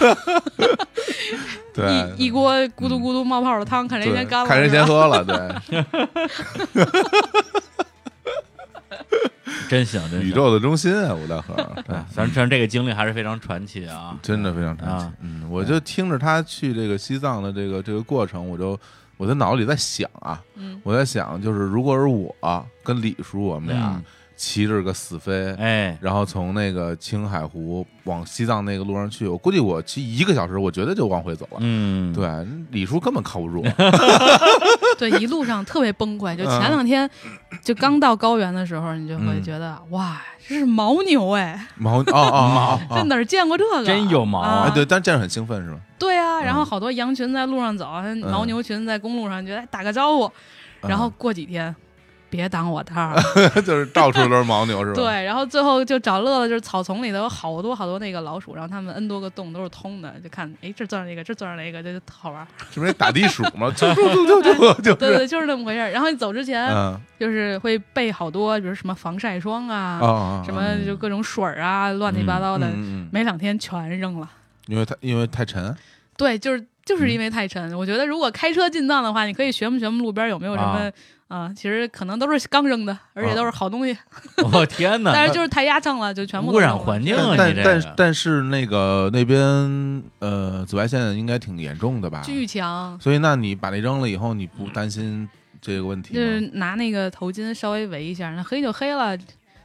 Speaker 2: 对，
Speaker 3: 一一锅咕嘟咕嘟冒泡的汤，看谁
Speaker 2: 对
Speaker 3: 先干了，
Speaker 2: 看谁
Speaker 3: 是
Speaker 2: 先
Speaker 3: 吧
Speaker 2: 喝了，
Speaker 3: *laughs*
Speaker 2: 对，
Speaker 1: 真行，真行
Speaker 2: 宇。宙的中心啊，五道口，
Speaker 3: *laughs*
Speaker 2: 对
Speaker 1: 对，反正反正这个经历还是非常传奇啊，
Speaker 2: 真的非常神奇
Speaker 1: 啊。
Speaker 2: 嗯，我就听着他去这个西藏的这个这个过程，我就我在脑子里在想啊，
Speaker 3: 嗯
Speaker 2: 我在想，就是如果是我跟李叔我们俩
Speaker 1: 嗯
Speaker 2: 骑着个死飞，
Speaker 1: 哎，
Speaker 2: 然后从那个青海湖往西藏那个路上去，我估计我骑一个小时，我绝对就往回走了。
Speaker 1: 嗯，
Speaker 2: 对，李叔根本靠不住，
Speaker 3: *laughs* 对，一路上特别崩溃。就
Speaker 2: 嗯
Speaker 3: 前两天，就刚到高原的时候，你就会觉得哇，这是牦牛哎，
Speaker 2: 牦哦哦哦
Speaker 3: 这
Speaker 2: 哦，
Speaker 3: 哪儿见过这个？
Speaker 1: 真有毛
Speaker 3: 啊
Speaker 2: 哎对，嗯但是这样很兴奋是吧？
Speaker 3: 对啊，然后好多啊
Speaker 2: 嗯
Speaker 3: 羊群在路上走，牦牛群在公路上，觉得哎打个招呼。然后过几天，别挡我道儿。
Speaker 2: 嗯 *laughs* 就是到处都是牦牛，是吧？
Speaker 3: 对，，然后最后就找乐乐，就是草丛里头有好多好多那个老鼠，然后它们 n 多个洞都是通的，就看，哎，这钻上一个，这钻上一个，这就好玩儿。
Speaker 2: 是不是打地鼠
Speaker 3: *laughs*
Speaker 2: 嘛？就就就就就
Speaker 3: 对
Speaker 2: 是，
Speaker 3: 对，就是那么回事儿。然后你走之前，
Speaker 2: 嗯
Speaker 3: 就是会备好多，比如什么防晒霜啊，
Speaker 2: 啊，
Speaker 3: 什么就各种水儿啊，乱七八糟的，
Speaker 2: 嗯嗯，
Speaker 3: 没两天全扔了。
Speaker 2: 因为它因为太沉，
Speaker 3: 对，就是就是因为太沉。我觉得如果开车进藏的话，你可以学不学不路边有没有什么
Speaker 1: 啊
Speaker 3: 啊、其实可能都是刚扔的，而且都是好东西，
Speaker 1: 我天哪！
Speaker 3: *laughs* 但是就是太压秤了，就全部都
Speaker 1: 污染
Speaker 3: 扔了
Speaker 1: 环境啊，
Speaker 2: 但
Speaker 1: 你
Speaker 2: 但
Speaker 1: 这
Speaker 2: 但
Speaker 1: 个
Speaker 2: 但是那个那边呃紫外线应该挺严重的吧？
Speaker 3: 巨强。
Speaker 2: 所以那你把那扔了以后，你不担心这个问题
Speaker 3: 就
Speaker 2: 吗？
Speaker 3: 是拿那个头巾稍微围一下，那黑就黑了，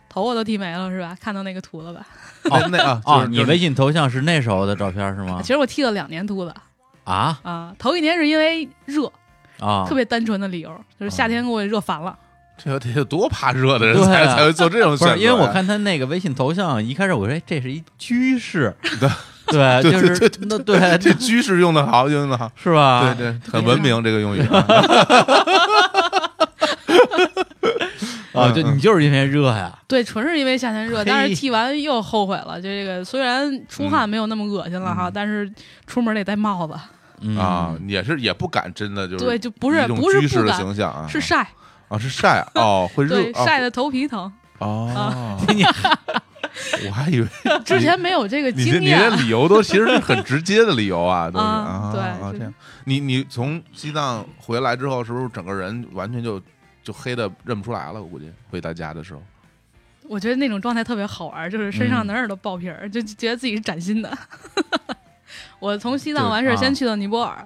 Speaker 3: 头我都剃没了是吧？看到那个秃了吧？
Speaker 2: 那那啊
Speaker 1: 啊，
Speaker 2: 就是
Speaker 1: 你微信头像是那时候的照片是吗
Speaker 3: 其？实我剃了两年秃子
Speaker 1: 啊
Speaker 3: 啊，头一年是因为热，
Speaker 1: 啊
Speaker 3: 特，别单纯的理由，就是夏天给我热烦了。
Speaker 2: 这得有多怕热的人
Speaker 1: 对
Speaker 2: 才
Speaker 1: 啊
Speaker 2: 才会做这种
Speaker 1: 不
Speaker 2: 选择呀？
Speaker 1: 是因为我看他那个微信头像，一开始我说哎这是一居士，对
Speaker 2: 对
Speaker 1: 就是
Speaker 2: 对
Speaker 1: 那对
Speaker 2: 这居士用的好，用的好，
Speaker 1: 是吧？
Speaker 2: 对对，很文明这
Speaker 1: *laughs*
Speaker 2: 个用语啊。
Speaker 1: 啊，就
Speaker 2: 嗯
Speaker 1: 你就是因为热呀，
Speaker 3: 对，纯是因为夏天热，
Speaker 1: 嘿
Speaker 3: 但是剃完又后悔了。就这个虽然出汗
Speaker 2: 嗯
Speaker 3: 没有那么恶心了哈，但是出门得戴帽子。
Speaker 1: 嗯
Speaker 2: 啊，也是也不敢真的就是
Speaker 3: 对，就不是
Speaker 2: 一种
Speaker 3: 不是
Speaker 2: 居士
Speaker 3: 不
Speaker 2: 的
Speaker 3: 敢，
Speaker 2: 形象啊，
Speaker 3: 是晒，
Speaker 2: 啊是晒啊哦会热
Speaker 3: 对，
Speaker 2: 哦
Speaker 3: 晒的啊头
Speaker 2: *laughs*
Speaker 3: 皮疼。
Speaker 2: 哦，
Speaker 1: 你
Speaker 2: 我还以为
Speaker 3: 之前没有这个
Speaker 2: 你这
Speaker 3: 经
Speaker 2: 你这
Speaker 3: 验，
Speaker 2: 理由都其实是很直接的理由啊，都是
Speaker 3: 啊
Speaker 2: 啊
Speaker 3: 对
Speaker 2: 啊
Speaker 3: 就是
Speaker 2: 这样，你你从西藏回来之后，是不是整个人完全就就黑的认不出来了？我估计回到家的时候，
Speaker 3: 我觉得那种状态特别好玩，就是身
Speaker 2: 嗯
Speaker 3: 上哪儿都爆皮儿，就就觉得自己是崭新的。 *laughs* 我从西藏完事
Speaker 1: 就
Speaker 3: 儿，
Speaker 1: 是啊
Speaker 3: 先去到尼泊尔，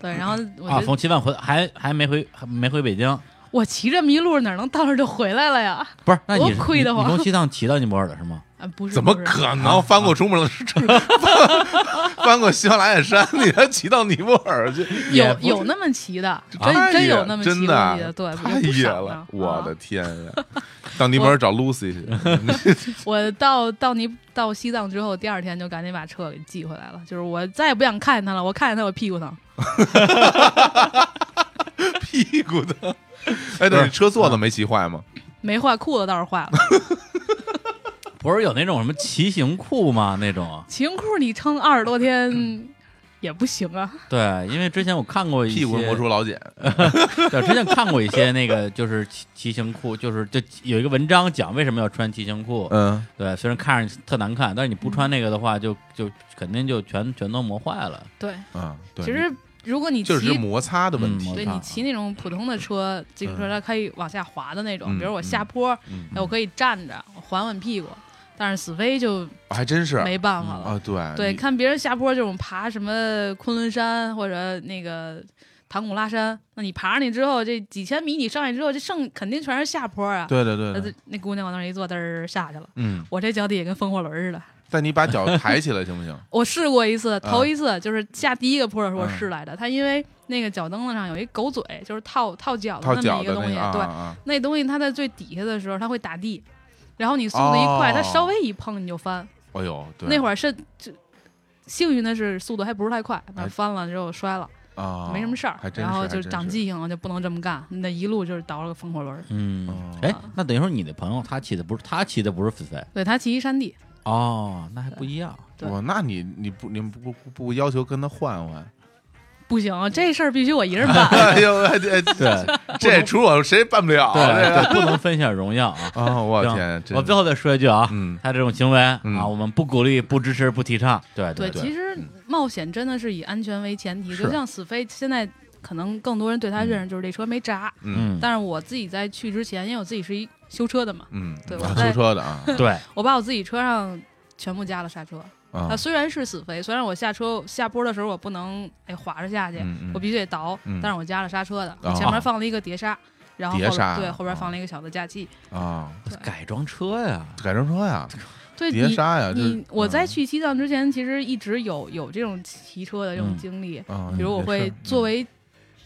Speaker 3: 对，然后我
Speaker 1: 啊，
Speaker 3: 觉得
Speaker 1: 从七万回还还没回还没回北京，
Speaker 3: 我骑着麋鹿哪能到这儿就回来了呀？
Speaker 1: 不是？那你是
Speaker 3: 多亏得
Speaker 1: 你
Speaker 3: 慌
Speaker 1: 你从西藏骑到尼泊尔了是吗？
Speaker 3: 啊，不是，
Speaker 2: 怎么
Speaker 3: 不是
Speaker 2: 可能翻过珠穆朗玛峰， *laughs* 翻翻过喜马拉雅山，你还骑到尼泊尔去？
Speaker 1: 也
Speaker 3: *laughs* 有
Speaker 1: 不
Speaker 3: 有那么骑的，真
Speaker 2: 太
Speaker 3: 真
Speaker 2: 野
Speaker 3: 有那么
Speaker 2: 真
Speaker 3: 骑
Speaker 2: 的啊
Speaker 3: 的，
Speaker 2: *laughs*
Speaker 3: 对，
Speaker 2: 太
Speaker 3: 也不
Speaker 2: 野
Speaker 3: 少
Speaker 2: 了
Speaker 3: 呢！
Speaker 2: 我
Speaker 3: 啊
Speaker 2: 的天呀，到尼泊尔找 Lucy 去，
Speaker 3: 我到到尼到西藏之后，第二天就赶紧把车给寄回来了，就是我再也不想看见他了，我看见他我屁股疼。
Speaker 2: 屁股疼。哎，对，你车座
Speaker 1: 嗯
Speaker 2: 子没骑坏吗？
Speaker 3: 没坏裤子倒是
Speaker 2: *laughs*
Speaker 3: 坏了，
Speaker 1: 不是有那种什么骑行裤吗？那种
Speaker 3: 骑行裤你撑二十多
Speaker 2: *laughs*
Speaker 3: 天也不行啊。
Speaker 1: 对，因为之前我看过一些
Speaker 2: 屁股是魔术老茧，
Speaker 1: 对，之前看过一些那个，就是骑骑行裤，就是就有一个文章讲为什么要穿骑行裤。
Speaker 2: 嗯，
Speaker 1: 对，虽然看着特难看，但是你不穿那个的话，就就肯定就全全都磨坏了。
Speaker 3: 对，
Speaker 2: 啊，对，
Speaker 3: 其实如果你骑，
Speaker 2: 就是摩擦的问
Speaker 1: 嗯
Speaker 2: 题
Speaker 1: 摩
Speaker 3: 对
Speaker 1: 擦
Speaker 3: 你骑那种普通的车，自行车它可以往下滑的那种，
Speaker 2: 嗯
Speaker 3: 比如我下坡，
Speaker 2: 嗯
Speaker 3: 哎我可以站着，我缓缓屁股。但是死飞就
Speaker 2: 哦还真是
Speaker 1: 嗯
Speaker 3: 没办法了，
Speaker 2: 啊，对
Speaker 3: 对，
Speaker 2: 你
Speaker 3: 看别人下坡，这种爬什么昆仑山或者那个唐古拉山，那你爬上去之后，这几千米你上去之后，这剩肯定全是下坡啊。
Speaker 2: 对对对
Speaker 3: 那
Speaker 2: 对，
Speaker 3: 这那姑娘往那儿一坐，嘚儿下去了。
Speaker 2: 嗯，
Speaker 3: 我这脚底也跟风火轮似的。
Speaker 2: 但你把脚抬起来行不
Speaker 3: *laughs*
Speaker 2: 行？
Speaker 3: 我试过一次，
Speaker 2: 啊
Speaker 3: 头一次就是下第一个坡的时候我
Speaker 2: 嗯
Speaker 3: 试来的。它因为那个脚蹬子上有一狗嘴，就是套套脚
Speaker 2: 套
Speaker 3: 的那么
Speaker 2: 脚
Speaker 3: 一个
Speaker 2: 的
Speaker 3: 东
Speaker 2: 那
Speaker 3: 西
Speaker 2: 个，啊
Speaker 3: 对，
Speaker 2: 啊，
Speaker 3: 那东西它在最底下的时候，它会打地，然后你速度一快，它
Speaker 2: 哦
Speaker 3: 稍微一碰你就翻。
Speaker 2: 哎呦，对，
Speaker 3: 那会儿是就幸运的是速度还不是太快，那
Speaker 2: 哎
Speaker 3: 翻了之后摔了，
Speaker 2: 啊，
Speaker 3: 没什么事儿
Speaker 2: 还。真
Speaker 3: 然后
Speaker 2: 是
Speaker 3: 就长，记性了，就不能这么干。那一路就是倒了个风火轮儿。
Speaker 1: 嗯
Speaker 2: 哦，
Speaker 1: 哎，那等于说你的朋友他骑的不是他骑的不是死飞
Speaker 3: 对他骑一山地，
Speaker 1: 哦，那还不一样。
Speaker 3: 对
Speaker 2: 哇，那你你不你们不不不要求跟他换换？ *laughs*
Speaker 3: 不行，这事儿必须我一人办。
Speaker 2: 哎呦，哎
Speaker 1: *laughs*
Speaker 2: 这
Speaker 1: 对
Speaker 2: *laughs* 这出我谁办不了？啊
Speaker 1: 哦对啊
Speaker 2: 这个
Speaker 1: 对，不能分享荣耀啊！
Speaker 2: 啊，我
Speaker 1: 行
Speaker 2: 天，真
Speaker 1: 我最后再说一句啊，
Speaker 2: 嗯
Speaker 1: 他这种行为
Speaker 2: 嗯
Speaker 1: 啊，我们不鼓励、不支持、不提倡。对
Speaker 3: 对，
Speaker 1: 对，
Speaker 3: 其实冒险真的是以安全为前提。
Speaker 2: 是
Speaker 3: 就像死飞，现在可能更多人对他认识就是这车没闸。
Speaker 2: 嗯
Speaker 1: 嗯，
Speaker 3: 但是我自己在去之前，因为我自己是一修车的嘛，
Speaker 2: 嗯，
Speaker 3: 对
Speaker 2: 啊
Speaker 3: 我
Speaker 2: 修
Speaker 3: 在
Speaker 2: 车的啊
Speaker 1: 对，
Speaker 3: 我把我自己车上全部加了刹车。
Speaker 2: 啊
Speaker 3: 它，虽然是死飞，虽然我下车下坡的时候我不能哎滑着下去，
Speaker 2: 嗯
Speaker 3: 我
Speaker 2: 嗯
Speaker 3: 必须得倒，
Speaker 2: 嗯
Speaker 3: 但是我加了刹车的，
Speaker 2: 哦
Speaker 3: 我前面放了一个碟刹，然后
Speaker 2: 碟
Speaker 3: 后
Speaker 2: 刹
Speaker 3: 边对后边
Speaker 2: 哦
Speaker 3: 放了一个小的架器。
Speaker 2: 啊，
Speaker 1: 改装车呀，
Speaker 2: 改装车呀，
Speaker 3: 对
Speaker 2: 碟
Speaker 3: 你
Speaker 2: 刹呀，
Speaker 3: 你
Speaker 2: 这
Speaker 3: 我在
Speaker 2: 嗯
Speaker 3: 去西藏之前，其实一直有有这种骑车的这种
Speaker 1: 嗯
Speaker 3: 经历，
Speaker 2: 啊，
Speaker 3: 比如我
Speaker 2: 也
Speaker 3: 会
Speaker 2: 是
Speaker 3: 作为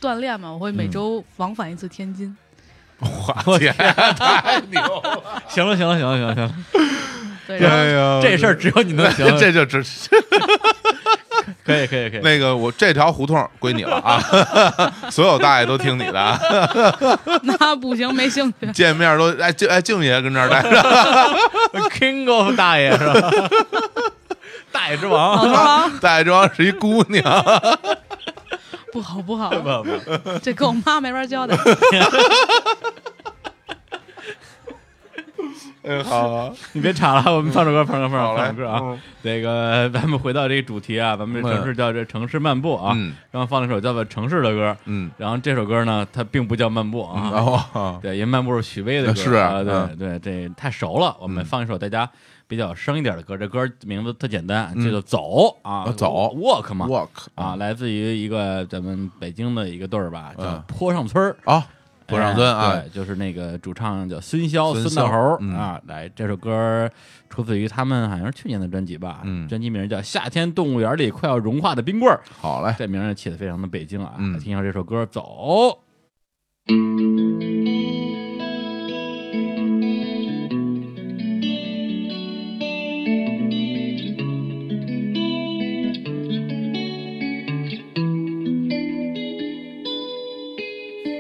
Speaker 3: 锻炼嘛，我会每
Speaker 1: 嗯
Speaker 3: 周往返一次
Speaker 2: *laughs*
Speaker 3: 天津。
Speaker 2: 我天，太牛了！
Speaker 1: 行了，行了，行了，行了，行了，
Speaker 3: 对，然后
Speaker 1: 呃
Speaker 2: *laughs* 哎呀，
Speaker 1: 这事儿只有你能行，
Speaker 2: 这就只
Speaker 1: 可以可以可以，
Speaker 2: 那个我这条胡同归你了啊， *laughs* 所有大爷都听你的啊，
Speaker 3: *laughs* 那不行，没兴
Speaker 2: *laughs*
Speaker 3: 趣。
Speaker 2: 见面都哎静哎静爷跟这儿待着，
Speaker 1: King of *laughs* 大爷是
Speaker 2: *laughs*
Speaker 1: 吧？大爷之王，
Speaker 2: 大爷庄是一姑娘，
Speaker 3: 不好不好，
Speaker 1: 不不， *laughs*
Speaker 3: 这跟我妈没法交
Speaker 2: *laughs*
Speaker 3: 代。
Speaker 2: 嗯好，
Speaker 1: 你别岔了，我们放首歌，放首歌，
Speaker 2: 好嘞
Speaker 1: 放首歌啊
Speaker 2: 嗯！
Speaker 1: 这个咱们回到这个主题啊，咱们这城市叫这城市漫步啊
Speaker 2: 嗯，
Speaker 1: 然后放了一首叫做《城市》的歌，
Speaker 2: 嗯，哦
Speaker 1: 然后这首歌呢，它并不叫漫步啊，
Speaker 2: 然后
Speaker 1: 对，因为漫步是许巍的歌，
Speaker 2: 嗯是
Speaker 1: 啊，
Speaker 2: 嗯
Speaker 1: 对对，这太熟了。我们放一首大家比较生一点的歌，这歌名字特简单，叫做《走》啊，
Speaker 2: 啊嗯走
Speaker 1: ，Walk 嘛
Speaker 2: walk
Speaker 1: 啊，来自于一个咱们北京的一个队儿吧，叫
Speaker 2: 嗯
Speaker 1: 坡上村儿。
Speaker 2: 啊，坡上村
Speaker 1: 哎
Speaker 2: 啊，
Speaker 1: 对，就是那个主唱叫孙骁，
Speaker 2: 孙
Speaker 1: 孙大
Speaker 2: 骁
Speaker 1: 猴儿
Speaker 2: 嗯
Speaker 1: 啊。来，这首歌儿出自于他们好像是去年的专辑吧，
Speaker 2: 嗯
Speaker 1: 专辑名叫《夏天动物园里快要融化的冰棍儿》，
Speaker 2: 好嘞，
Speaker 1: 这名儿起的非常的北京啊。
Speaker 2: 嗯
Speaker 1: 来听一下这首歌，走。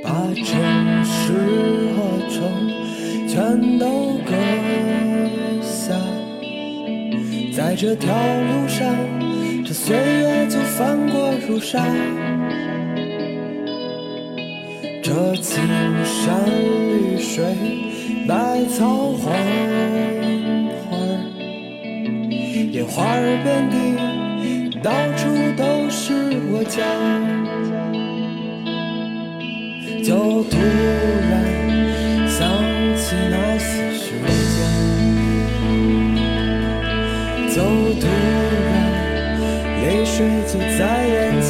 Speaker 5: 把城市和城全都割下，在这条路上，这岁月就翻过如沙。这青山绿水，百草黄花儿，野花儿遍地，到处都是我家。就突然想起那些时间，就突然泪水就在眼前。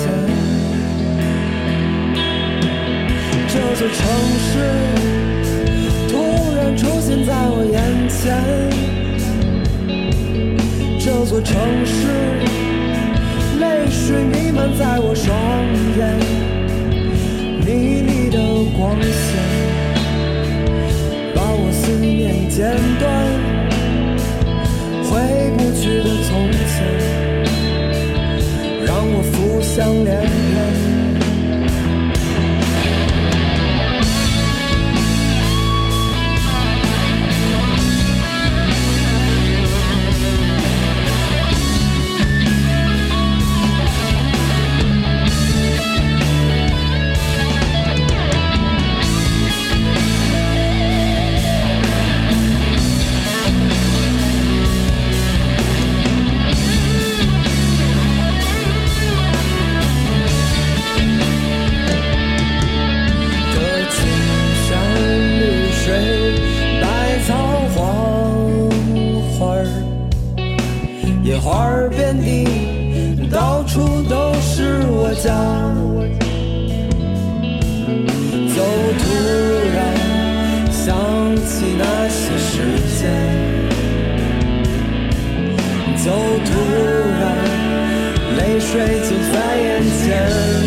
Speaker 5: 这座城市突然出现在我眼前，这座城市泪水弥漫在我双眼。迷离的光线，把我思念剪断，回不去的从前，让我浮想联翩。这青山绿水，百草黄花儿，野花儿遍地，到处都是我家。就突然想起那些时间，就突然泪水就在眼前。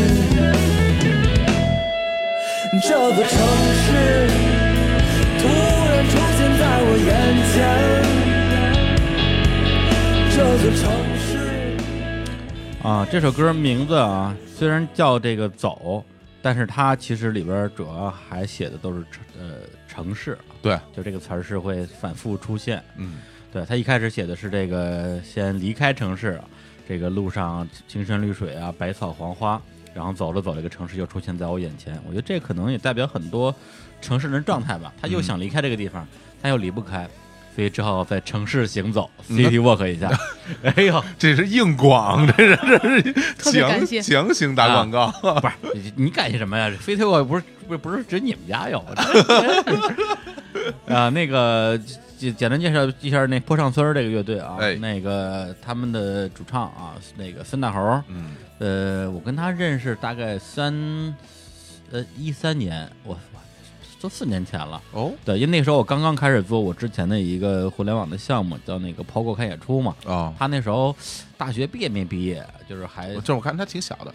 Speaker 5: 这座城市突然出现在我眼前。这座城市，
Speaker 1: 啊，这首歌名字啊，虽然叫这个走，但是它其实里边主要还写的都是城呃城市啊，
Speaker 2: 对，
Speaker 1: 就这个词儿是会反复出现。
Speaker 2: 嗯，
Speaker 1: 对，它一开始写的是这个先离开城市啊，这个路上青山绿水啊，百草黄花，然后走着走着，这个城市就出现在我眼前。我觉得这可能也代表很多城市人的状态吧，他又想离开这个地方，他又离不开。所以只好在城市行走，city walk 一下。 *laughs* 哎呦，
Speaker 2: 这是硬广，这是这
Speaker 3: 特
Speaker 2: 是
Speaker 3: 别感谢
Speaker 2: 强强行打广告，
Speaker 1: *laughs* 不是你你感谢什么呀？这飞推我不是不是不是指你们家有 *laughs* 啊？那个简简单介绍一下那坡上村儿这个乐队啊，
Speaker 2: 哎
Speaker 1: 那个他们的主唱啊，那个孙大猴儿，
Speaker 2: 嗯，
Speaker 1: 呃，我跟他认识大概三呃一三年，我我都四年前了。
Speaker 2: 哦
Speaker 1: 对，因为那时候我刚刚开始做我之前的一个互联网的项目，叫那个抛过看演出嘛。
Speaker 2: 哦，
Speaker 1: 他那时候大学毕业没毕业，就是还
Speaker 2: 我这我看他挺小的，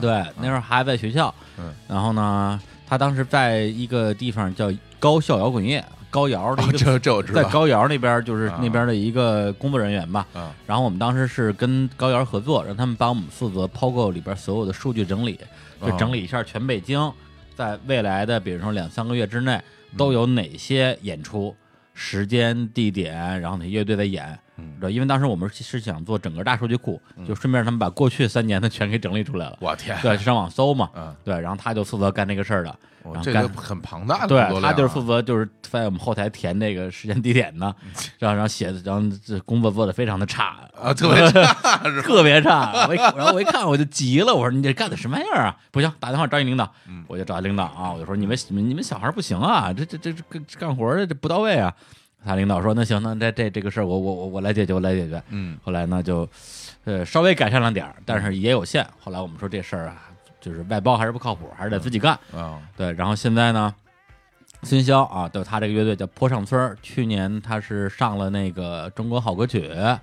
Speaker 1: 对，那时候还在学校。
Speaker 2: 啊嗯，
Speaker 1: 然后呢，他当时在一个地方叫高校摇滚夜，高窑的一个
Speaker 2: 哦这这我知
Speaker 1: 在
Speaker 2: 道，
Speaker 1: 高窑那边儿就是
Speaker 2: 啊
Speaker 1: 那边儿的一个工作人员吧。
Speaker 2: 啊
Speaker 1: 然后我们当时是跟高窑合作，让他们帮我们负责抛购里边儿所有的数据整理，就
Speaker 2: 啊
Speaker 1: 整理一下全北京在未来的比如说两三个月之
Speaker 2: 嗯
Speaker 1: 内都有哪些演出、时间、地点，然后哪些乐队在演。
Speaker 2: 嗯
Speaker 1: 对，因为当时我们是是想做整个大数据库，就顺便让他们把过去三年的全给整理出来了。
Speaker 2: 我天，
Speaker 1: 对，上网搜嘛。
Speaker 2: 嗯，
Speaker 1: 对，然后他就负责干这个事儿的，然
Speaker 2: 我
Speaker 1: 后
Speaker 2: 这
Speaker 1: 干
Speaker 2: 个很庞大的工
Speaker 1: 对
Speaker 2: 作量啊，
Speaker 1: 他就是负责就是在我们后台填这个时间地点呢，
Speaker 2: 嗯
Speaker 1: 然后然后写的，然后这工作做的非常的差，
Speaker 2: 啊，特别
Speaker 1: *laughs*
Speaker 2: 差， *laughs* 是吧
Speaker 1: 特别差。我一然后我一看我就急了，我说你这干的什么玩意儿啊？不行，打电话找你领导。
Speaker 2: 嗯
Speaker 1: 我就找领导啊，我就说你们你们你们小孩不行啊，这这这这干干活的这不到位啊。他领导说那行，那这这这个事儿我我我我来解决，我来解决。
Speaker 2: 嗯，
Speaker 1: 后来呢就，呃，稍微改善了点儿，但是也有限。后来我们说这事儿啊，就是外包还是不靠谱，还是得自己干。
Speaker 2: 啊，
Speaker 1: 对，然后现在呢，孙骁啊，对他这个乐队叫坡上村儿，去年他是上了那个中国好歌曲啊，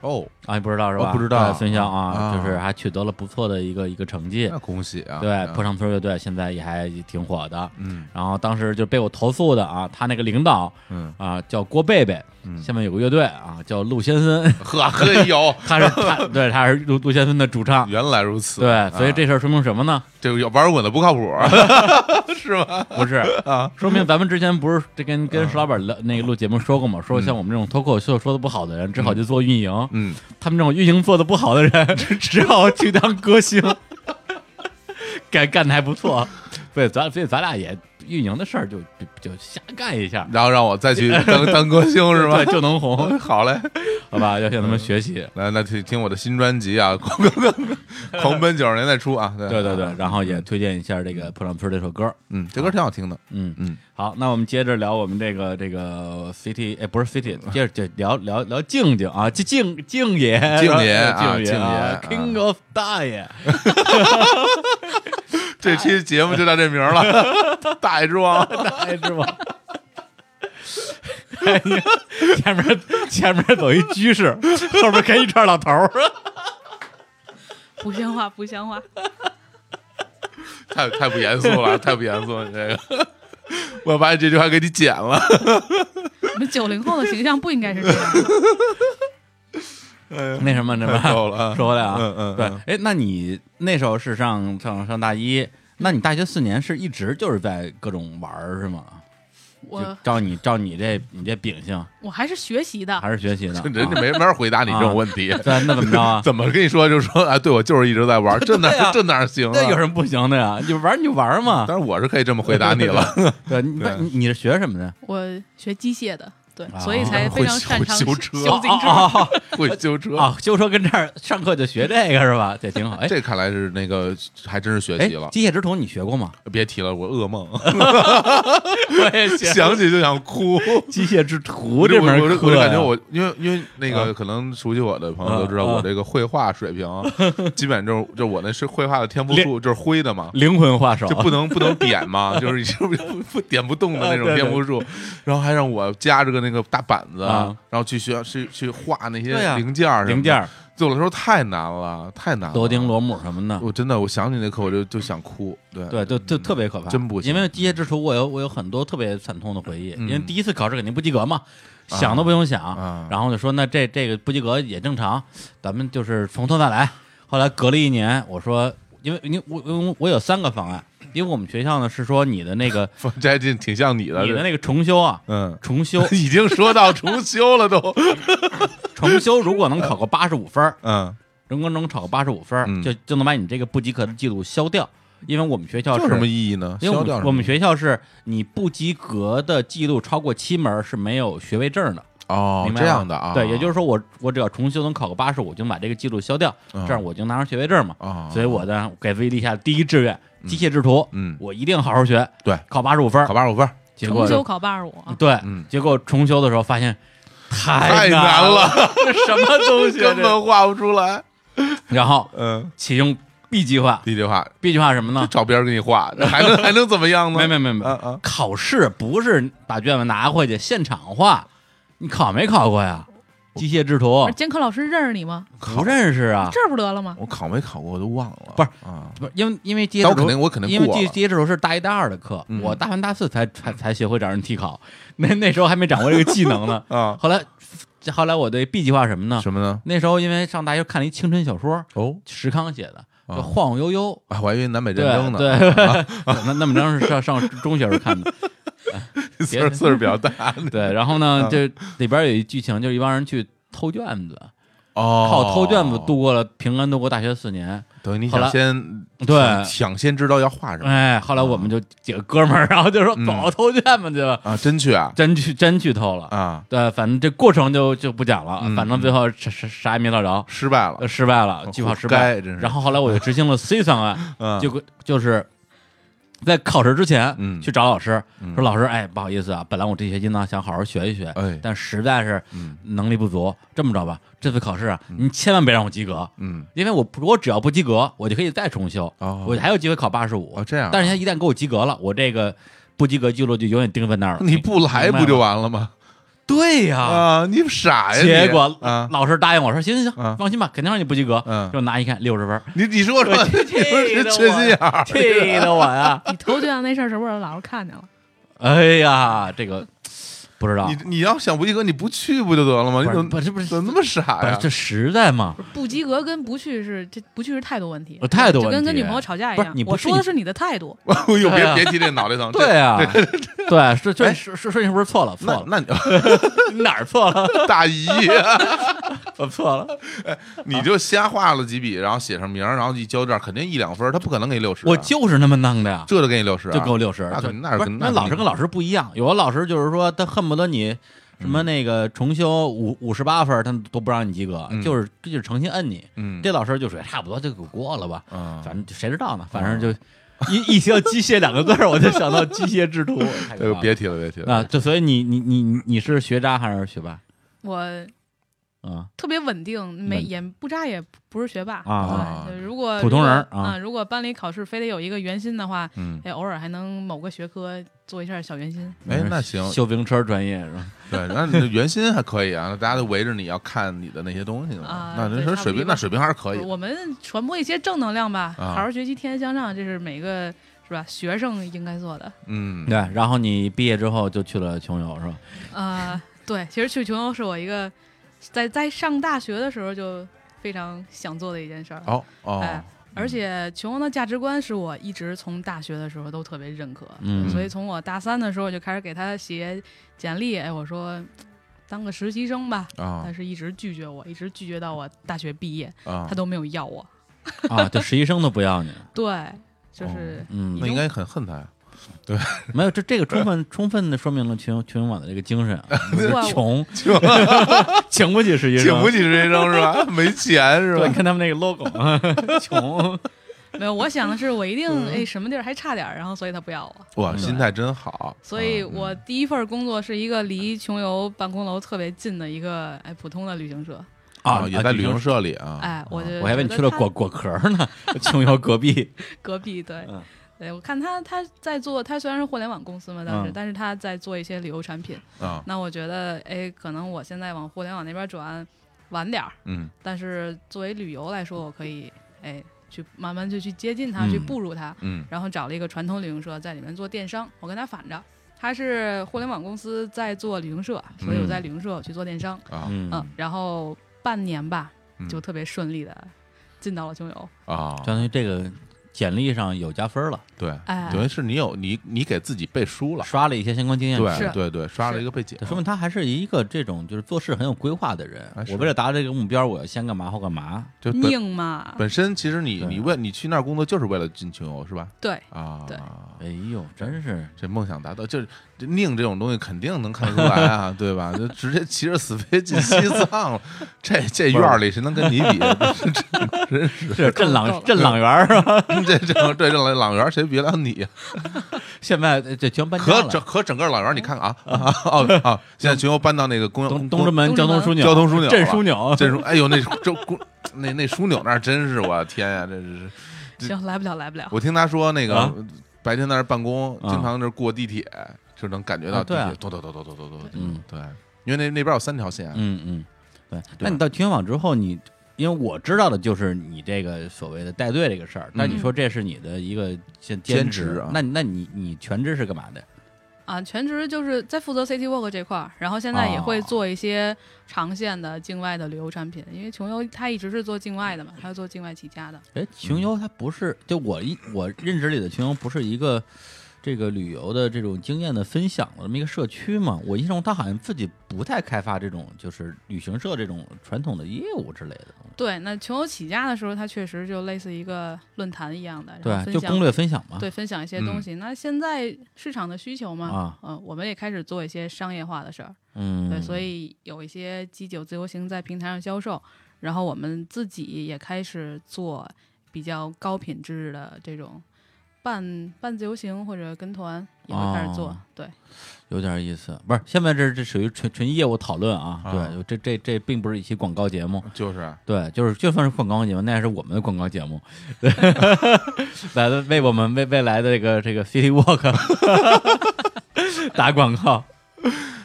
Speaker 2: 哦，
Speaker 1: 你不知道是
Speaker 2: 哦
Speaker 1: 吧？
Speaker 2: 不知道
Speaker 1: 对孙骁
Speaker 2: 啊
Speaker 1: 啊，就是还取得了不错的一个一个成绩
Speaker 2: 那。恭喜啊，
Speaker 1: 对
Speaker 2: 嗯，
Speaker 1: 坡上村儿乐队现在也还挺火的。
Speaker 2: 嗯
Speaker 1: 然后当时就被我投诉的啊，他那个领导
Speaker 2: 嗯，
Speaker 1: 啊叫郭贝贝，下面有个乐队啊叫陆先生，
Speaker 2: 呵呵有，
Speaker 1: 他是他对他是陆陆先生的主
Speaker 2: *laughs*
Speaker 1: 唱。
Speaker 2: 原来如此，
Speaker 1: 对，所以
Speaker 2: 啊
Speaker 1: 这事儿说明什么呢？
Speaker 2: 这个玩滚的不靠谱，
Speaker 1: *laughs*
Speaker 2: *laughs* 是吗？
Speaker 1: 不是啊，说明咱们之前不是这跟跟石老板聊那个录节目说过嘛，说像我们这种脱口秀说的不好的人，只好去做运营；
Speaker 2: 嗯，
Speaker 1: 他们这种运营做的不好的人，只好去当歌星。 *laughs* 干干的还不错，所以咱所以咱俩也运营的事儿就就就瞎干一下，
Speaker 2: 然后让我再去当当歌星是吧
Speaker 1: 对，？就能
Speaker 2: *laughs*
Speaker 1: 红，
Speaker 2: 好嘞，
Speaker 1: 好吧？要向他们学习。
Speaker 2: 来，那听听我的新专辑啊，狂狂狂奔九十年代初啊，对
Speaker 1: 对对对，然后也推荐一下这个《破浪村》这首歌。
Speaker 2: 嗯，这歌挺好听的，
Speaker 1: 嗯
Speaker 2: 嗯，
Speaker 1: 好，那我们接着聊我们这个这个 CT，哎，不是 CT，接着就聊聊聊静静啊，静静 *laughs* 静爷，
Speaker 2: 静爷啊
Speaker 1: 啊静
Speaker 2: 静爷
Speaker 1: 啊，King of 大爷，
Speaker 2: 这期节目就叫这名儿了，大爷
Speaker 1: *laughs*
Speaker 2: 之王，
Speaker 1: 大爷之王。前面前面走一居士，后边跟一串老头
Speaker 2: *laughs*
Speaker 1: 儿，
Speaker 3: 不像话，不像话。
Speaker 2: 太太不严肃了，太不严肃了，你这个， *laughs* 我把你这句话给你剪了，
Speaker 3: 我们九零后的形象不应该是这样的。
Speaker 1: 那什么那什
Speaker 2: *laughs* 太逗
Speaker 1: 么，
Speaker 2: 了啊
Speaker 1: 说回来啊，
Speaker 2: 嗯嗯嗯
Speaker 1: 对，哎，那你那时候是上上上大一，那你大学四年是一直就是在各种玩儿是吗？就
Speaker 3: 我
Speaker 1: 照你照你这你这秉性，
Speaker 3: 我还是学习的，
Speaker 1: 还是学习
Speaker 2: *laughs*
Speaker 1: 呢？
Speaker 2: 人
Speaker 1: 啊
Speaker 2: 家没没法回答你这种问题。
Speaker 1: *laughs* 对，那怎么着啊？
Speaker 2: *laughs* 怎么跟你说就说啊？对我就是一直在玩，这哪、
Speaker 1: 对啊
Speaker 2: 这哪行、啊？
Speaker 1: 那有什么不行的呀？你玩儿你就玩儿嘛。
Speaker 2: 当然我是可以这么回答你
Speaker 1: *laughs*
Speaker 2: 了，
Speaker 1: 对，你
Speaker 2: 对
Speaker 1: 你你是学什么
Speaker 2: *laughs*
Speaker 1: 的？
Speaker 3: 我学机械的，对，
Speaker 1: 啊
Speaker 3: 所以才非常擅长
Speaker 2: 会修车
Speaker 3: 修自行车。
Speaker 1: 哦哦
Speaker 2: 会修车。
Speaker 1: 哦，修车跟这儿上课就学这个是吧？这挺好。哎，
Speaker 2: 这看来是那个还真是学
Speaker 1: 哎
Speaker 2: 习了，
Speaker 1: 机械之瞳你学过吗？
Speaker 2: 别提了，我噩梦，
Speaker 1: *laughs* 我也
Speaker 2: 想起就想哭。
Speaker 1: *laughs* 机械之徒
Speaker 2: 我
Speaker 1: 这
Speaker 2: 就
Speaker 1: 门
Speaker 2: 我就我
Speaker 1: 课
Speaker 2: 就
Speaker 1: 呀，啊
Speaker 2: 感觉我，因为因为那个可能熟悉我的朋友都知道，
Speaker 1: 啊啊
Speaker 2: 我这个绘画
Speaker 1: *laughs*
Speaker 2: 水平基本就是就是我那是绘画的天赋
Speaker 1: 练
Speaker 2: 树就是灰的嘛，
Speaker 1: 灵魂画手啊
Speaker 2: 就不能不能点嘛，就是就不不点不动的那种
Speaker 1: 啊对对
Speaker 2: 蝙蝠术，然后还让我夹着个那个大板子，
Speaker 1: 啊
Speaker 2: 然后去学去去画那些
Speaker 1: 对呀
Speaker 2: 零件儿什么的啊
Speaker 1: 零件儿、
Speaker 2: 对我来说太难了，太难了。
Speaker 1: 螺钉、螺母什么的。
Speaker 2: 我真的我想起那刻我就就想哭，对 *laughs*
Speaker 1: 对，就就特别可怕，
Speaker 2: 嗯真不行
Speaker 1: 因为机械之徒，我有我有很多特别惨痛的回忆，
Speaker 2: 嗯
Speaker 1: 因为第一次考试肯定不及格嘛，想都不用想，
Speaker 2: 啊
Speaker 1: 然后就说那这这个不及格也正常，咱们就是从头再来。后来隔了一年，我说，因为你我我我有三个方案，因为我们学校呢是说你的那个
Speaker 2: 这还挺挺像你的，
Speaker 1: 你的
Speaker 2: 这
Speaker 1: 那个重修啊，
Speaker 2: 嗯， *laughs*
Speaker 1: 重修
Speaker 2: 已经说到重修
Speaker 1: *laughs*
Speaker 2: 了都，
Speaker 1: 重修如果能考个八十五分儿，
Speaker 2: 嗯，
Speaker 1: 人工能考个八十五分
Speaker 2: 嗯
Speaker 1: 儿，就就能把你这个不及格的记录消掉，因为我们学校
Speaker 2: 这
Speaker 1: 是
Speaker 2: 有什么意义呢？
Speaker 1: 因为我
Speaker 2: 消掉什
Speaker 1: 们
Speaker 2: 么
Speaker 1: 我们学校是你不及格的记录超过七门儿是没有学位证的，
Speaker 2: 哦
Speaker 1: 明白
Speaker 2: 这
Speaker 1: 吗
Speaker 2: 样的啊，
Speaker 1: 对，也就是说我我只要重修能考个八十，我就把这个记录消掉，
Speaker 2: 嗯
Speaker 1: 这样我就拿上学位证嘛。
Speaker 2: 啊，
Speaker 1: 所以我呢给自己立下第一志愿，机械制图，
Speaker 2: 嗯
Speaker 1: 我一定好好学，
Speaker 2: 对
Speaker 1: 考八十五分儿
Speaker 2: 考，八十五分儿，
Speaker 1: 结
Speaker 3: 重
Speaker 1: 果
Speaker 3: 修考八十五，
Speaker 1: 对
Speaker 2: 嗯，
Speaker 1: 结果重修的时候发现
Speaker 2: 太
Speaker 1: 太
Speaker 2: 难
Speaker 1: 了，
Speaker 2: 了，
Speaker 1: 这什么东西啊
Speaker 2: *laughs* 根
Speaker 1: 这？
Speaker 2: 本画不出来。
Speaker 1: 然后
Speaker 2: 嗯，
Speaker 1: 启用 B 计划
Speaker 2: 第一句话
Speaker 1: ，B 计划什么呢？
Speaker 2: 找别人给你画，还
Speaker 1: *laughs*
Speaker 2: 能还能怎么样呢？
Speaker 1: 没没没
Speaker 2: 啊啊
Speaker 1: 没，考试不是把卷子拿回去现场画，你考没考过呀？机械制图
Speaker 3: 而监考老师认识你吗？
Speaker 1: 不认识啊，
Speaker 3: 这不得了吗？
Speaker 2: 我考没考过我都忘了，
Speaker 1: 不是
Speaker 2: 啊，
Speaker 1: 不是因为因为机械
Speaker 2: 但
Speaker 1: 制图
Speaker 2: 我肯定我肯定
Speaker 1: 因为
Speaker 2: 过
Speaker 1: 机
Speaker 2: 了
Speaker 1: 机械制图是大一大二的课，
Speaker 2: 嗯。
Speaker 1: 我大三大四才才才学会找人替考， *laughs* 那那时候还没掌握这个技能呢
Speaker 2: *laughs* 啊，
Speaker 1: 后来后来我对 B 计划什么呢？
Speaker 2: 什么呢？
Speaker 1: 那时候因为上大学看了一青春小说，
Speaker 2: 哦，
Speaker 1: 石康写的，叫
Speaker 2: 啊
Speaker 1: 《晃晃悠悠》。
Speaker 2: 啊我还以为南北
Speaker 1: 对
Speaker 2: 战争呢，
Speaker 1: 对，
Speaker 2: *laughs*
Speaker 1: 那那么张是上 *laughs* 上中学时候看的，
Speaker 2: *laughs* 岁数岁数比较大，
Speaker 1: 对，然后呢
Speaker 2: 嗯，
Speaker 1: 这里边有一剧情，就是一帮人去偷卷子，*laughs*
Speaker 2: 哦，
Speaker 1: 靠偷卷子度过了平安度过大学四年。
Speaker 2: 等于你
Speaker 1: 后
Speaker 2: 想
Speaker 1: 来
Speaker 2: 先
Speaker 1: 对
Speaker 2: 想先知道要画什么
Speaker 1: 哎，后来我们就几个哥们儿，然后就说
Speaker 2: 嗯
Speaker 1: 走偷卷子去吧，
Speaker 2: 啊，真去啊
Speaker 1: 真去真去偷了。
Speaker 2: 啊，
Speaker 1: 对，反正这过程就就不讲了
Speaker 2: 嗯，
Speaker 1: 反正最后啥啥啥也没捞着，
Speaker 2: 失败了哦
Speaker 1: 呃，失败了，计划失败
Speaker 2: 活该真是。
Speaker 1: 然后后来我就执行了 C 方案，
Speaker 2: 嗯
Speaker 1: 就就是在考试之前，
Speaker 2: 嗯
Speaker 1: 去找老师
Speaker 2: 嗯
Speaker 1: 说：“老师，哎，不好意思啊，本来我这学期呢想好好学一学， *laughs*
Speaker 2: 哎
Speaker 1: 但实在是
Speaker 2: 嗯
Speaker 1: 能力不足。这么着吧，这次考试啊，你千万别让我及格，
Speaker 2: 嗯
Speaker 1: 因为我不我只要不及格，我就可以再重修，
Speaker 2: 哦
Speaker 1: 我还有机会考八十五
Speaker 2: 哦。这样啊
Speaker 1: 但是他一旦给我及格了，我这个不及格记录就永远钉在那儿了。
Speaker 2: 你不来
Speaker 1: 明白
Speaker 2: 不
Speaker 1: 吗
Speaker 2: 就完了吗？
Speaker 1: 对呀、
Speaker 2: 啊，你傻呀！
Speaker 1: 结
Speaker 2: 你
Speaker 1: 果 *laughs*
Speaker 2: 啊，
Speaker 1: 老师答应我说：“行行
Speaker 2: 啊
Speaker 1: 行，放心吧，肯定让你不及格。”
Speaker 2: 嗯
Speaker 1: 就拿一看六十分，
Speaker 2: 你你说说，
Speaker 1: 我
Speaker 2: 你
Speaker 1: 气
Speaker 2: 说是
Speaker 1: 得
Speaker 2: 缺
Speaker 1: 我
Speaker 2: 心眼儿，
Speaker 1: 气得我呀！
Speaker 3: 你偷卷那事儿是不是让老师看见了？
Speaker 1: 哎呀，这个不知道
Speaker 2: 你，你要想不及格，你不去不就得了吗？你
Speaker 1: 啊不是
Speaker 2: 怎么
Speaker 1: 不是不是
Speaker 2: 怎么那么傻
Speaker 1: 不是
Speaker 2: 呀？
Speaker 1: 这实在嘛？
Speaker 3: 不及格跟不去是这不去是态度问题
Speaker 1: 呃，态度
Speaker 3: 就跟
Speaker 1: 问
Speaker 3: 跟
Speaker 1: 题
Speaker 3: 女朋友吵架一
Speaker 1: 不是
Speaker 3: 样。
Speaker 1: 你不
Speaker 3: 我
Speaker 1: 去
Speaker 3: 说
Speaker 1: 你
Speaker 3: 的是你的态度，
Speaker 2: *laughs* 哎
Speaker 1: 对
Speaker 2: 呦，别
Speaker 1: 啊
Speaker 2: 别提这脑袋疼。这
Speaker 1: 对啊，对，是这说说说你是不是错了？错
Speaker 2: 那
Speaker 1: 了，
Speaker 2: 那你 *laughs*
Speaker 1: 哪儿错了？
Speaker 2: 大姨， *laughs*
Speaker 1: 我错了，
Speaker 2: 你就瞎画了几笔，然后写上名儿，然后一交卷，肯定一两分儿，他不可能给你六十啊。
Speaker 1: 我就是那么弄的呀，
Speaker 2: 这就给你六十，啊
Speaker 1: 就给我六十
Speaker 2: 那。
Speaker 1: 就
Speaker 2: 肯那
Speaker 1: 不
Speaker 2: 肯
Speaker 1: 是
Speaker 2: 那
Speaker 1: 那
Speaker 2: 肯
Speaker 1: 老师
Speaker 2: 定
Speaker 1: 跟老师不一样，有的老师就是说他恨不得你。什
Speaker 2: 嗯
Speaker 1: 么那个重修五五十八分儿，他都不让你及格，
Speaker 2: 嗯
Speaker 1: 就是就是诚心摁你。
Speaker 2: 嗯
Speaker 1: 这老师就属于差不多就给过了吧，
Speaker 2: 嗯
Speaker 1: 反正谁知道呢？反正就一一听机械两个字儿，我就想到机械制图。太可
Speaker 2: 哎呦
Speaker 1: 怕了
Speaker 2: 别提了，别提了。
Speaker 1: 啊，就所以你你你你你是学渣还是学霸
Speaker 3: 我
Speaker 1: 啊？
Speaker 3: 特别稳定，没也不渣，也不是学霸
Speaker 1: 啊
Speaker 3: 对如果
Speaker 1: 普通人
Speaker 3: 如
Speaker 1: 儿
Speaker 3: 果
Speaker 1: 啊
Speaker 3: 啊，如果班里考试非得有一个圆心的话，
Speaker 2: 嗯，
Speaker 3: 哎，偶尔还能某个学科做一下小圆心。
Speaker 2: 哎，那行，
Speaker 1: 修自嗯行车专业是吧？
Speaker 2: 对，那你的原心还可以啊，那大家都围着你要看你的那些东西嘛
Speaker 3: 啊。
Speaker 2: 那那
Speaker 3: 对
Speaker 2: 时候
Speaker 3: 差不
Speaker 2: 水平，
Speaker 3: 多
Speaker 2: 那水平还是可以。
Speaker 3: 呃我们传播一些正能量吧，
Speaker 2: 啊
Speaker 3: 好好学习，天天向上，这是每个是吧学生应该做的。
Speaker 2: 嗯，
Speaker 1: 对，然后你毕业之后就去了穷游是吧？
Speaker 3: 呃， *laughs* 对，其实去穷游是我一个在在上大学的时候就非常想做的一件事儿。
Speaker 2: 哦哦
Speaker 3: 哎，而且穷游的价值观是我一直从大学的时候都特别认可，
Speaker 1: 嗯
Speaker 3: 所以从我大三的时候就开始给他写简历，哎，我说当个实习生吧，
Speaker 2: 啊
Speaker 3: 但是一直拒绝我，一直拒绝到我大学毕业，
Speaker 2: 啊
Speaker 3: 他，都没有要我。
Speaker 1: 啊，就实习生都不要你，
Speaker 3: 对，就是、
Speaker 1: 嗯
Speaker 2: 那，应该很恨他呀。 *laughs*
Speaker 1: 没有，这这个充分充分的说明了群游群游网的这个精神啊，
Speaker 2: *laughs* 哦
Speaker 3: 哇
Speaker 1: 就是穷 *laughs* 请不起实习
Speaker 2: 请
Speaker 1: 生
Speaker 2: 不，起这生
Speaker 1: *laughs*
Speaker 2: 是吧？没钱是
Speaker 1: 对，
Speaker 2: 吧？
Speaker 1: 看他们那个
Speaker 2: *laughs*
Speaker 1: logo，啊穷，
Speaker 3: *laughs* 没有，我想的是我一定
Speaker 1: 嗯
Speaker 3: 哎什么地儿还差点儿，然后所以他不要我。
Speaker 2: 哇，心态真好。
Speaker 3: 所以
Speaker 1: 哦
Speaker 2: 嗯
Speaker 3: 我第一份工作是一个离穷游办公楼特别近的一个哎普通的旅行社，
Speaker 1: 啊
Speaker 2: 也在旅行
Speaker 1: 社，
Speaker 2: 社里啊。
Speaker 3: 哎，我就
Speaker 1: 哦我还以为你
Speaker 3: 觉
Speaker 1: 去
Speaker 3: 得
Speaker 1: 了
Speaker 3: 他
Speaker 1: 果果壳
Speaker 2: *laughs*
Speaker 1: 呢，穷游隔壁，
Speaker 3: 隔壁对
Speaker 1: 嗯，
Speaker 3: 对我看他他在做，他虽然是互联网公司嘛，当时
Speaker 1: 嗯
Speaker 3: 但是他在做一些旅游产品。
Speaker 2: 啊，
Speaker 3: 那我觉得，哎，可能我现在往互联网那边转晚点儿，
Speaker 2: 嗯
Speaker 3: 但是作为旅游来说，我可以哎去慢慢就去接近它，
Speaker 1: 嗯
Speaker 3: 去步入它。
Speaker 2: 嗯
Speaker 3: 然后找了一个传统旅行社在里面做电商，我跟他反着，他是互联网公司在做旅行社，所以我在旅行社去做电商。
Speaker 2: 啊
Speaker 1: 嗯，
Speaker 3: 嗯，然后半年吧
Speaker 2: 嗯，
Speaker 3: 就特别顺利的进到了穷游。
Speaker 2: 啊，
Speaker 1: 相当于这个简历上有加分了，
Speaker 2: 对，
Speaker 3: 哎
Speaker 2: 等于是你有你你给自己背书了。
Speaker 1: 刷了一些相关经验，
Speaker 2: 对
Speaker 3: 是
Speaker 2: 对对，刷了一个背景
Speaker 1: 对，说明他还是一个这种就是做事很有规划的人
Speaker 2: 哎。是
Speaker 1: 我为了达到这个目标，我要先干嘛后干嘛。
Speaker 2: 就本
Speaker 3: 命嘛，
Speaker 2: 本身其实你
Speaker 1: 对
Speaker 2: 你为你去那儿工作就是为了进群游是吧？
Speaker 3: 对，
Speaker 2: 啊，
Speaker 3: 对
Speaker 1: 哎呦，真
Speaker 2: *laughs*
Speaker 1: 是
Speaker 2: 这梦想达到，就是这宁这种东西肯定能看得出
Speaker 1: *laughs*
Speaker 2: 来啊，对吧？就直接骑着死飞进西藏了，这这院儿里谁能跟你比？ *laughs*
Speaker 1: 是镇
Speaker 3: 够
Speaker 1: 朗
Speaker 3: 了
Speaker 1: 镇朗园儿啊是吧？
Speaker 2: 这这这这朗朗园谁比得了
Speaker 1: *laughs*
Speaker 2: 你？啊
Speaker 1: 现在呃这全搬家
Speaker 2: 可整
Speaker 1: 了，嗯
Speaker 2: 可整个朗园你看看啊啊 *laughs* 哦啊！现在全游搬到那个公
Speaker 1: 哦东
Speaker 2: 公
Speaker 1: 东直门
Speaker 3: 东
Speaker 1: 交
Speaker 3: 直
Speaker 1: 通
Speaker 3: 门
Speaker 1: 枢纽、啊
Speaker 2: 交通枢纽
Speaker 1: 镇
Speaker 2: 了
Speaker 1: 枢纽，
Speaker 2: 这哎呦那这公那那枢纽那儿真是我的天呀，这是
Speaker 3: 行，来不了，来不了。
Speaker 2: 我听他说那
Speaker 1: 啊
Speaker 2: 个白天在那儿办公，
Speaker 1: 啊
Speaker 2: 经常就是过地铁就能感觉
Speaker 1: 啊
Speaker 2: 到地
Speaker 1: 对啊
Speaker 2: 铁咚咚咚咚咚咚咚，
Speaker 1: 嗯
Speaker 2: 对，因为那那边有三条线，
Speaker 1: 嗯嗯，对，那你到秦皇网之后，你因为我知道的就是你这个所谓的带队这个事儿，但你说这是你的一个嗯兼
Speaker 2: 兼职
Speaker 1: 职
Speaker 2: 啊，
Speaker 1: 那你那你你全职是干嘛的？
Speaker 3: 啊，全职就是在负责 City Walk 这块儿，然后现在也会做一些长线的境外的旅游产品，因为穷游它一直是做境外的嘛，它是做境外起家的。
Speaker 1: 哎，穷游它不是，就我一我认知里的穷游不是一个这个旅游的这种经验的分享的这么一个社区嘛？我印象中它好像自己不太开发这种就是旅行社这种传统的业务之类的东西，
Speaker 3: 对，那穷游起家的时候，它确实就类似一个论坛一样的，然
Speaker 1: 对，
Speaker 3: 后分
Speaker 1: 就
Speaker 3: 享
Speaker 1: 攻略分享嘛。
Speaker 3: 对分享一些东西。那现在市场的需求嘛，
Speaker 1: 嗯啊
Speaker 3: 嗯、我们也开始做一些商业化的事儿，
Speaker 1: 嗯，
Speaker 3: 对，所以有一些基酒自由行在平台上销售，然后我们自己也开始做比较高品质的这种半半自由行或者跟团也会开始做，
Speaker 1: 哦
Speaker 3: 对，
Speaker 1: 有点意思。不是，现在这这属于纯纯业务讨论啊，
Speaker 2: 啊
Speaker 1: 对，这这这并不是一期广告节目。
Speaker 2: 就是
Speaker 1: 对，就是就算是广告节目，那也是我们的广告节目，
Speaker 2: *laughs*
Speaker 1: 来的为我们未未来的这个这个 City Walk *laughs* 打广告。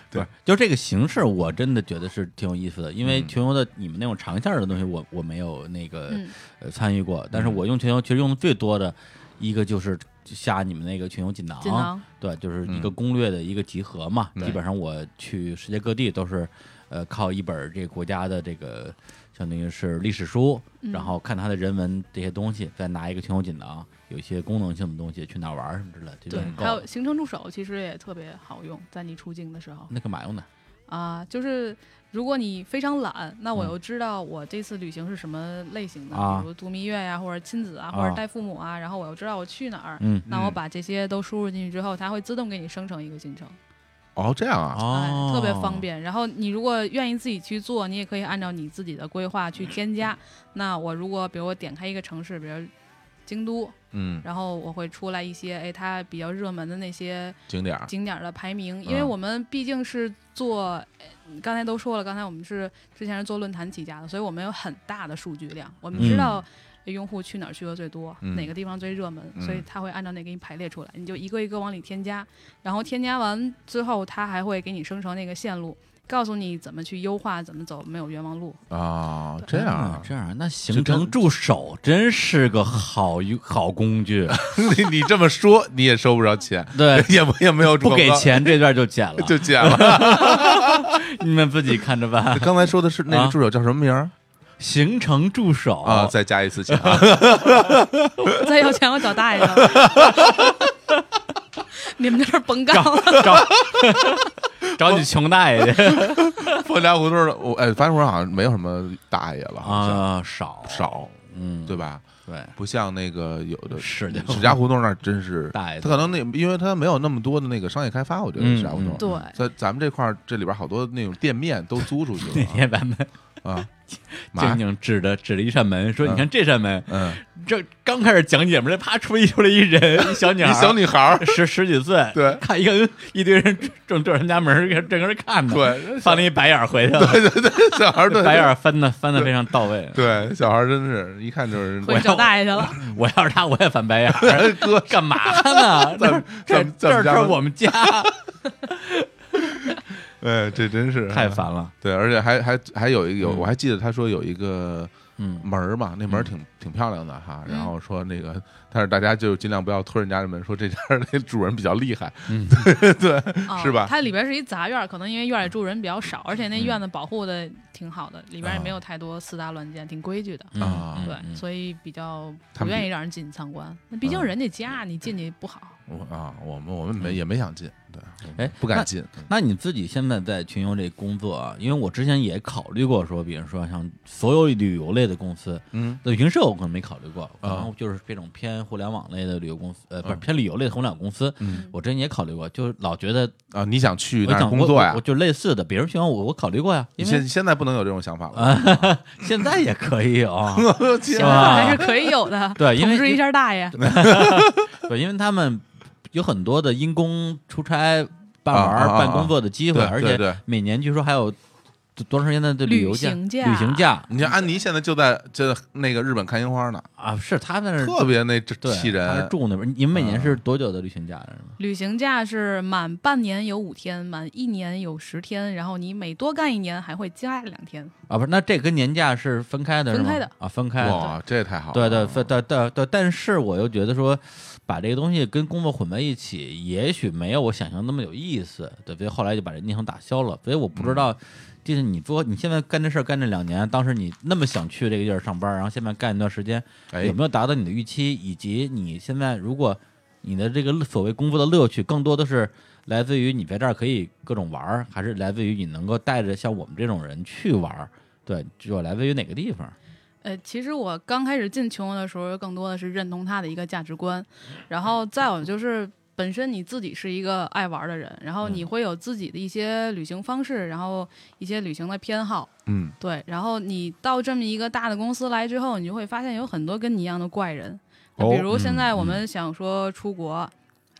Speaker 2: 对，
Speaker 1: 就这个形式，我真的觉得是挺有意思的，因为
Speaker 2: 嗯
Speaker 1: 群游的你们那种长线儿的东西我，我没有那个、
Speaker 3: 嗯
Speaker 1: 呃参与过，但是
Speaker 2: 嗯
Speaker 1: 我用群游其实用的最多的一个就是下你们那个群游锦囊，
Speaker 3: 锦囊
Speaker 1: 对，就是一
Speaker 2: 嗯
Speaker 1: 个攻略的一个集合嘛。
Speaker 2: 对
Speaker 1: 基本上我去世界各地都是，呃，靠一本这个国家的这个相当于是历史书，
Speaker 3: 嗯
Speaker 1: 然后看它的人文这些东西，再拿一个群游锦囊，有一些功能性的东西去哪儿玩儿什么之类的，这
Speaker 3: 对
Speaker 1: 种，够
Speaker 3: 还有
Speaker 1: 了。
Speaker 3: 行程助手其实也特别好用，在你出境的时候
Speaker 1: 那干嘛用的？
Speaker 3: 啊，就是。如果你非常懒，那我
Speaker 1: 嗯
Speaker 3: 又知道我这次旅行是什么类型的，
Speaker 1: 啊
Speaker 3: 比如度蜜月呀、或者亲子啊，或
Speaker 1: 啊
Speaker 3: 者带父母啊，然后我又知道我去哪儿，
Speaker 1: 嗯，
Speaker 3: 那我
Speaker 2: 嗯
Speaker 3: 把这些都输入进去之后，它会自动给你生成一个行程，
Speaker 2: 哦这样啊，
Speaker 1: 哦
Speaker 3: 哎，，特别方。便。然后你如果愿意自己去做，你也可以按照你自己的规划去添加。那我如果比如我点开一个城市，比如京都，
Speaker 2: 嗯，
Speaker 3: 然后我会出来一些哎它比较热门的那些
Speaker 2: 景点儿
Speaker 3: 景点儿的排名，因为
Speaker 2: 嗯
Speaker 3: 我们毕竟是做，哎刚才都说了，刚才我们是之前是做论坛起家的，所以我们有很大的数据量，我们知道。用户去哪儿去的最多，
Speaker 2: 嗯
Speaker 3: 哪个地方最热门，
Speaker 2: 嗯
Speaker 3: 所以他会按照那给你排列出来，你就一个一个往里添加，然后添加完之后，他还会给你生成那个线路，告诉你怎么去优化，怎么走没有冤枉路。 *laughs*
Speaker 2: 啊，这样
Speaker 1: 啊
Speaker 2: 啊，
Speaker 1: 这样啊，那行程助手真是个好一好工
Speaker 2: *laughs*
Speaker 1: 具，
Speaker 2: *laughs* 你你这么说你也收不着钱，，
Speaker 1: 对
Speaker 2: 也没也没有
Speaker 1: 不
Speaker 2: 广
Speaker 1: 给
Speaker 2: 告
Speaker 1: 钱啊这段就剪了，
Speaker 2: *laughs* 就
Speaker 1: *laughs*
Speaker 2: 减了。
Speaker 1: 你们自己看着办。
Speaker 2: 刚才说的是
Speaker 1: 啊
Speaker 2: 那个助手叫什么名儿
Speaker 1: 行程助手
Speaker 2: 啊？再加一次钱啊！
Speaker 3: 再要钱我找大爷去了。 *laughs* 你们在这儿甭干了，
Speaker 1: 找找你穷大
Speaker 2: *laughs*
Speaker 1: 爷去
Speaker 2: 冯家胡同的，我哎，樊家胡同好像没有什么大爷了，好像
Speaker 1: 啊，少，
Speaker 2: 少，
Speaker 1: 嗯，
Speaker 2: 对吧？
Speaker 1: 对，
Speaker 2: 不像那个有的
Speaker 1: 是的
Speaker 2: 史家胡同那儿真是
Speaker 1: *laughs* 大爷
Speaker 2: 他可能那因为他没有那么多的那个商业开发，我觉得
Speaker 1: 嗯
Speaker 2: 史家胡同
Speaker 1: 嗯。
Speaker 2: *laughs*
Speaker 3: 对，
Speaker 2: 在咱们这块儿，这里边好多那种店面都租出去
Speaker 1: 那
Speaker 2: 了
Speaker 1: 天咱们
Speaker 2: 啊啊，
Speaker 1: 静
Speaker 2: 嘛
Speaker 1: 静指着指着一扇门说：“
Speaker 2: 嗯
Speaker 1: 你看这扇门，
Speaker 2: 嗯，
Speaker 1: 这刚开始讲解嘛，这啪出一出来一人，一小女
Speaker 2: *laughs* 一
Speaker 1: 孩，
Speaker 2: 小女孩儿，
Speaker 1: 十十几岁，
Speaker 2: 对
Speaker 1: 看一个一堆人正对着他们家门儿跟正搁那看呢， *laughs*
Speaker 2: 对 *laughs*
Speaker 1: 翻了一白眼儿回去了，
Speaker 2: 对对对，小孩儿对
Speaker 1: 白眼儿翻的翻的非常到位。
Speaker 2: 对，小孩儿真是一看就是
Speaker 3: 回去找大爷去了。
Speaker 1: 我要是他，我也翻白眼儿，
Speaker 2: 哥
Speaker 1: 干嘛
Speaker 2: *laughs*
Speaker 1: 呢？
Speaker 2: 咱们
Speaker 1: 这
Speaker 2: 咱们
Speaker 1: 这
Speaker 2: 咱
Speaker 1: 这
Speaker 2: 们家
Speaker 1: 是我们家，
Speaker 2: 哎，这真是
Speaker 1: 太烦了。
Speaker 2: 对，而且还还还有一个有，
Speaker 1: 嗯
Speaker 2: 我还记得他说有一个
Speaker 1: 嗯
Speaker 2: 门儿嘛，那门儿挺、挺漂亮的哈。然后说那个，但是大家就尽量不要推人家的门，说这家儿的主人比较厉害，
Speaker 3: 啊
Speaker 2: 是吧
Speaker 3: 它里边是一杂院儿，可能因为院里住人比较少，而且
Speaker 1: 嗯
Speaker 3: 那院子保护的挺好的，里边也没有太多私搭乱建，挺规矩的。
Speaker 1: 啊嗯
Speaker 2: 啊
Speaker 1: 嗯
Speaker 3: 对，
Speaker 1: 嗯
Speaker 3: 所以比较
Speaker 2: 他
Speaker 3: 不
Speaker 2: 们
Speaker 3: 愿
Speaker 2: 比
Speaker 3: 意让人进去参观。那毕竟
Speaker 2: 嗯
Speaker 3: 人家家，你进去不
Speaker 1: *laughs*
Speaker 3: 好。
Speaker 2: 我啊，我们我们没也没想进，对，我们
Speaker 1: 哎
Speaker 2: 不敢进，
Speaker 1: 嗯那你自己现在在群游这工作啊，因为我之前也考虑过说，比如说像所有旅游类的公司，
Speaker 2: 嗯啊
Speaker 1: 旅行社我可能没考虑过，然后就是这种偏互联网类的旅游公司，呃，不是
Speaker 2: 嗯
Speaker 1: 偏旅游类的互联网公司，
Speaker 2: 嗯
Speaker 1: 我之前也考虑过，就是老觉得哎
Speaker 2: 啊，你想去
Speaker 1: 我
Speaker 2: 那儿
Speaker 1: 想
Speaker 2: 工作
Speaker 1: 我
Speaker 2: 呀
Speaker 1: 我？就类似的，比如像我我考虑过呀，
Speaker 2: 你
Speaker 1: 因
Speaker 2: 现
Speaker 1: 为
Speaker 2: 现在不能有这种想法 *laughs* 了，
Speaker 1: 啊现在也可以
Speaker 2: *laughs*
Speaker 1: 啊，
Speaker 3: 现
Speaker 1: 吧，
Speaker 3: 在还是可以有的
Speaker 1: 对因为
Speaker 3: 通知一下大爷。
Speaker 1: 对，因为他们有很多的因公出差、办玩
Speaker 2: 啊啊啊
Speaker 1: 儿、
Speaker 2: 啊
Speaker 1: 办工作的机会，
Speaker 2: 对
Speaker 1: 而
Speaker 2: 对
Speaker 1: 且
Speaker 2: 对
Speaker 1: 每年据说还有多长时间的这旅游假、
Speaker 3: 旅行假
Speaker 1: 旅行假
Speaker 2: 你看安妮现在就在就在那个日本看樱花呢，
Speaker 1: 啊，是他在那儿
Speaker 2: 特别那这
Speaker 1: 对，他是
Speaker 2: 气人。嗯
Speaker 1: 住那边。你们每年是多久的旅行假来着？
Speaker 3: 旅行假是满半年有五天，满一年有十天，然后你每多干一年还会加两天。
Speaker 1: 啊，不是，那这跟年假是分开的是吗，
Speaker 3: 分开的
Speaker 1: 啊，分开的。
Speaker 2: 哇，这也太好了！
Speaker 1: 对对，分但但但，但是我又觉得说，把这个东西跟工作混在一起，也许没有我想象那么有意思，对不对？后来就把这念想打消了，所以我
Speaker 2: 嗯
Speaker 1: 不知道，就是你做你现在干这事儿干这两年，当时你那么想去这个地儿上班，然后现在干一段时间，
Speaker 2: 哎
Speaker 1: 有没有达到你的预期，以及你现在如果你的这个乐所谓工作的乐趣，更多的是来自于你在这儿可以各种玩儿，还是来自于你能够带着像我们这种人去玩儿？对，主要来自于哪个地方？
Speaker 3: 呃，其实我刚开始进穷游的时候，更多的是认同他的一个价值观，
Speaker 2: 嗯
Speaker 3: *laughs* 然后再有就是本身你自己是一个爱玩的人，然后
Speaker 2: 嗯
Speaker 3: 你会有自己的一些旅行方式，然后一些旅行的偏好，
Speaker 2: 嗯，
Speaker 3: 对，然后你到这么一个大的公司来之后，你就会发现有很多跟你一样的怪人，就比
Speaker 2: 哦
Speaker 3: 如
Speaker 2: 嗯
Speaker 3: 现在我们想说出国、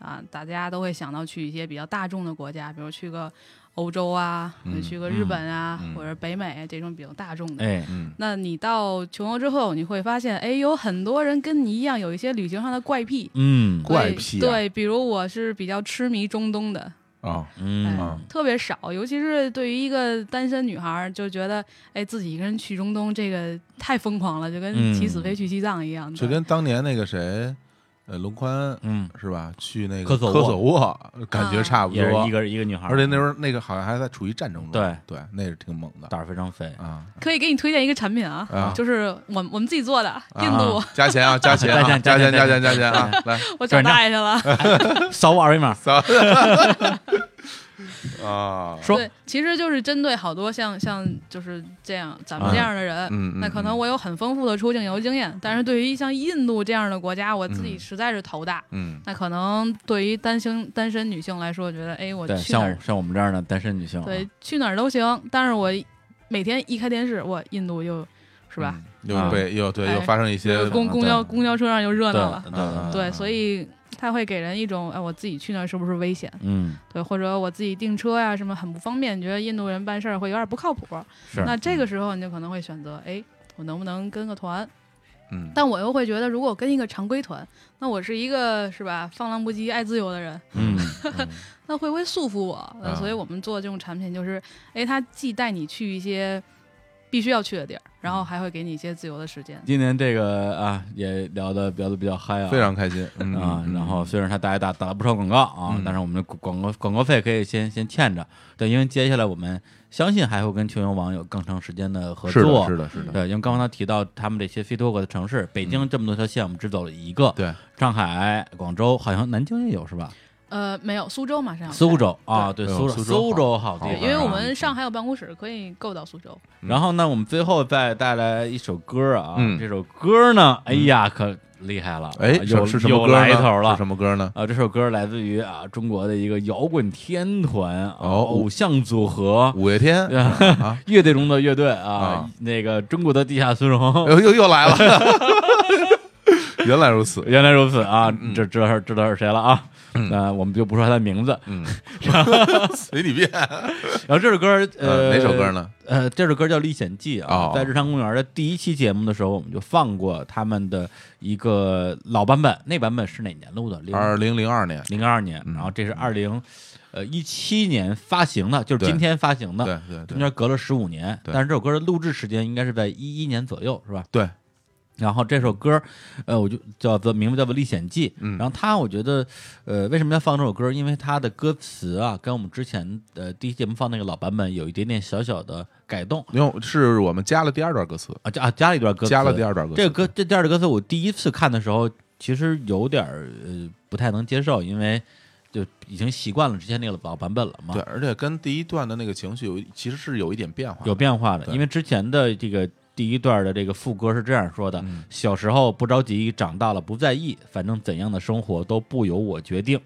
Speaker 3: 啊，大家都会想到去一些比较大众的国家，比如去个欧洲啊，或者
Speaker 2: 嗯
Speaker 3: 去个日本啊，
Speaker 2: 嗯嗯
Speaker 3: 或者北美这种比较大众的。
Speaker 1: 哎，
Speaker 2: 嗯，
Speaker 3: 那你到穷游之后，你会发现，哎，有很多人跟你一样有一些旅行上的怪癖。
Speaker 1: 嗯
Speaker 3: 对
Speaker 2: 怪癖啊
Speaker 3: 对，比如我是比较痴迷中东的，
Speaker 2: 啊，
Speaker 1: 嗯
Speaker 3: 哎，特别少，尤其是对于一个单身女孩儿，就觉得哎，自己一个人去中东这个太疯狂了，
Speaker 1: 嗯
Speaker 3: 就跟起死飞去西藏一样。
Speaker 2: 就跟当年那个谁，呃，龙宽
Speaker 1: 嗯，
Speaker 2: 是吧？去那
Speaker 1: 科
Speaker 2: 个
Speaker 1: 索沃啊
Speaker 2: 索沃，感觉差不
Speaker 1: 也是一
Speaker 2: 多。
Speaker 1: 个一个女孩儿，
Speaker 2: 而且那时候那个好像还在处于战争中，
Speaker 1: 对
Speaker 2: 对，那是挺猛的
Speaker 1: 胆儿非常 *laughs* 肥，
Speaker 2: 啊！
Speaker 3: 可以给你推荐一个产品啊，
Speaker 2: 啊
Speaker 3: 就是我们我们自己做的印度，
Speaker 1: 啊
Speaker 2: 加钱啊，加钱
Speaker 1: 加
Speaker 2: 啊，
Speaker 1: 钱
Speaker 2: 加钱，
Speaker 1: 加
Speaker 2: 加
Speaker 1: 钱
Speaker 2: 钱，加钱啊！来
Speaker 3: 我找
Speaker 1: 转账
Speaker 3: 大爷去了。
Speaker 1: 扫我二维 *laughs* 码，
Speaker 2: 啊，
Speaker 1: 说
Speaker 3: 对，其实就是针对好多像像就是这样咱们这样的人，
Speaker 2: 嗯嗯
Speaker 3: 那可能我有很丰富的出境游经验，但是对于像印度这样的国家，我自己实在是头大。
Speaker 2: 嗯，
Speaker 3: 那可能对于单身单身女性来说，觉得哎，我
Speaker 1: 对，
Speaker 3: 去哪儿
Speaker 1: 像像我们这样的单身女性啊，
Speaker 3: 对去哪儿都行，但是我每天一开电视，我印度又是吧，
Speaker 2: 嗯？
Speaker 1: 啊
Speaker 2: 又被又对
Speaker 3: 哎
Speaker 2: 又发生一些啊
Speaker 3: 公公交
Speaker 2: 对
Speaker 3: 公交车上又热
Speaker 1: 对
Speaker 3: 闹了，
Speaker 1: 对
Speaker 2: 嗯
Speaker 1: 对，
Speaker 3: 对，所以它会给人一种哎，我自己去那儿是不是危险？
Speaker 1: 嗯，
Speaker 3: 对，或者我自己订车呀、什么很不方便，觉得印度人办事儿会有点不靠谱。
Speaker 1: 是
Speaker 3: 那这个时候你就可能会选择，哎，我能不能跟个团？
Speaker 2: 嗯，
Speaker 3: 但我又会觉得，如果我跟一个常规团，那我是一个是吧，放浪不羁、爱自由的人，
Speaker 1: 嗯，
Speaker 3: 那会不会束缚我？呃
Speaker 2: 啊
Speaker 3: 所以我们做这种产品就是，哎，它既带你去一些必须要去的地儿，然后还会给你一些自由的时间。
Speaker 1: 今年这个啊也聊的聊的比较嗨啊，
Speaker 2: 非常开心嗯
Speaker 1: 啊，
Speaker 2: 嗯
Speaker 1: 然后虽然他打也打打了不少广告啊，
Speaker 2: 嗯
Speaker 1: 但是我们的广告广告费可以先先欠着，对，因为接下来我们相信还会跟穷游网有更长时间的合
Speaker 2: 是的，
Speaker 1: 作，嗯
Speaker 2: 是的，是的，嗯
Speaker 1: 对，因为刚刚他提到他们这些非多国的城市，北京这么多条线，我们只走了一个，
Speaker 2: 对，
Speaker 1: 上海、广州，好像南京也有是吧？
Speaker 3: 呃，没有，苏州马上要
Speaker 1: 苏
Speaker 3: 开。
Speaker 1: 州啊，对，
Speaker 2: 哎呦
Speaker 1: 苏
Speaker 2: 苏州
Speaker 1: 苏
Speaker 2: 好
Speaker 1: 州好地
Speaker 2: 好
Speaker 1: 方
Speaker 3: 对，
Speaker 1: 啊，
Speaker 3: 因为我们上海有办公室，可以够到苏州。
Speaker 1: 然后呢，我们最后再带来一首歌啊，
Speaker 2: 嗯
Speaker 1: 这首歌呢，哎呀，可厉害了，啊
Speaker 2: 哎，
Speaker 1: 有
Speaker 2: 是是什么
Speaker 1: 有
Speaker 2: 歌呢
Speaker 1: 来头
Speaker 2: 是
Speaker 1: 了。
Speaker 2: 什么歌呢？
Speaker 1: 啊，这首歌来自于啊中国的一个摇滚天团啊、
Speaker 2: 哦
Speaker 1: 偶像组合、
Speaker 2: 五月
Speaker 1: *laughs*
Speaker 2: 天啊，
Speaker 1: 乐队中的乐队啊，
Speaker 2: 啊
Speaker 1: 那个中国的地下孙荣，
Speaker 2: 又又又来了，原来如此，
Speaker 1: *laughs* *laughs* 原来如此啊，
Speaker 2: 嗯
Speaker 1: 这知道是知道是谁了啊，那我们就不说他的名字。
Speaker 2: 嗯，随你便。
Speaker 1: 然后这首歌呃
Speaker 2: 哪首歌？呢？
Speaker 1: 呃，这首歌叫《历险记》啊，
Speaker 2: 哦
Speaker 1: 在日常公园的第一期节目的时候，我们就放过他们的一个老版本，那版本是哪年录的？零
Speaker 2: 二零零二年，
Speaker 1: 零二年，
Speaker 2: 嗯
Speaker 1: 然后这是二零呃一七年发行的，就是
Speaker 2: 对
Speaker 1: 今天发行的，
Speaker 2: 对对
Speaker 1: 中
Speaker 2: 对
Speaker 1: 间隔了十五年，
Speaker 2: 对
Speaker 1: 但是这首歌的录制时间应该是在一一年左右，是吧？
Speaker 2: 对，
Speaker 1: 然后这首歌，呃，我就叫做名字叫做《历险记》。
Speaker 2: 嗯
Speaker 1: 然后它，我觉得，呃，为什么要放这首歌？因为它的歌词啊，跟我们之前呃第一节目放那个老版本有一点点小小的改动
Speaker 2: 因为是我们加了第二段歌词，
Speaker 1: 啊，加啊加了一段歌词，
Speaker 2: 加了第二段歌词。
Speaker 1: 这个歌这第二段歌词，我第一次看的时候，其实有点儿呃不太能接受，因为就已经习惯了之前那个老版本了嘛。
Speaker 2: 对，，而且跟第一段的那个情绪有其实是有一点变化的。
Speaker 1: 有变化的，
Speaker 2: 啊对
Speaker 1: 因为之前的这个第一段的这个副歌是这样说的：
Speaker 2: 嗯
Speaker 1: 小时候不着急，长大了不在意，反正怎样的生活都不由我决定，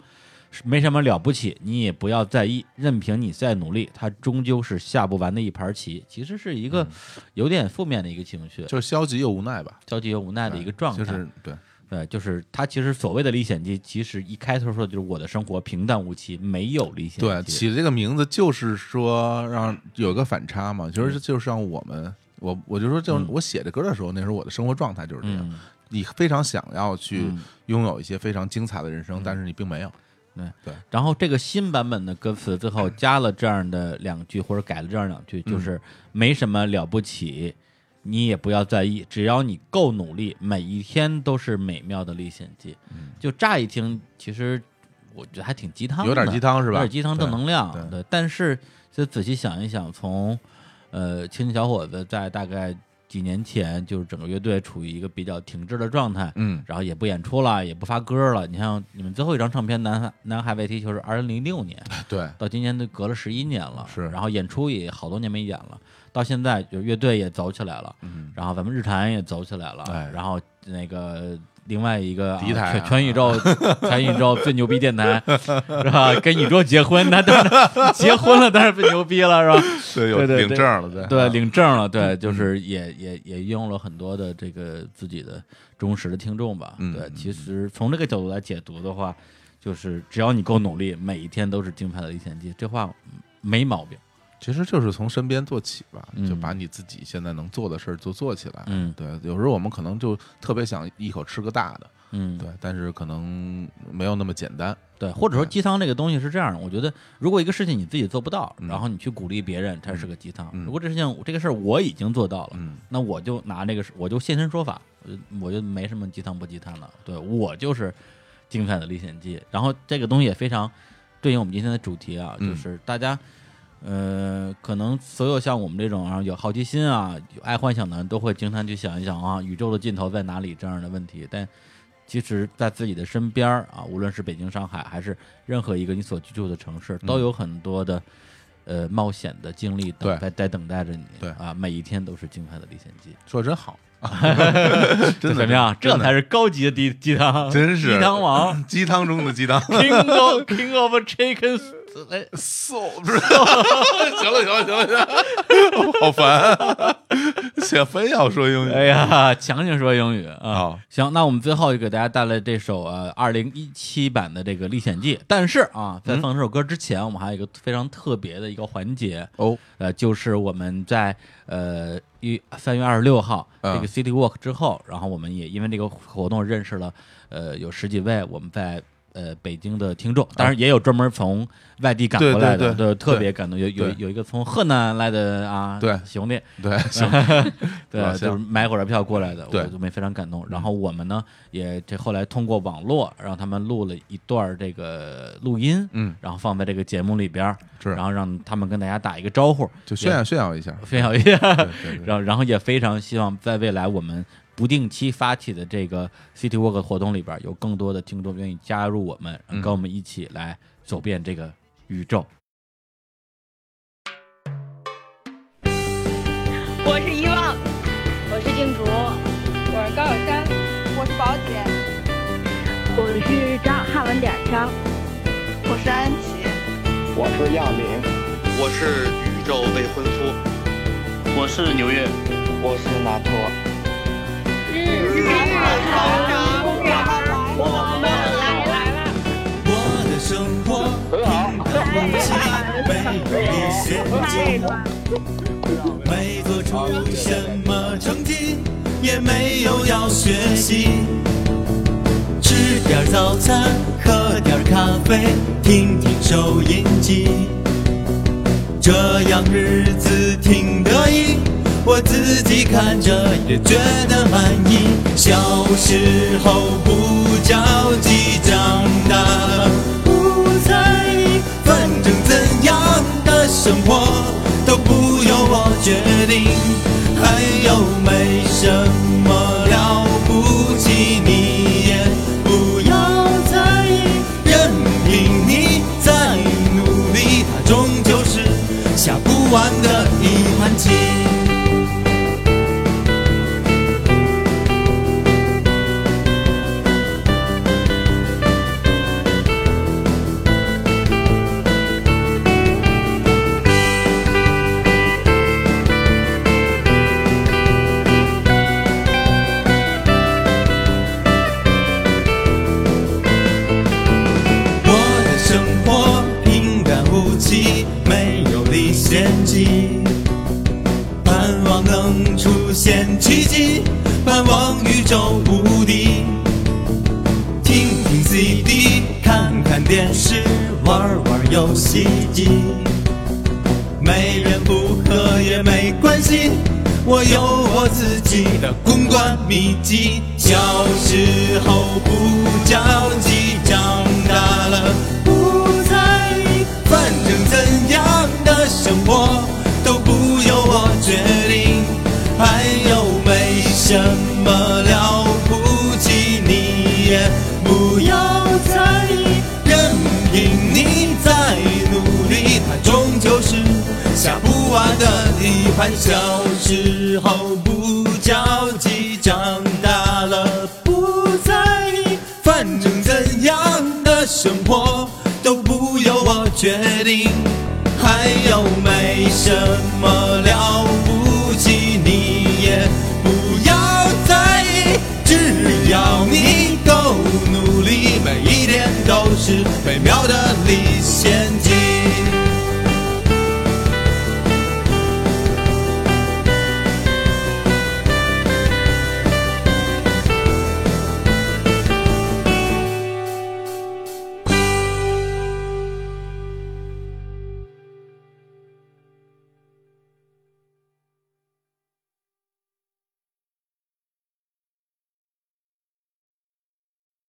Speaker 1: 是没什么了不起，你也不要在意，任凭你再努力，它终究是下不完的一盘棋。其实是一个有点负面的一个情绪，
Speaker 2: 嗯就是消极又无奈吧，
Speaker 1: 焦急又无奈的一个状态。
Speaker 2: 就是对，
Speaker 1: 对，就是他其实所谓的历险记，其实一开头说的就是我的生活平淡无奇，没有历险
Speaker 2: 对，
Speaker 1: 记。
Speaker 2: 起这个名字就是说让有个反差嘛，其实就是让我们，我我就说这种，
Speaker 1: 嗯
Speaker 2: 我写这歌的时候，那时候我的生活状态就是这样，
Speaker 1: 嗯，
Speaker 2: 你非常想要去
Speaker 1: 嗯
Speaker 2: 拥有一些非常精彩的人生，但是你并没有。
Speaker 1: 然后这个新版本的歌词最后加了这样的两句，或者改了这样两句，
Speaker 2: 嗯
Speaker 1: 就是没什么了不起，你也不要在意，只要你够努力，每一天都是美妙的历险记。
Speaker 2: 嗯
Speaker 1: 就乍一听，其实我觉得还挺鸡汤的，
Speaker 2: 有点鸡汤是吧
Speaker 1: 有点鸡汤正能量。
Speaker 2: 对对
Speaker 1: 但是就仔细想一想，从呃青年小伙子在大概几年前，就是整个乐队处于一个比较停滞的状态，
Speaker 2: 嗯，
Speaker 1: 然后也不演出了，也不发歌了。你像你们最后一张唱片《南海南海外踢球》是二零零六年，
Speaker 2: 对，
Speaker 1: 到今年都隔了十一年了，
Speaker 2: 是
Speaker 1: 然后演出也好多年没演了，到现在就乐队也走起来了，
Speaker 2: 嗯，
Speaker 1: 然后咱们日坛也走起来了，
Speaker 2: 哎
Speaker 1: 然后那个。另外一个啊
Speaker 2: 敌台啊
Speaker 1: 全全宇宙， *laughs* 全宇宙最牛逼电台是吧？跟宇宙结婚，那当然结婚了，当然不牛逼了是吧？
Speaker 2: 对，有
Speaker 1: 对对
Speaker 2: 领证了，对
Speaker 1: 对，领证了，对，
Speaker 2: 嗯
Speaker 1: 就是也也也用了很多的这个自己的忠实的听众吧。
Speaker 2: 嗯
Speaker 1: 对
Speaker 2: 嗯，
Speaker 1: 其实从这个角度来解读的话，就是只要你够努力，每一天都是精彩的历险记，这话嗯没毛病。
Speaker 2: 其实就是从身边做起吧，
Speaker 1: 嗯
Speaker 2: 就把你自己现在能做的事儿就做起来。
Speaker 1: 嗯
Speaker 2: 对，有时候我们可能就特别想一口吃个大的，
Speaker 1: 嗯，
Speaker 2: 对，但是可能没有那么简单。
Speaker 1: 对，或者说
Speaker 2: 对
Speaker 1: 鸡汤这个东西是这样的，我觉得如果一个事情你自己做不到，
Speaker 2: 嗯
Speaker 1: 然后你去鼓励别人，它是个鸡汤。
Speaker 2: 嗯
Speaker 1: 如果这事情这个事儿我已经做到了，
Speaker 2: 嗯，
Speaker 1: 那我就拿这个事，我就现身说法，我就我就没什么鸡汤不鸡汤的，对我就是精彩的历险记。然后这个东西也非常对应我们今天的主题啊，
Speaker 2: 嗯
Speaker 1: 就是大家。呃，可能所有像我们这种啊有好奇心啊、有爱幻想的人，都会经常去想一想啊，宇宙的尽头在哪里这样的问题。但其实，在自己的身边儿啊，无论是北京、上海，还是任何一个你所居住的城市，都有很多的呃冒险的经历
Speaker 2: 嗯对
Speaker 1: 等在在等待着你。
Speaker 2: 对
Speaker 1: 啊，每一天都是精彩的历险记。
Speaker 2: 说的
Speaker 1: *laughs*
Speaker 2: 真好，真的
Speaker 1: 怎么样？
Speaker 2: 真
Speaker 1: 这
Speaker 2: 的
Speaker 1: 才是高级的鸡鸡汤，
Speaker 2: *laughs* 真是
Speaker 1: 鸡汤
Speaker 2: *laughs*
Speaker 1: 王
Speaker 2: 鸡汤中的
Speaker 1: *laughs*
Speaker 2: 鸡汤。
Speaker 1: ，King of King of Chicken。哎，
Speaker 2: so，不是 *laughs* 行了行了行了行了，好烦、啊，且非要说英语。
Speaker 1: 哎呀，强行说英语啊！
Speaker 2: 嗯好，
Speaker 1: 行，那我们最后就给大家带来这首呃二零一七版的这个《历险记》，但是啊，
Speaker 2: 嗯
Speaker 1: 在放这首歌之前，我们还有一个非常特别的一个环节，
Speaker 2: 哦，
Speaker 1: 呃，就是我们在呃一三月二十六号
Speaker 2: 嗯
Speaker 1: 这个 City Walk 之后，然后我们也因为这个活动认识了呃有十几位我们在呃北京的听众，当然也有专门从外地赶
Speaker 2: 啊对
Speaker 1: 过来的，
Speaker 2: 对对
Speaker 1: 特
Speaker 2: 对
Speaker 1: 别感动。有有
Speaker 2: 对
Speaker 1: 有一个从河南来的啊，
Speaker 2: 对
Speaker 1: 兄弟，
Speaker 2: 对，行，
Speaker 1: 对
Speaker 2: 老，乡
Speaker 1: 就是买火车票过来的，
Speaker 2: 对嗯
Speaker 1: 我就没非常感动。然后我们呢，也这后来通过网络让他们录了一段儿这个录音，
Speaker 2: 嗯，
Speaker 1: 然后放在这个节目里边儿，
Speaker 2: 是
Speaker 1: 然后让他们跟大家打一个招呼，
Speaker 2: 就炫耀炫耀一
Speaker 1: *laughs*
Speaker 2: 下。
Speaker 1: 分享一下。
Speaker 2: 对对对
Speaker 1: 然后然后也非常希望在未来我们不定期发起的这个 City Walk 活动里边，有更多的听众愿意加入我们，
Speaker 2: 嗯
Speaker 1: 跟我们一起来走遍这个宇宙。
Speaker 6: 我是遗忘，我是静竹，我是高晓山，我是宝姐，我是张汉文点张，我是安琪。
Speaker 7: 我是亚明，
Speaker 8: 我是宇宙未婚夫。
Speaker 9: 我是纽约，
Speaker 7: 我是拿破。
Speaker 5: 我的生活平淡无奇，没历险记，没做出什么成绩，也没有要学习。吃点早餐，喝点咖啡，听听收音机，这样日子挺得意。我自己看着也觉得满意。小时候不着急，长大无猜，反正怎样的生活都不由我决定。还有没什么了不起，你也不要在意，任凭你再努力，它终究是下不完的一盘棋。
Speaker 10: 电视，玩玩游戏机。没人不可也没关系，我有我自己的公关秘籍。小时候不着急，长大了不在意，反正怎样的生活都不由我决定。还有没什么了不起，你也不要在意，任凭你再努力，它终究是下不完的地盘。小时候不着急，长大了不在意，反正怎样的生活都不由我决定。还有没什么了不起，你也不要在意，只要你够